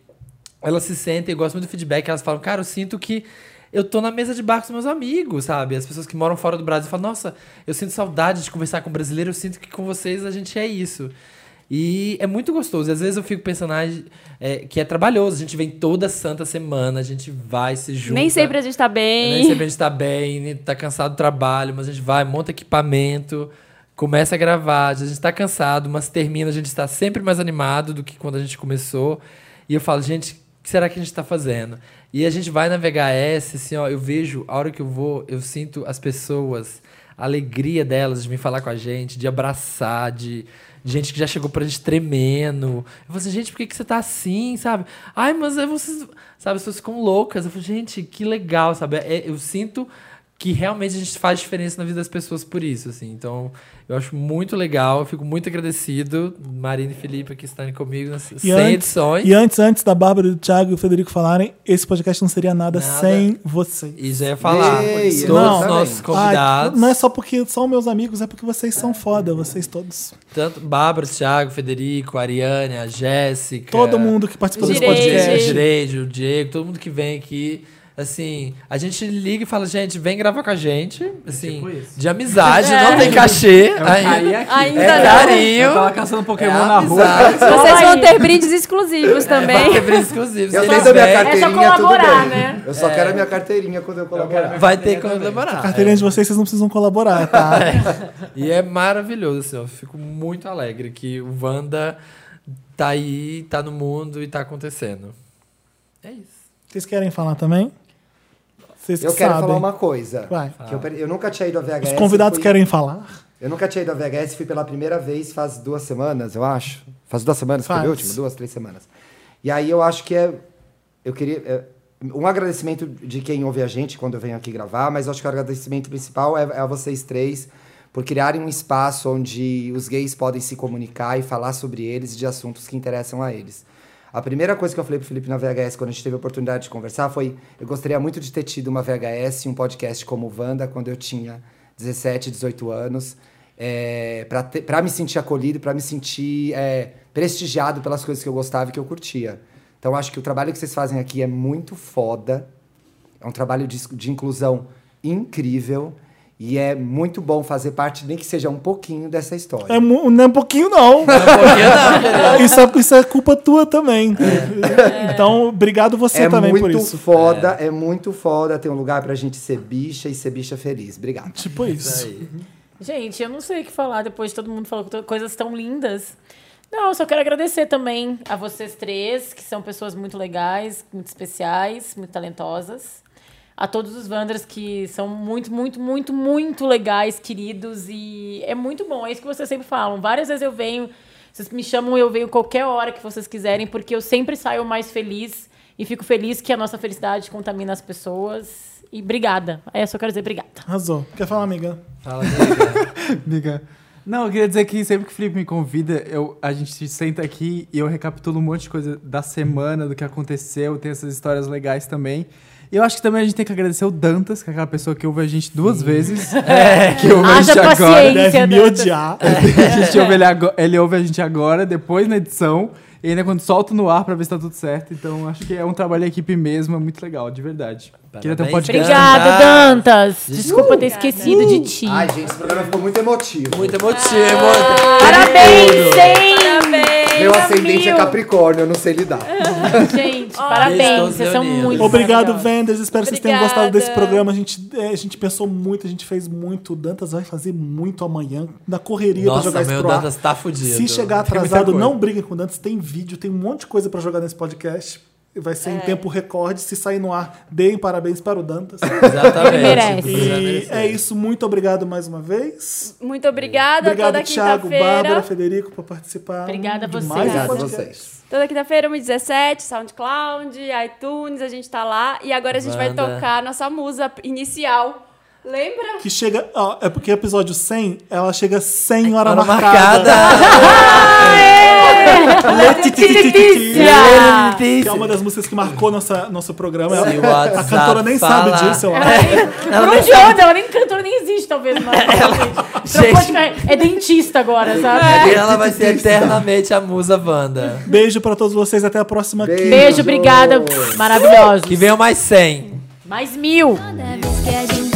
elas se sentem, eu gosto muito do feedback, elas falam, cara, eu sinto que eu tô na mesa de bar com os meus amigos, sabe? As pessoas que moram fora do Brasil falam, nossa, eu sinto saudade de conversar com brasileiro, eu sinto que com vocês a gente é isso. E é muito gostoso. E às vezes eu fico pensando ah, é, que é trabalhoso. A gente vem toda santa semana, a gente vai, se junta. Nem sempre a gente tá bem. Nem sempre a gente tá bem, nem tá cansado do trabalho, mas a gente vai, monta equipamento, começa a gravar, a gente tá cansado, mas termina, a gente tá sempre mais animado do que quando a gente começou. E eu falo, gente, o que será que a gente tá fazendo? E a gente vai na VHS, assim, ó, eu vejo, a hora que eu vou, eu sinto as pessoas, a alegria delas de vir falar com a gente, de abraçar, de. de Gente que já chegou pra gente tremendo. Eu falo assim, gente, por que, que você tá assim, sabe? Ai, mas aí vocês. Sabe, as pessoas ficam loucas. Eu falo, gente, que legal, sabe? É- eu sinto que realmente a gente faz diferença na vida das pessoas por isso, assim. Então, eu acho muito legal, eu fico muito agradecido, Marina e Felipe aqui estarem comigo nas 100 edições. e antes, antes da Bárbara, do Thiago e o Federico falarem, esse podcast não seria nada, sem vocês. E já ia falar, todos os nossos Ah, convidados, não é só porque são meus amigos, é porque vocês são foda, vocês todos. tanto Bárbara, Thiago, Federico, Ariane, a Jéssica. Todo mundo que participou desse Direide. podcast. Direide, o Diego, todo mundo que vem aqui. Assim, a gente liga e fala, gente, vem gravar com a gente. Assim, de amizade, É. não tem cachê. É um carinho ainda aqui. Ainda é não. carinho. É Eu tava caçando Pokémon na rua. Vocês vão ter brindes exclusivos também. É, ter brindes exclusivos. Eu se tenho a tiver. minha carteirinha, tudo bem. Eu só É. quero a minha carteirinha quando eu colaborar. Vai ter que colaborar. A carteirinha de vocês, vocês não precisam colaborar, tá? E é maravilhoso, assim, eu fico muito alegre que o Wanda tá aí, tá no mundo e tá acontecendo. É isso. Vocês querem falar também? Vocês Eu que quero sabem. falar uma coisa. Vai. Que eu, per- eu nunca tinha ido a VHS. Os convidados fui- querem falar? Eu nunca tinha ido a VHS, fui pela primeira vez faz duas semanas, eu acho. Faz duas semanas, foi Faz. a última? Duas, três semanas. E aí eu acho que é. Eu queria. é, um agradecimento de quem ouve a gente quando eu venho aqui gravar, mas eu acho que o agradecimento principal é, é a vocês três por criarem um espaço onde os gays podem se comunicar e falar sobre eles e de assuntos que interessam a eles. A primeira coisa que eu falei pro Felipe na VHS, quando a gente teve a oportunidade de conversar, foi: eu gostaria muito de ter tido uma VHS e um podcast como o Wanda quando eu tinha 17, 18 anos, é, para me sentir acolhido, para me sentir é, prestigiado pelas coisas que eu gostava e que eu curtia. Então, eu acho que o trabalho que vocês fazem aqui é muito foda. É um trabalho de, de inclusão incrível. E é muito bom fazer parte, nem que seja um pouquinho dessa história. É mu- não é um pouquinho, não. Não é pouquinho, É. não. Isso é, isso é culpa tua também. Então, obrigado você é também muito por isso. foda, é. muito foda ter um lugar pra gente ser bicha e ser bicha feliz. Obrigado. Tipo isso. Gente, eu não sei o que falar depois que todo mundo falou to- coisas tão lindas. Não, eu só quero agradecer também a vocês três, que são pessoas muito legais, muito especiais, muito talentosas. A todos os Wanders que são muito, muito, muito, muito legais, queridos. E é muito bom, é isso que vocês sempre falam. Várias vezes eu venho, vocês me chamam, eu venho qualquer hora que vocês quiserem, porque eu sempre saio mais feliz e fico feliz que a nossa felicidade contamina as pessoas. E obrigada. É, só quero dizer obrigada. Arrasou. Quer falar, amiga? Fala, amiga. Amiga. Não, eu queria dizer que sempre que o Felipe me convida, eu, a gente senta aqui e eu recapitulo um monte de coisa da semana, do que aconteceu, tem essas histórias legais também. E eu acho que também a gente tem que agradecer o Dantas, que é aquela pessoa que ouve a gente duas vezes. É. que ouve a Haja gente agora. paciência, Deve me Dantas. odiar. A gente ouve ele, ago- ele ouve a gente agora, depois na edição, e ainda quando solta no ar pra ver se tá tudo certo. Então acho que é um trabalho da equipe mesmo, é muito legal, de verdade. Queria ter um podcast. Obrigada, Dantas. Desculpa ter esquecido de ti. Ai, gente, esse programa ficou muito emotivo. Muito emotivo. Ah, Parabéns, hein? Meu ascendente é Capricórnio, eu não sei lidar. Gente, parabéns. Vocês são muito Obrigado, maravilhosos. Vendas. Espero que vocês tenham Obrigada. gostado desse programa. A gente, é, a gente pensou muito, a gente fez muito. O Dantas vai fazer muito amanhã, na correria pra Nossa, jogar meu esse pro ar. Dantas tá fudido. Se chegar Tem muita atrasado, coisa. não briguem com o Dantas. Tem vídeo, tem um monte de coisa pra jogar nesse podcast. Vai ser em É. tempo recorde. Se sair no ar, deem parabéns para o Dantas. Exatamente. Ele merece. Já E mereceu. é isso. Muito obrigado mais uma vez. Muito obrigada obrigado, toda Thiago, quinta-feira. Bárbara, Federico, por participar. Obrigada a de mais vocês. um Obrigado a podcast. vocês. Toda quinta-feira, 1h17, SoundCloud, iTunes, a gente tá lá. E agora a gente vai Wanda. tocar a nossa musa inicial. Lembra? Que chega. Ó, é porque episódio 100, ela chega 100 hora Hora marcada. É. Letícia! Que é uma das músicas que marcou nossa, nosso programa. Ela- Se o WhatsApp a cantora nem sabe falar. disso, eu Ela acho. Ela Por onde anda? Ela nem cantora, nem existe, talvez. Mas, Trocou de carreira. é dentista agora, sabe? E É, ela vai ser eternamente a musa Wanda. Beijo pra todos vocês, até a próxima quinta. Beijo, obrigada. Maravilhosos. Que venham mais 100. Mais mil. Scared you assim. É assim. Ah,